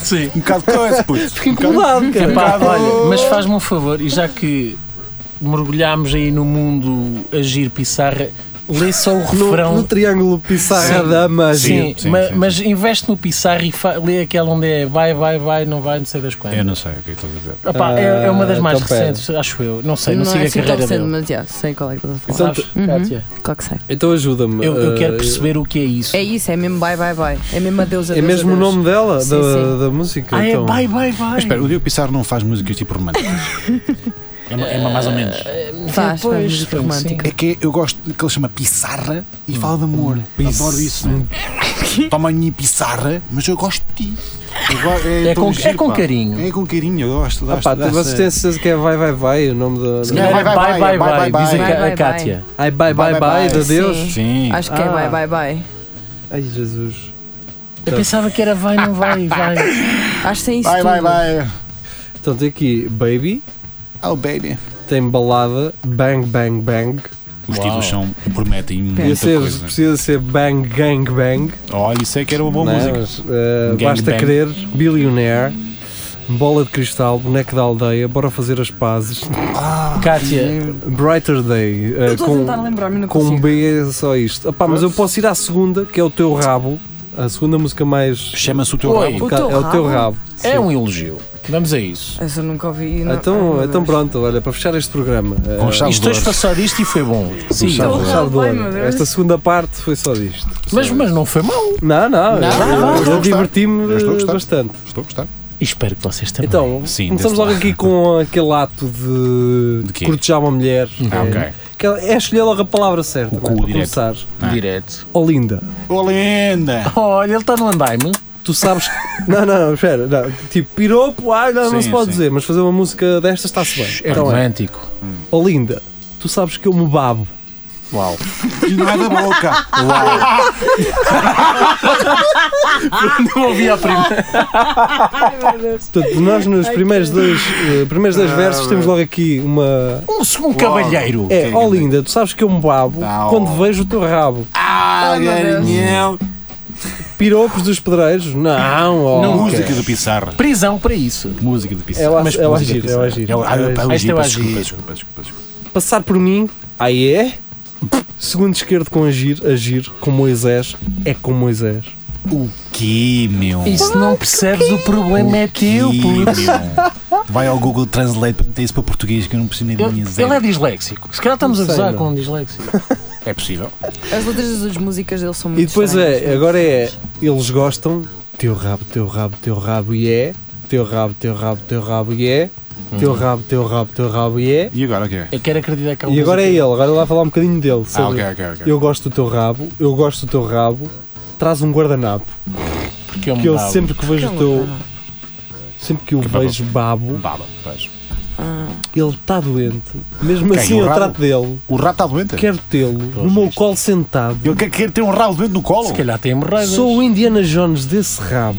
Speaker 3: Sim.
Speaker 4: Um bocado coisa, puto.
Speaker 2: Fiquei
Speaker 3: um
Speaker 2: incomodado, cara.
Speaker 3: Epá,
Speaker 4: um bocado-
Speaker 3: olha, mas faz-me um favor, e já que mergulhámos aí no mundo agir pissarra, lê só o
Speaker 2: No,
Speaker 3: refrão.
Speaker 2: no triângulo Pissarra
Speaker 3: Sim.
Speaker 2: da magia.
Speaker 3: Sim,
Speaker 4: sim,
Speaker 3: ma-
Speaker 4: sim,
Speaker 3: mas investe no Pissarra e fa- lê aquela onde é vai, vai, vai, não vai, não sei das quantas.
Speaker 4: Eu É, não sei o que estou a dizer.
Speaker 3: Opá, é, é uma das
Speaker 2: Ah,
Speaker 3: mais
Speaker 2: então pera.
Speaker 3: recentes, acho eu. Não sei, não,
Speaker 8: não
Speaker 3: sigo
Speaker 8: é
Speaker 3: a
Speaker 8: assim tão
Speaker 3: carreira
Speaker 8: recente,
Speaker 3: dele.
Speaker 8: mas já, sei qual é que estás a falar.
Speaker 2: Então,
Speaker 3: Sabes, Kátia?
Speaker 8: Claro que sei.
Speaker 2: Então ajuda-me.
Speaker 3: Eu, eu
Speaker 2: eh,
Speaker 3: quero perceber o que é isso.
Speaker 8: É isso, é mesmo bye bye bye. É mesmo adeus, adeus.
Speaker 2: É mesmo o
Speaker 8: adeus.
Speaker 2: nome dela,
Speaker 8: Sim,
Speaker 2: da,
Speaker 8: sim.
Speaker 2: da música?
Speaker 3: Ah, é
Speaker 2: então.
Speaker 3: vai, vai, vai.
Speaker 4: Mas espera, o Diogo Pissarro não faz músicas tipo românticas. é, uma, é uma mais ou menos.
Speaker 8: Faz, faz
Speaker 3: Pois,
Speaker 8: música
Speaker 3: sim.
Speaker 8: romântica.
Speaker 4: É que eu gosto que ele chama Pissarra e fala de amor. Adoro isso, né? Toma a minha Pissarra, mas eu gosto de ti. Eu go-
Speaker 3: É
Speaker 4: tão
Speaker 3: com- é com
Speaker 4: pá.
Speaker 3: carinho.
Speaker 4: É com carinho, eu gosto.
Speaker 2: Ah, pá,
Speaker 4: gosto
Speaker 2: tu-
Speaker 4: dessa-
Speaker 2: vocês têm certeza que é Vai Vai Vai o nome da.
Speaker 4: Sim.
Speaker 3: Não,
Speaker 2: da-
Speaker 3: era
Speaker 4: Vai, vai,
Speaker 3: vai, vai, vai,
Speaker 4: vai,
Speaker 3: diz a
Speaker 8: vai,
Speaker 3: Ca- a
Speaker 8: vai,
Speaker 3: Kátia.
Speaker 2: Ai, bye bye
Speaker 4: Vai,
Speaker 2: bye,
Speaker 4: vai, vai.
Speaker 2: da Deus.
Speaker 8: Sim.
Speaker 4: Sim.
Speaker 8: Acho que é
Speaker 2: Ah.
Speaker 8: bye bye bye.
Speaker 2: Ai, Jesus.
Speaker 3: Eu pensava que era vai, não vai, vai.
Speaker 8: Acho que tem isso
Speaker 4: Vai, vai,
Speaker 8: tudo.
Speaker 4: vai.
Speaker 2: Então tem aqui Baby,
Speaker 4: Oh, baby.
Speaker 2: tem balada, bang bang bang.
Speaker 4: Os
Speaker 3: Uau.
Speaker 4: títulos são, prometem
Speaker 2: Podia
Speaker 4: É muita
Speaker 2: ser,
Speaker 4: coisa.
Speaker 2: precisa ser bang gang bang.
Speaker 4: Olha, isso é que era uma boa
Speaker 2: não é?
Speaker 4: música.
Speaker 2: Mas, eh,
Speaker 4: Gang
Speaker 2: basta
Speaker 4: bang.
Speaker 2: querer, Billionaire, Bola de Cristal, Boneco da Aldeia, Bora Fazer as Pazes,
Speaker 3: Kátia,
Speaker 2: Brighter Day, eh,
Speaker 8: Eu estou a tentar
Speaker 2: com,
Speaker 8: lembrar-me, não
Speaker 2: com um
Speaker 8: consigo.
Speaker 2: B é só isto. Opá, mas eu posso ir à segunda, que é o Teu Rabo, a segunda música mais.
Speaker 4: Chama-se o teu
Speaker 3: Oi.
Speaker 4: rabo.
Speaker 8: O Teu
Speaker 2: é o
Speaker 8: Rabo?
Speaker 2: Teu Rabo.
Speaker 3: é
Speaker 2: Sim.
Speaker 3: um elogio. Vamos a isso.
Speaker 8: Essa eu nunca ouvi. Não.
Speaker 2: Então,
Speaker 8: Ai, meu
Speaker 2: então
Speaker 8: Deus.
Speaker 2: pronto, olha, para fechar este programa. eh,
Speaker 4: Com chave de
Speaker 3: Isto hoje
Speaker 4: ouro.
Speaker 3: foi só disto e foi bom. Sim,
Speaker 2: Chave
Speaker 8: Então,
Speaker 2: chave de
Speaker 8: vai,
Speaker 2: ouro.
Speaker 8: meu Deus.
Speaker 2: Esta segunda parte foi só disto.
Speaker 3: mas, mas não foi mal.
Speaker 2: Não, não, eu-
Speaker 4: Não,
Speaker 2: eu,
Speaker 4: estou a gostar.
Speaker 2: diverti-me
Speaker 4: Eu estou a
Speaker 2: eh,
Speaker 4: gostar.
Speaker 2: bastante.
Speaker 4: Estou a gostar.
Speaker 3: E espero que vocês também.
Speaker 2: Então,
Speaker 4: Sim,
Speaker 2: começamos
Speaker 4: desse
Speaker 2: logo
Speaker 4: lado.
Speaker 2: aqui com aquele ato de,
Speaker 4: <laughs> De quê?
Speaker 2: cortejar uma mulher.
Speaker 4: Ah,
Speaker 2: Eh,
Speaker 4: ok.
Speaker 2: que ela- é escolher logo a palavra certa.
Speaker 4: O
Speaker 2: não é?
Speaker 4: cu
Speaker 2: Para
Speaker 4: direto.
Speaker 2: começar. Oh,
Speaker 3: direto.
Speaker 2: Olinda,
Speaker 4: Olinda!
Speaker 3: Ah. Olha, ele está no andaime.
Speaker 2: tu sabes. <laughs> não, não, não, espera. não, Tipo, piropo, ah, não, não
Speaker 4: Sim,
Speaker 2: se pode
Speaker 4: sim.
Speaker 2: dizer, mas fazer uma música destas está-se bem.
Speaker 3: É <laughs>
Speaker 2: Então é.
Speaker 3: romântico.
Speaker 2: Olinda, tu sabes que eu me babo.
Speaker 3: Uau.
Speaker 4: E não é da
Speaker 3: <laughs>
Speaker 4: boca. Uau.
Speaker 3: Não ouvi a primeira.
Speaker 2: Portanto, nós nos primeiros dois, eh, primeiros
Speaker 4: Ah,
Speaker 2: dois versos temos logo aqui uma.
Speaker 8: Ah!
Speaker 3: Um segundo cavalheiro.
Speaker 2: É, ó linda, tu sabes que eu me babo
Speaker 4: Ah,
Speaker 2: quando
Speaker 4: ó.
Speaker 2: vejo o teu rabo.
Speaker 4: Ah, garinhão.
Speaker 2: Piropos dos pedreiros? Não, ó.
Speaker 3: Não.
Speaker 4: Música do Pissarra.
Speaker 3: Prisão para isso.
Speaker 4: Música de Pissarra.
Speaker 2: Ela-
Speaker 4: Mas
Speaker 2: ela
Speaker 4: música de
Speaker 2: gira,
Speaker 4: Pissarra.
Speaker 2: ela gira.
Speaker 4: Ela- ah, eu-
Speaker 2: Esta
Speaker 4: eu-
Speaker 3: eu
Speaker 4: desculpa,
Speaker 3: agir.
Speaker 4: desculpa, desculpa, desculpa, desculpa.
Speaker 2: Passar por mim, aí é? Segundo esquerdo com agir, agir com Moisés, é com Moisés.
Speaker 4: O que, meu?
Speaker 3: Isso não percebes, o problema é teu,
Speaker 4: Ih,
Speaker 3: puto.
Speaker 4: meu. Vai ao Google Translate para meter isso para português que eu não preciso nem de
Speaker 3: Ele,
Speaker 4: minha
Speaker 3: ele é disléxico. Se calhar estamos a
Speaker 2: Não sei,
Speaker 3: gozar
Speaker 2: não.
Speaker 3: com um disléxico.
Speaker 4: É possível.
Speaker 8: As letras das músicas dele são muito
Speaker 2: E depois
Speaker 8: estranhas.
Speaker 2: é, agora é, eles gostam, teu rabo, teu rabo, teu rabo, e é, teu rabo, teu rabo, teu rabo, e é, teu rabo, teu rabo, teu rabo, e é.
Speaker 4: E agora o que Uhum. é?
Speaker 3: Eu quero acreditar que um
Speaker 2: E agora é ele, agora ele vai falar um bocadinho dele.
Speaker 4: Ah,
Speaker 2: sobre
Speaker 4: ok, ok, ok.
Speaker 2: Eu gosto do teu rabo, eu gosto do teu rabo, traz um guardanapo.
Speaker 3: Porque eu,
Speaker 2: Que eu
Speaker 3: me sempre...
Speaker 2: sempre que vejo o teu. Sempre que o
Speaker 4: Um babo.
Speaker 2: vejo babo,
Speaker 4: Baba, pois.
Speaker 2: ele está doente. Mesmo
Speaker 4: Quem,
Speaker 2: assim
Speaker 4: o
Speaker 2: eu
Speaker 4: rabo?
Speaker 2: trato dele.
Speaker 4: O rato está doente?
Speaker 2: Quero tê-lo no meu
Speaker 3: visto.
Speaker 2: colo sentado.
Speaker 4: Ele quer, quer ter um rabo doente no colo?
Speaker 3: Se calhar tem hemorroidas.
Speaker 2: Sou o Indiana Jones desse rabo.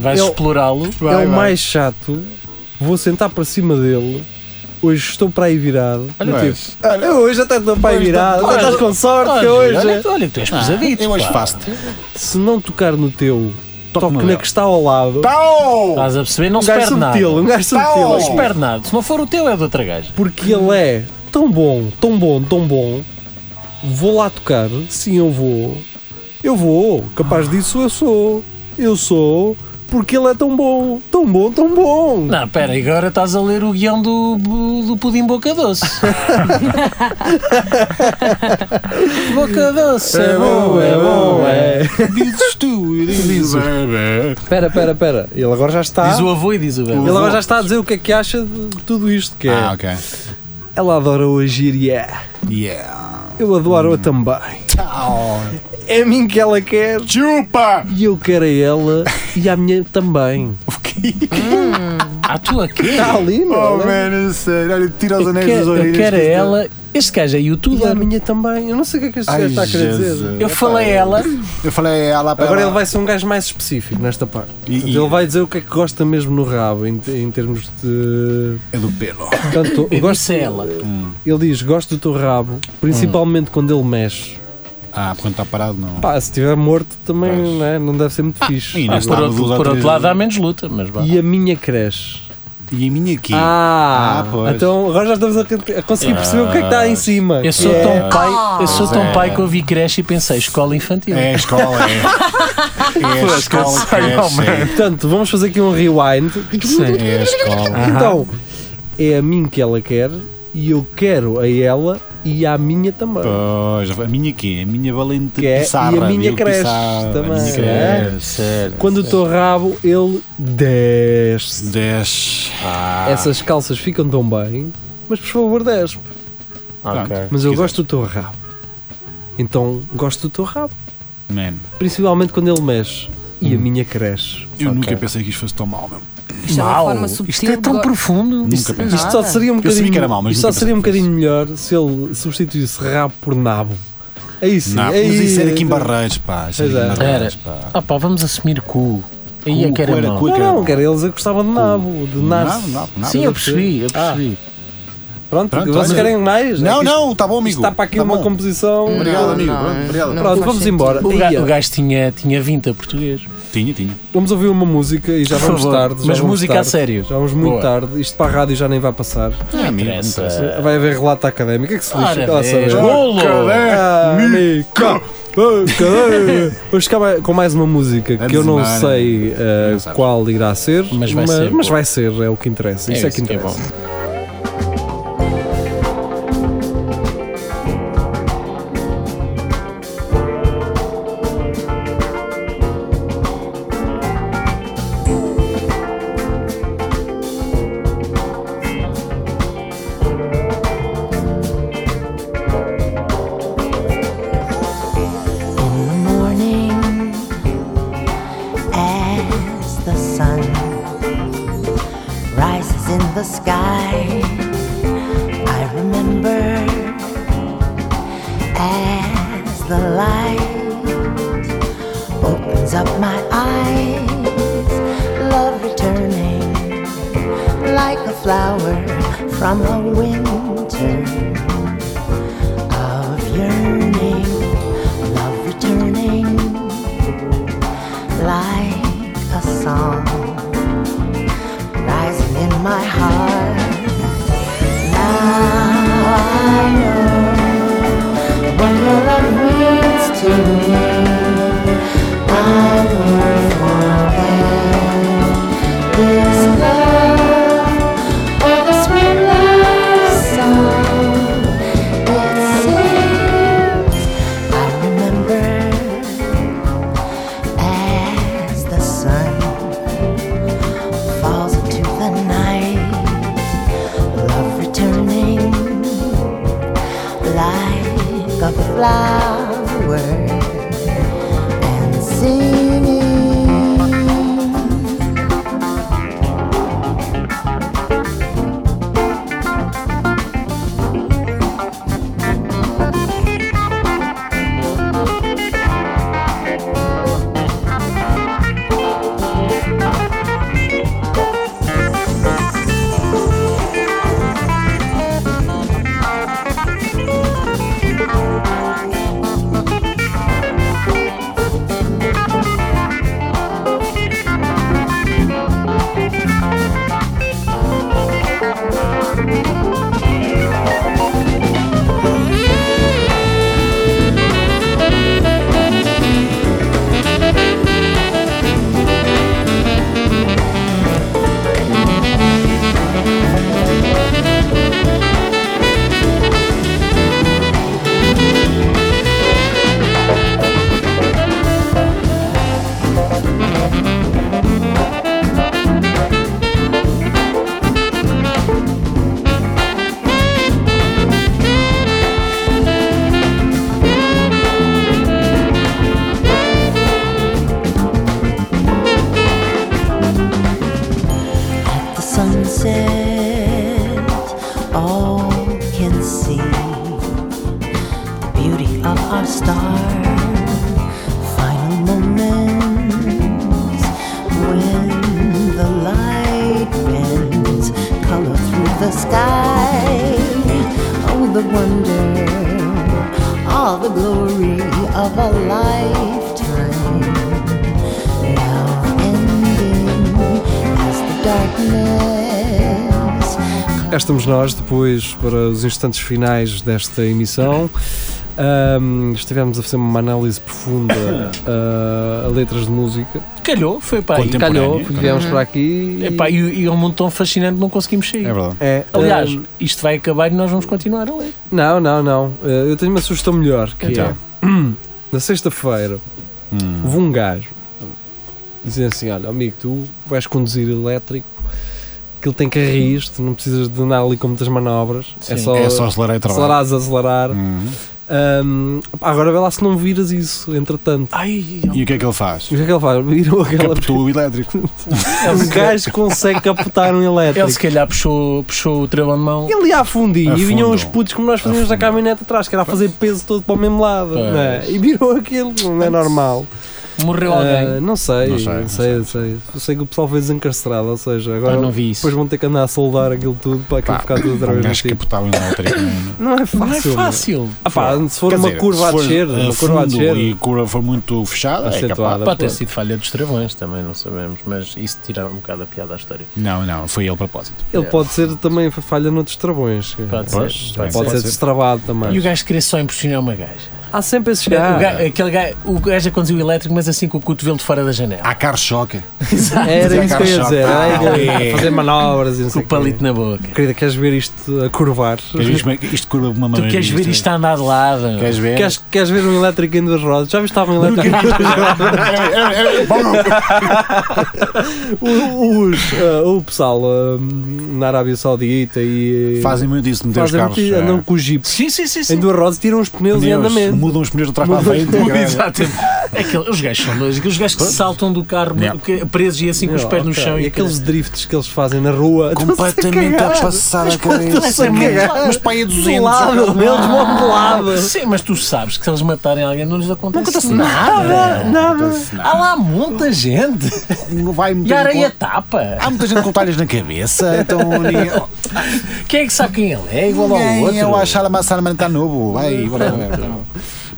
Speaker 3: Vais
Speaker 2: Eu-
Speaker 3: explorá-lo.
Speaker 2: é o mais chato. Vou sentar para cima dele. Hoje estou para aí virado.
Speaker 4: Olha,
Speaker 2: Do
Speaker 4: mas-
Speaker 2: tipo, "Olha, hoje até estou para aí virado.
Speaker 3: olha,
Speaker 2: estás com sorte que
Speaker 3: Olha, olha,
Speaker 2: hoje.
Speaker 3: olha que tu és pesadito.
Speaker 4: Ah, Eu hoje
Speaker 3: pá.
Speaker 4: faço-te.
Speaker 2: Se não tocar no teu, toque
Speaker 4: no
Speaker 2: na
Speaker 4: dele.
Speaker 2: que está ao lado.
Speaker 4: Pau!
Speaker 3: Estás a perceber? Não
Speaker 2: Um
Speaker 3: se
Speaker 2: gajo
Speaker 3: perde nada.
Speaker 2: subtil, um gajo
Speaker 4: Não.
Speaker 2: subtil.
Speaker 3: Não se perde nada. Se não for o teu, é de outra gaja.
Speaker 2: porque ele é tão bom, tão bom, tão bom. Vou lá tocar, sim, eu vou. Eu vou, capaz disso eu sou. Eu sou, porque ele é tão bom, tão bom, tão bom.
Speaker 3: Não, pera, agora estás a ler o guião do, do Pudim Boca
Speaker 2: <laughs>
Speaker 3: Doce. boca Doce, é bom, é bom, é.
Speaker 4: Dizes tu, dizes o
Speaker 2: Espera, espera, espera. Ele agora já está.
Speaker 3: Diz o avô e diz o
Speaker 2: Ele
Speaker 3: velho.
Speaker 2: agora já está a dizer o que é que acha de de tudo isto que é.
Speaker 4: Ah, ok.
Speaker 2: Ela adora o agir e yeah.
Speaker 4: Yeah.
Speaker 2: Eu
Speaker 3: Hum.
Speaker 2: adoro-a também.
Speaker 4: Au.
Speaker 2: É a mim que ela quer
Speaker 4: Chupa!
Speaker 2: e eu quero a ela e a minha
Speaker 3: <laughs>
Speaker 2: também.
Speaker 3: Ah,
Speaker 2: <laughs>
Speaker 3: tu aqui?
Speaker 2: Está ali, meu.
Speaker 4: Oh,
Speaker 2: né?
Speaker 4: man, eu sei. Olha, tira os
Speaker 3: Eu
Speaker 4: anéis das
Speaker 3: quero, eu
Speaker 4: orelhas.
Speaker 3: quero a
Speaker 4: que isto- é-
Speaker 3: ela. Este gajo é
Speaker 2: E a
Speaker 3: youtuber.
Speaker 2: minha também. Eu não sei o que é que este
Speaker 4: Ai,
Speaker 2: gajo está a querer dizer.
Speaker 4: Jesus.
Speaker 3: Eu falei a ela.
Speaker 4: Eu falei é ela para
Speaker 2: Agora
Speaker 4: ela.
Speaker 2: ele vai ser um gajo mais específico nesta parte.
Speaker 4: E-
Speaker 2: Portanto,
Speaker 4: e-
Speaker 2: Ele vai dizer o que é que gosta mesmo no rabo, em, em termos de.
Speaker 4: É do pelo.
Speaker 3: <laughs>
Speaker 2: Portanto,
Speaker 3: Eu
Speaker 2: gosto,
Speaker 3: disse a ela.
Speaker 2: Ele diz: Gosto do teu rabo, principalmente quando ele mexe.
Speaker 4: Ah, porque quando está parado, não.
Speaker 2: Pá, se estiver morto também
Speaker 4: Pois.
Speaker 2: não, é? não deve ser muito fixe. Ah,
Speaker 4: e
Speaker 3: Ah,
Speaker 4: neste
Speaker 3: por
Speaker 4: lado
Speaker 3: outro,
Speaker 4: dos
Speaker 3: por outro
Speaker 4: atrizes-
Speaker 3: lado há menos luta, mas vá.
Speaker 2: E a minha cresce.
Speaker 4: E a minha aqui.
Speaker 2: Ah,
Speaker 4: Ah, pois.
Speaker 2: então agora já estamos a, a conseguir perceber o que é que está aí em cima.
Speaker 3: Eu sou
Speaker 2: Que é-
Speaker 3: tão pai, eu sou
Speaker 4: Pois é.
Speaker 3: tão pai que ouvi creche e pensei, escola infantil.
Speaker 4: É a escola, é. É a escola que
Speaker 3: sei, oh,
Speaker 4: é.
Speaker 2: Portanto, vamos fazer aqui um rewind.
Speaker 4: sim. É a escola.
Speaker 2: Então, é a mim que ela quer e eu quero a ela e à minha também.
Speaker 4: Pois, a minha aqui, a minha valente
Speaker 2: Que é- e a
Speaker 4: pissarra.
Speaker 2: minha
Speaker 4: Diogo
Speaker 2: cresce
Speaker 4: Pissarra,
Speaker 2: também.
Speaker 4: A minha
Speaker 3: é?
Speaker 2: Certo,
Speaker 4: cresce. Certo.
Speaker 2: Quando o teu rabo, ele desce.
Speaker 4: Desce. Ah,
Speaker 2: Essas calças ficam tão bem, mas por favor desce.
Speaker 4: pronto.
Speaker 2: Mas eu
Speaker 4: Quiser.
Speaker 2: gosto do teu rabo. Então, gosto do teu rabo.
Speaker 4: Man,
Speaker 2: Principalmente quando ele mexe. E
Speaker 4: Hum.
Speaker 2: a minha cresce.
Speaker 4: eu nunca pensei que isto fosse tão mal, meu.
Speaker 2: Hum.
Speaker 8: Isto é uma
Speaker 3: Mau.
Speaker 8: forma subtil
Speaker 3: Isto é tão
Speaker 8: de-
Speaker 3: profundo.
Speaker 4: Nunca pensei.
Speaker 2: Isto só
Speaker 8: Nada.
Speaker 2: seria um
Speaker 4: Eu sabia
Speaker 2: bocadinho,
Speaker 4: que era mau, mas
Speaker 2: isto só
Speaker 4: nunca
Speaker 2: seria um
Speaker 4: pensei
Speaker 2: bocadinho melhor se ele substituísse rabo por nabo. É Aí sim.
Speaker 4: Não,
Speaker 2: aí,
Speaker 4: mas isso era aqui em
Speaker 2: então-
Speaker 4: Barreiros, pá. Isso era
Speaker 2: Pois
Speaker 4: aqui em
Speaker 3: é.
Speaker 4: Barreiros, pá.
Speaker 3: Ah pá, vamos assumir cu. Aí é
Speaker 4: Cu,
Speaker 3: que era
Speaker 4: cu era
Speaker 3: mau.
Speaker 4: cu.
Speaker 2: Não, não, cara, eles é que gostavam de nabo, de
Speaker 4: Nabo,
Speaker 2: narce.
Speaker 4: nabo, nabo.
Speaker 3: Sim, eu percebi, eu
Speaker 2: Ah.
Speaker 3: percebi.
Speaker 2: Pronto,
Speaker 4: Pronto,
Speaker 2: vocês
Speaker 4: olha.
Speaker 2: querem mais? É
Speaker 4: Não,
Speaker 2: que isto-
Speaker 4: não, tá bom, amigo.
Speaker 2: Isto está para aqui
Speaker 4: Tá
Speaker 2: uma
Speaker 4: bom.
Speaker 2: composição.
Speaker 4: Obrigado,
Speaker 8: Não,
Speaker 4: amigo.
Speaker 8: não,
Speaker 4: Pronto, Obrigado.
Speaker 8: não.
Speaker 2: Pronto,
Speaker 8: faz
Speaker 2: vamos
Speaker 8: sentido.
Speaker 2: embora.
Speaker 3: O,
Speaker 2: Ia,
Speaker 3: ga, o gajo tinha, tinha 20 a português.
Speaker 4: Tinha, tinha.
Speaker 2: Vamos ouvir uma música e já
Speaker 3: Por
Speaker 2: vamos
Speaker 3: favor.
Speaker 2: tarde. já
Speaker 3: Mas
Speaker 2: vamos
Speaker 3: música a
Speaker 2: tarde.
Speaker 3: sério.
Speaker 2: Já vamos muito
Speaker 3: Boa.
Speaker 2: tarde. Isto para a rádio já nem vai passar. Eh,
Speaker 4: É, amigo, não
Speaker 3: interessa.
Speaker 4: interessa.
Speaker 2: Vai haver relato académico. É que se lixa.
Speaker 3: Ora,
Speaker 2: que lá
Speaker 3: vês.
Speaker 2: saber.
Speaker 3: Golo!
Speaker 4: É
Speaker 2: Ah, Mica! Mica! Vamos ficar mais- com mais uma música que eu não
Speaker 4: Vamos embora.
Speaker 2: sei ah,
Speaker 4: Não sabes.
Speaker 2: qual irá ser,
Speaker 3: Mas vai ser
Speaker 2: mas
Speaker 3: boa.
Speaker 2: vai ser, é o que interessa. Isso é, que
Speaker 3: isso que é
Speaker 2: interessa.
Speaker 10: In the morning, as the sun rises in the sky, flower from a winter of yearning, love returning like a song rising in my heart. Now I know what your love means to me. I'm worth more than this love or the sweet love song it sings. I remember as the sun falls into the night, love returning like a flower and singing. the sunset, all can see the beauty of our star. Final moments when the light bends color through the sky. Oh, the wonder, all the glory of a lifetime now ending as the darkness
Speaker 2: Cá estamos nós, depois para os instantes finais desta emissão. Ahm, estivemos a fazer uma análise profunda ah, a letras de música.
Speaker 3: Calhou, foi para aí.
Speaker 4: Contemporâneo.
Speaker 2: Calhou,
Speaker 4: Contemporânea.
Speaker 2: viemos para aqui.
Speaker 3: Epá, e, e é um mundo tão fascinante não conseguimos sair.
Speaker 4: É verdade.
Speaker 2: É,
Speaker 3: Aliás,
Speaker 2: ahm,
Speaker 3: isto vai acabar e nós vamos continuar a ler.
Speaker 2: não, não, não. Ah, eu tenho uma sugestão melhor que é. <coughs>
Speaker 4: Então.
Speaker 2: Na sexta-feira,
Speaker 4: Hum.
Speaker 2: houve um gajo dizendo assim: Olha, amigo, tu vais conduzir elétrico, que ele tem carris, tu não precisas de andar ali com muitas manobras, é
Speaker 3: Sim.
Speaker 2: só,
Speaker 4: É só acelerar e trabalhar.
Speaker 2: acelerar, desacelerar.
Speaker 4: Hum.
Speaker 2: Hum, pá, agora vê lá se não viras isso, entretanto.
Speaker 3: Ai,
Speaker 4: E o que é que ele faz?
Speaker 2: E O que é que <laughs> ele faz? Virou aquela.
Speaker 4: Captou o elétrico.
Speaker 2: Um gajo consegue captar
Speaker 4: <laughs>
Speaker 2: um
Speaker 3: ele se
Speaker 2: elétrico.
Speaker 3: calhar puxou, puxou o travão de mão.
Speaker 2: Ele ia a fundinho e
Speaker 4: Afundam.
Speaker 2: vinham os putos como nós fazíamos na
Speaker 4: Afundam.
Speaker 2: caminhonete atrás, que era a fazer peso todo para o mesmo lado.
Speaker 3: Pois.
Speaker 2: não é? E virou aquilo, não é normal.
Speaker 3: Morreu
Speaker 2: Ah,
Speaker 3: alguém.
Speaker 2: não sei,
Speaker 4: Não
Speaker 2: não
Speaker 4: sei,
Speaker 2: sei,
Speaker 4: não
Speaker 2: sei, Eu sei que o pessoal foi desencarcerado, ou seja,
Speaker 3: Ah,
Speaker 2: agora
Speaker 3: não vi isso.
Speaker 2: depois vão ter que andar a soldar aquilo tudo para aquilo
Speaker 4: Pá,
Speaker 2: ficar tudo <laughs> outra
Speaker 4: Um
Speaker 2: vez no
Speaker 4: gajo que
Speaker 2: tipo.
Speaker 4: captava um elétrico.
Speaker 2: <laughs> Não é fácil.
Speaker 3: Não é
Speaker 2: meu.
Speaker 3: fácil.
Speaker 2: Ah, pá, se for
Speaker 4: Quer
Speaker 2: uma
Speaker 4: dizer,
Speaker 2: curva
Speaker 4: se
Speaker 2: a
Speaker 4: for
Speaker 2: descer, uma curva a
Speaker 4: fundo
Speaker 2: descer.
Speaker 4: E a curva for muito fechada, é capaz.
Speaker 2: Acentuada.
Speaker 3: Pode ter
Speaker 2: Pô.
Speaker 3: sido falha dos travões também, não sabemos, mas isso tira um bocado a piada à história.
Speaker 4: Não, não, foi ele a propósito.
Speaker 2: Ele pode ser também falha noutros travões. que Pode,
Speaker 3: Pode
Speaker 4: Pois,
Speaker 3: ser.
Speaker 4: também
Speaker 3: Pode
Speaker 4: pode
Speaker 2: ser
Speaker 3: ser.
Speaker 2: destravado também.
Speaker 3: E o gajo queria só impressionar uma gaja.
Speaker 2: Há sempre esses
Speaker 3: o,
Speaker 2: gajos.
Speaker 3: gajo aquele gajo, o gajo a conduzir o elétrico, mas assim com o cotovelo de fora da janela.
Speaker 2: Ah,
Speaker 4: Há carro-choque.
Speaker 2: Era isso que eu ia
Speaker 4: Ah,
Speaker 2: dizer. era
Speaker 4: é.
Speaker 2: isso, Fazer manobras e não
Speaker 3: com
Speaker 2: sei
Speaker 3: o
Speaker 2: quê.
Speaker 3: palito na boca.
Speaker 2: Querida, queres ver isto a curvar?
Speaker 4: Queres ver como é que Isto curva de uma
Speaker 3: Tu
Speaker 4: maneira.
Speaker 3: queres ver isto a andar de lado?
Speaker 4: Queres ver?
Speaker 2: Queres, queres ver um elétrico em duas rodas? Já viste estava um elétrico em duas rodas?
Speaker 3: É,
Speaker 2: <laughs> O- Os, ah, o pessoal ah, na Arábia Saudita e.
Speaker 4: Fazem muito isso, meter os
Speaker 2: fazem
Speaker 4: carros.
Speaker 2: muito-
Speaker 4: é.
Speaker 2: andam com os jipes
Speaker 3: Sim, sim, sim.
Speaker 2: em
Speaker 3: sim.
Speaker 2: duas rodas, tiram os pneus, em
Speaker 4: Pneus,
Speaker 2: andamento.
Speaker 4: mudam os pneus de trás para a
Speaker 3: Mudam
Speaker 4: frente.
Speaker 3: os pneus.
Speaker 4: mudam-
Speaker 3: Exatamente. É Aquele- os gajos são dois, os gajos que saltam do carro
Speaker 4: Yeah.
Speaker 3: que- presos e assim com os
Speaker 2: Ah,
Speaker 3: pés no
Speaker 2: ok.
Speaker 3: chão.
Speaker 2: E aqueles drifts que eles fazem na rua. tipo,
Speaker 4: Completamente a passar a cabeça. Mas para aí a Ah. 200.
Speaker 2: eles vão de lado.
Speaker 3: Ah, Sim, mas tu sabes que se eles matarem alguém não lhes acontece, nada.
Speaker 2: Nada.
Speaker 3: Há lá muita gente.
Speaker 4: Não vai
Speaker 3: E a
Speaker 4: muita
Speaker 3: areia
Speaker 4: gente
Speaker 3: tapa.
Speaker 4: com- Há muita gente com talhas na <laughs> cabeça, então ninguém-
Speaker 3: Quem é que sabe quem ele é? Igual ao
Speaker 4: Ninguém,
Speaker 3: outro.
Speaker 4: Eu acho a Salamana está novo. Vai, bora, bora, bora.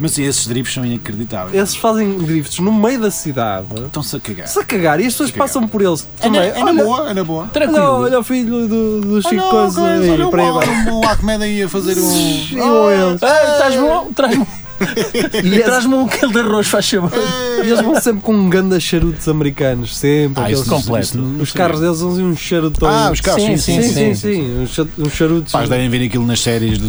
Speaker 4: Mas sim, esses drips são inacreditáveis.
Speaker 2: Eles fazem drifts no meio da cidade.
Speaker 4: Estão-se a cagar.
Speaker 2: Se a cagar, e as pessoas passam por eles.
Speaker 4: É na,
Speaker 2: Também.
Speaker 4: é na
Speaker 2: Olha,
Speaker 4: boa, é na boa.
Speaker 3: Tranquilo.
Speaker 2: olha, olha o filho do, do Chico Coisa aí,
Speaker 4: olha o
Speaker 2: para aí
Speaker 4: Mauro,
Speaker 2: vai.
Speaker 4: o Ahmed aí a fazer um.
Speaker 2: E vão eles.
Speaker 3: Ah, estás bom? Traz-me
Speaker 2: <laughs> E
Speaker 3: <laughs>
Speaker 2: eles-
Speaker 3: traz-me um quilo de arroz, faz favor.
Speaker 2: e eles vão sempre com um ganda charutos americanos. Sempre.
Speaker 4: Ah,
Speaker 2: aqueles-
Speaker 4: isso completo. Isso não-
Speaker 2: os carros deles usam um charutão.
Speaker 4: Ah, os carros, sim, sim,
Speaker 2: sim,
Speaker 3: sim,
Speaker 2: sim, Uns cha- uns charutos.
Speaker 4: Pais devem ver aquilo nas séries de.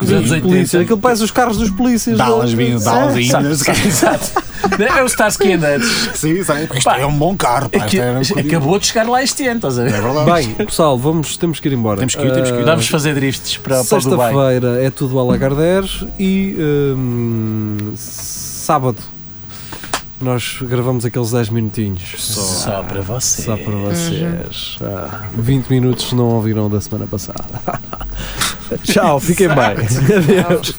Speaker 2: dos
Speaker 3: anos 80.
Speaker 2: polícias. Aquilo parece os carros dos polícias.
Speaker 4: Dallas, vinho,
Speaker 2: Sim.
Speaker 4: Dallas, vinho.
Speaker 2: <laughs>
Speaker 3: Exato. É o Starsky and Hutch.
Speaker 4: Sim, sabe? Isto
Speaker 3: Pá,
Speaker 4: é um bom carro, pá.
Speaker 3: Aqui-
Speaker 4: Isto era um bocadinho-
Speaker 3: Acabou de chegar lá este ano, estás a ver?
Speaker 4: É verdade.
Speaker 2: Bem, pessoal, vamos, temos que ir embora.
Speaker 4: Temos que ir, temos que ir.
Speaker 2: Ah,
Speaker 3: Vamos fazer drifts para, para o Dubai.
Speaker 2: Sexta-feira é tudo a Lagardère e hum, sábado nós gravamos aqueles 10 minutinhos. Só,
Speaker 3: Só para você.
Speaker 2: só para vocês. Ah, 20 minutos se não ouviram da <laughs> semana passada. Tchau, fiquem bem. Adeus.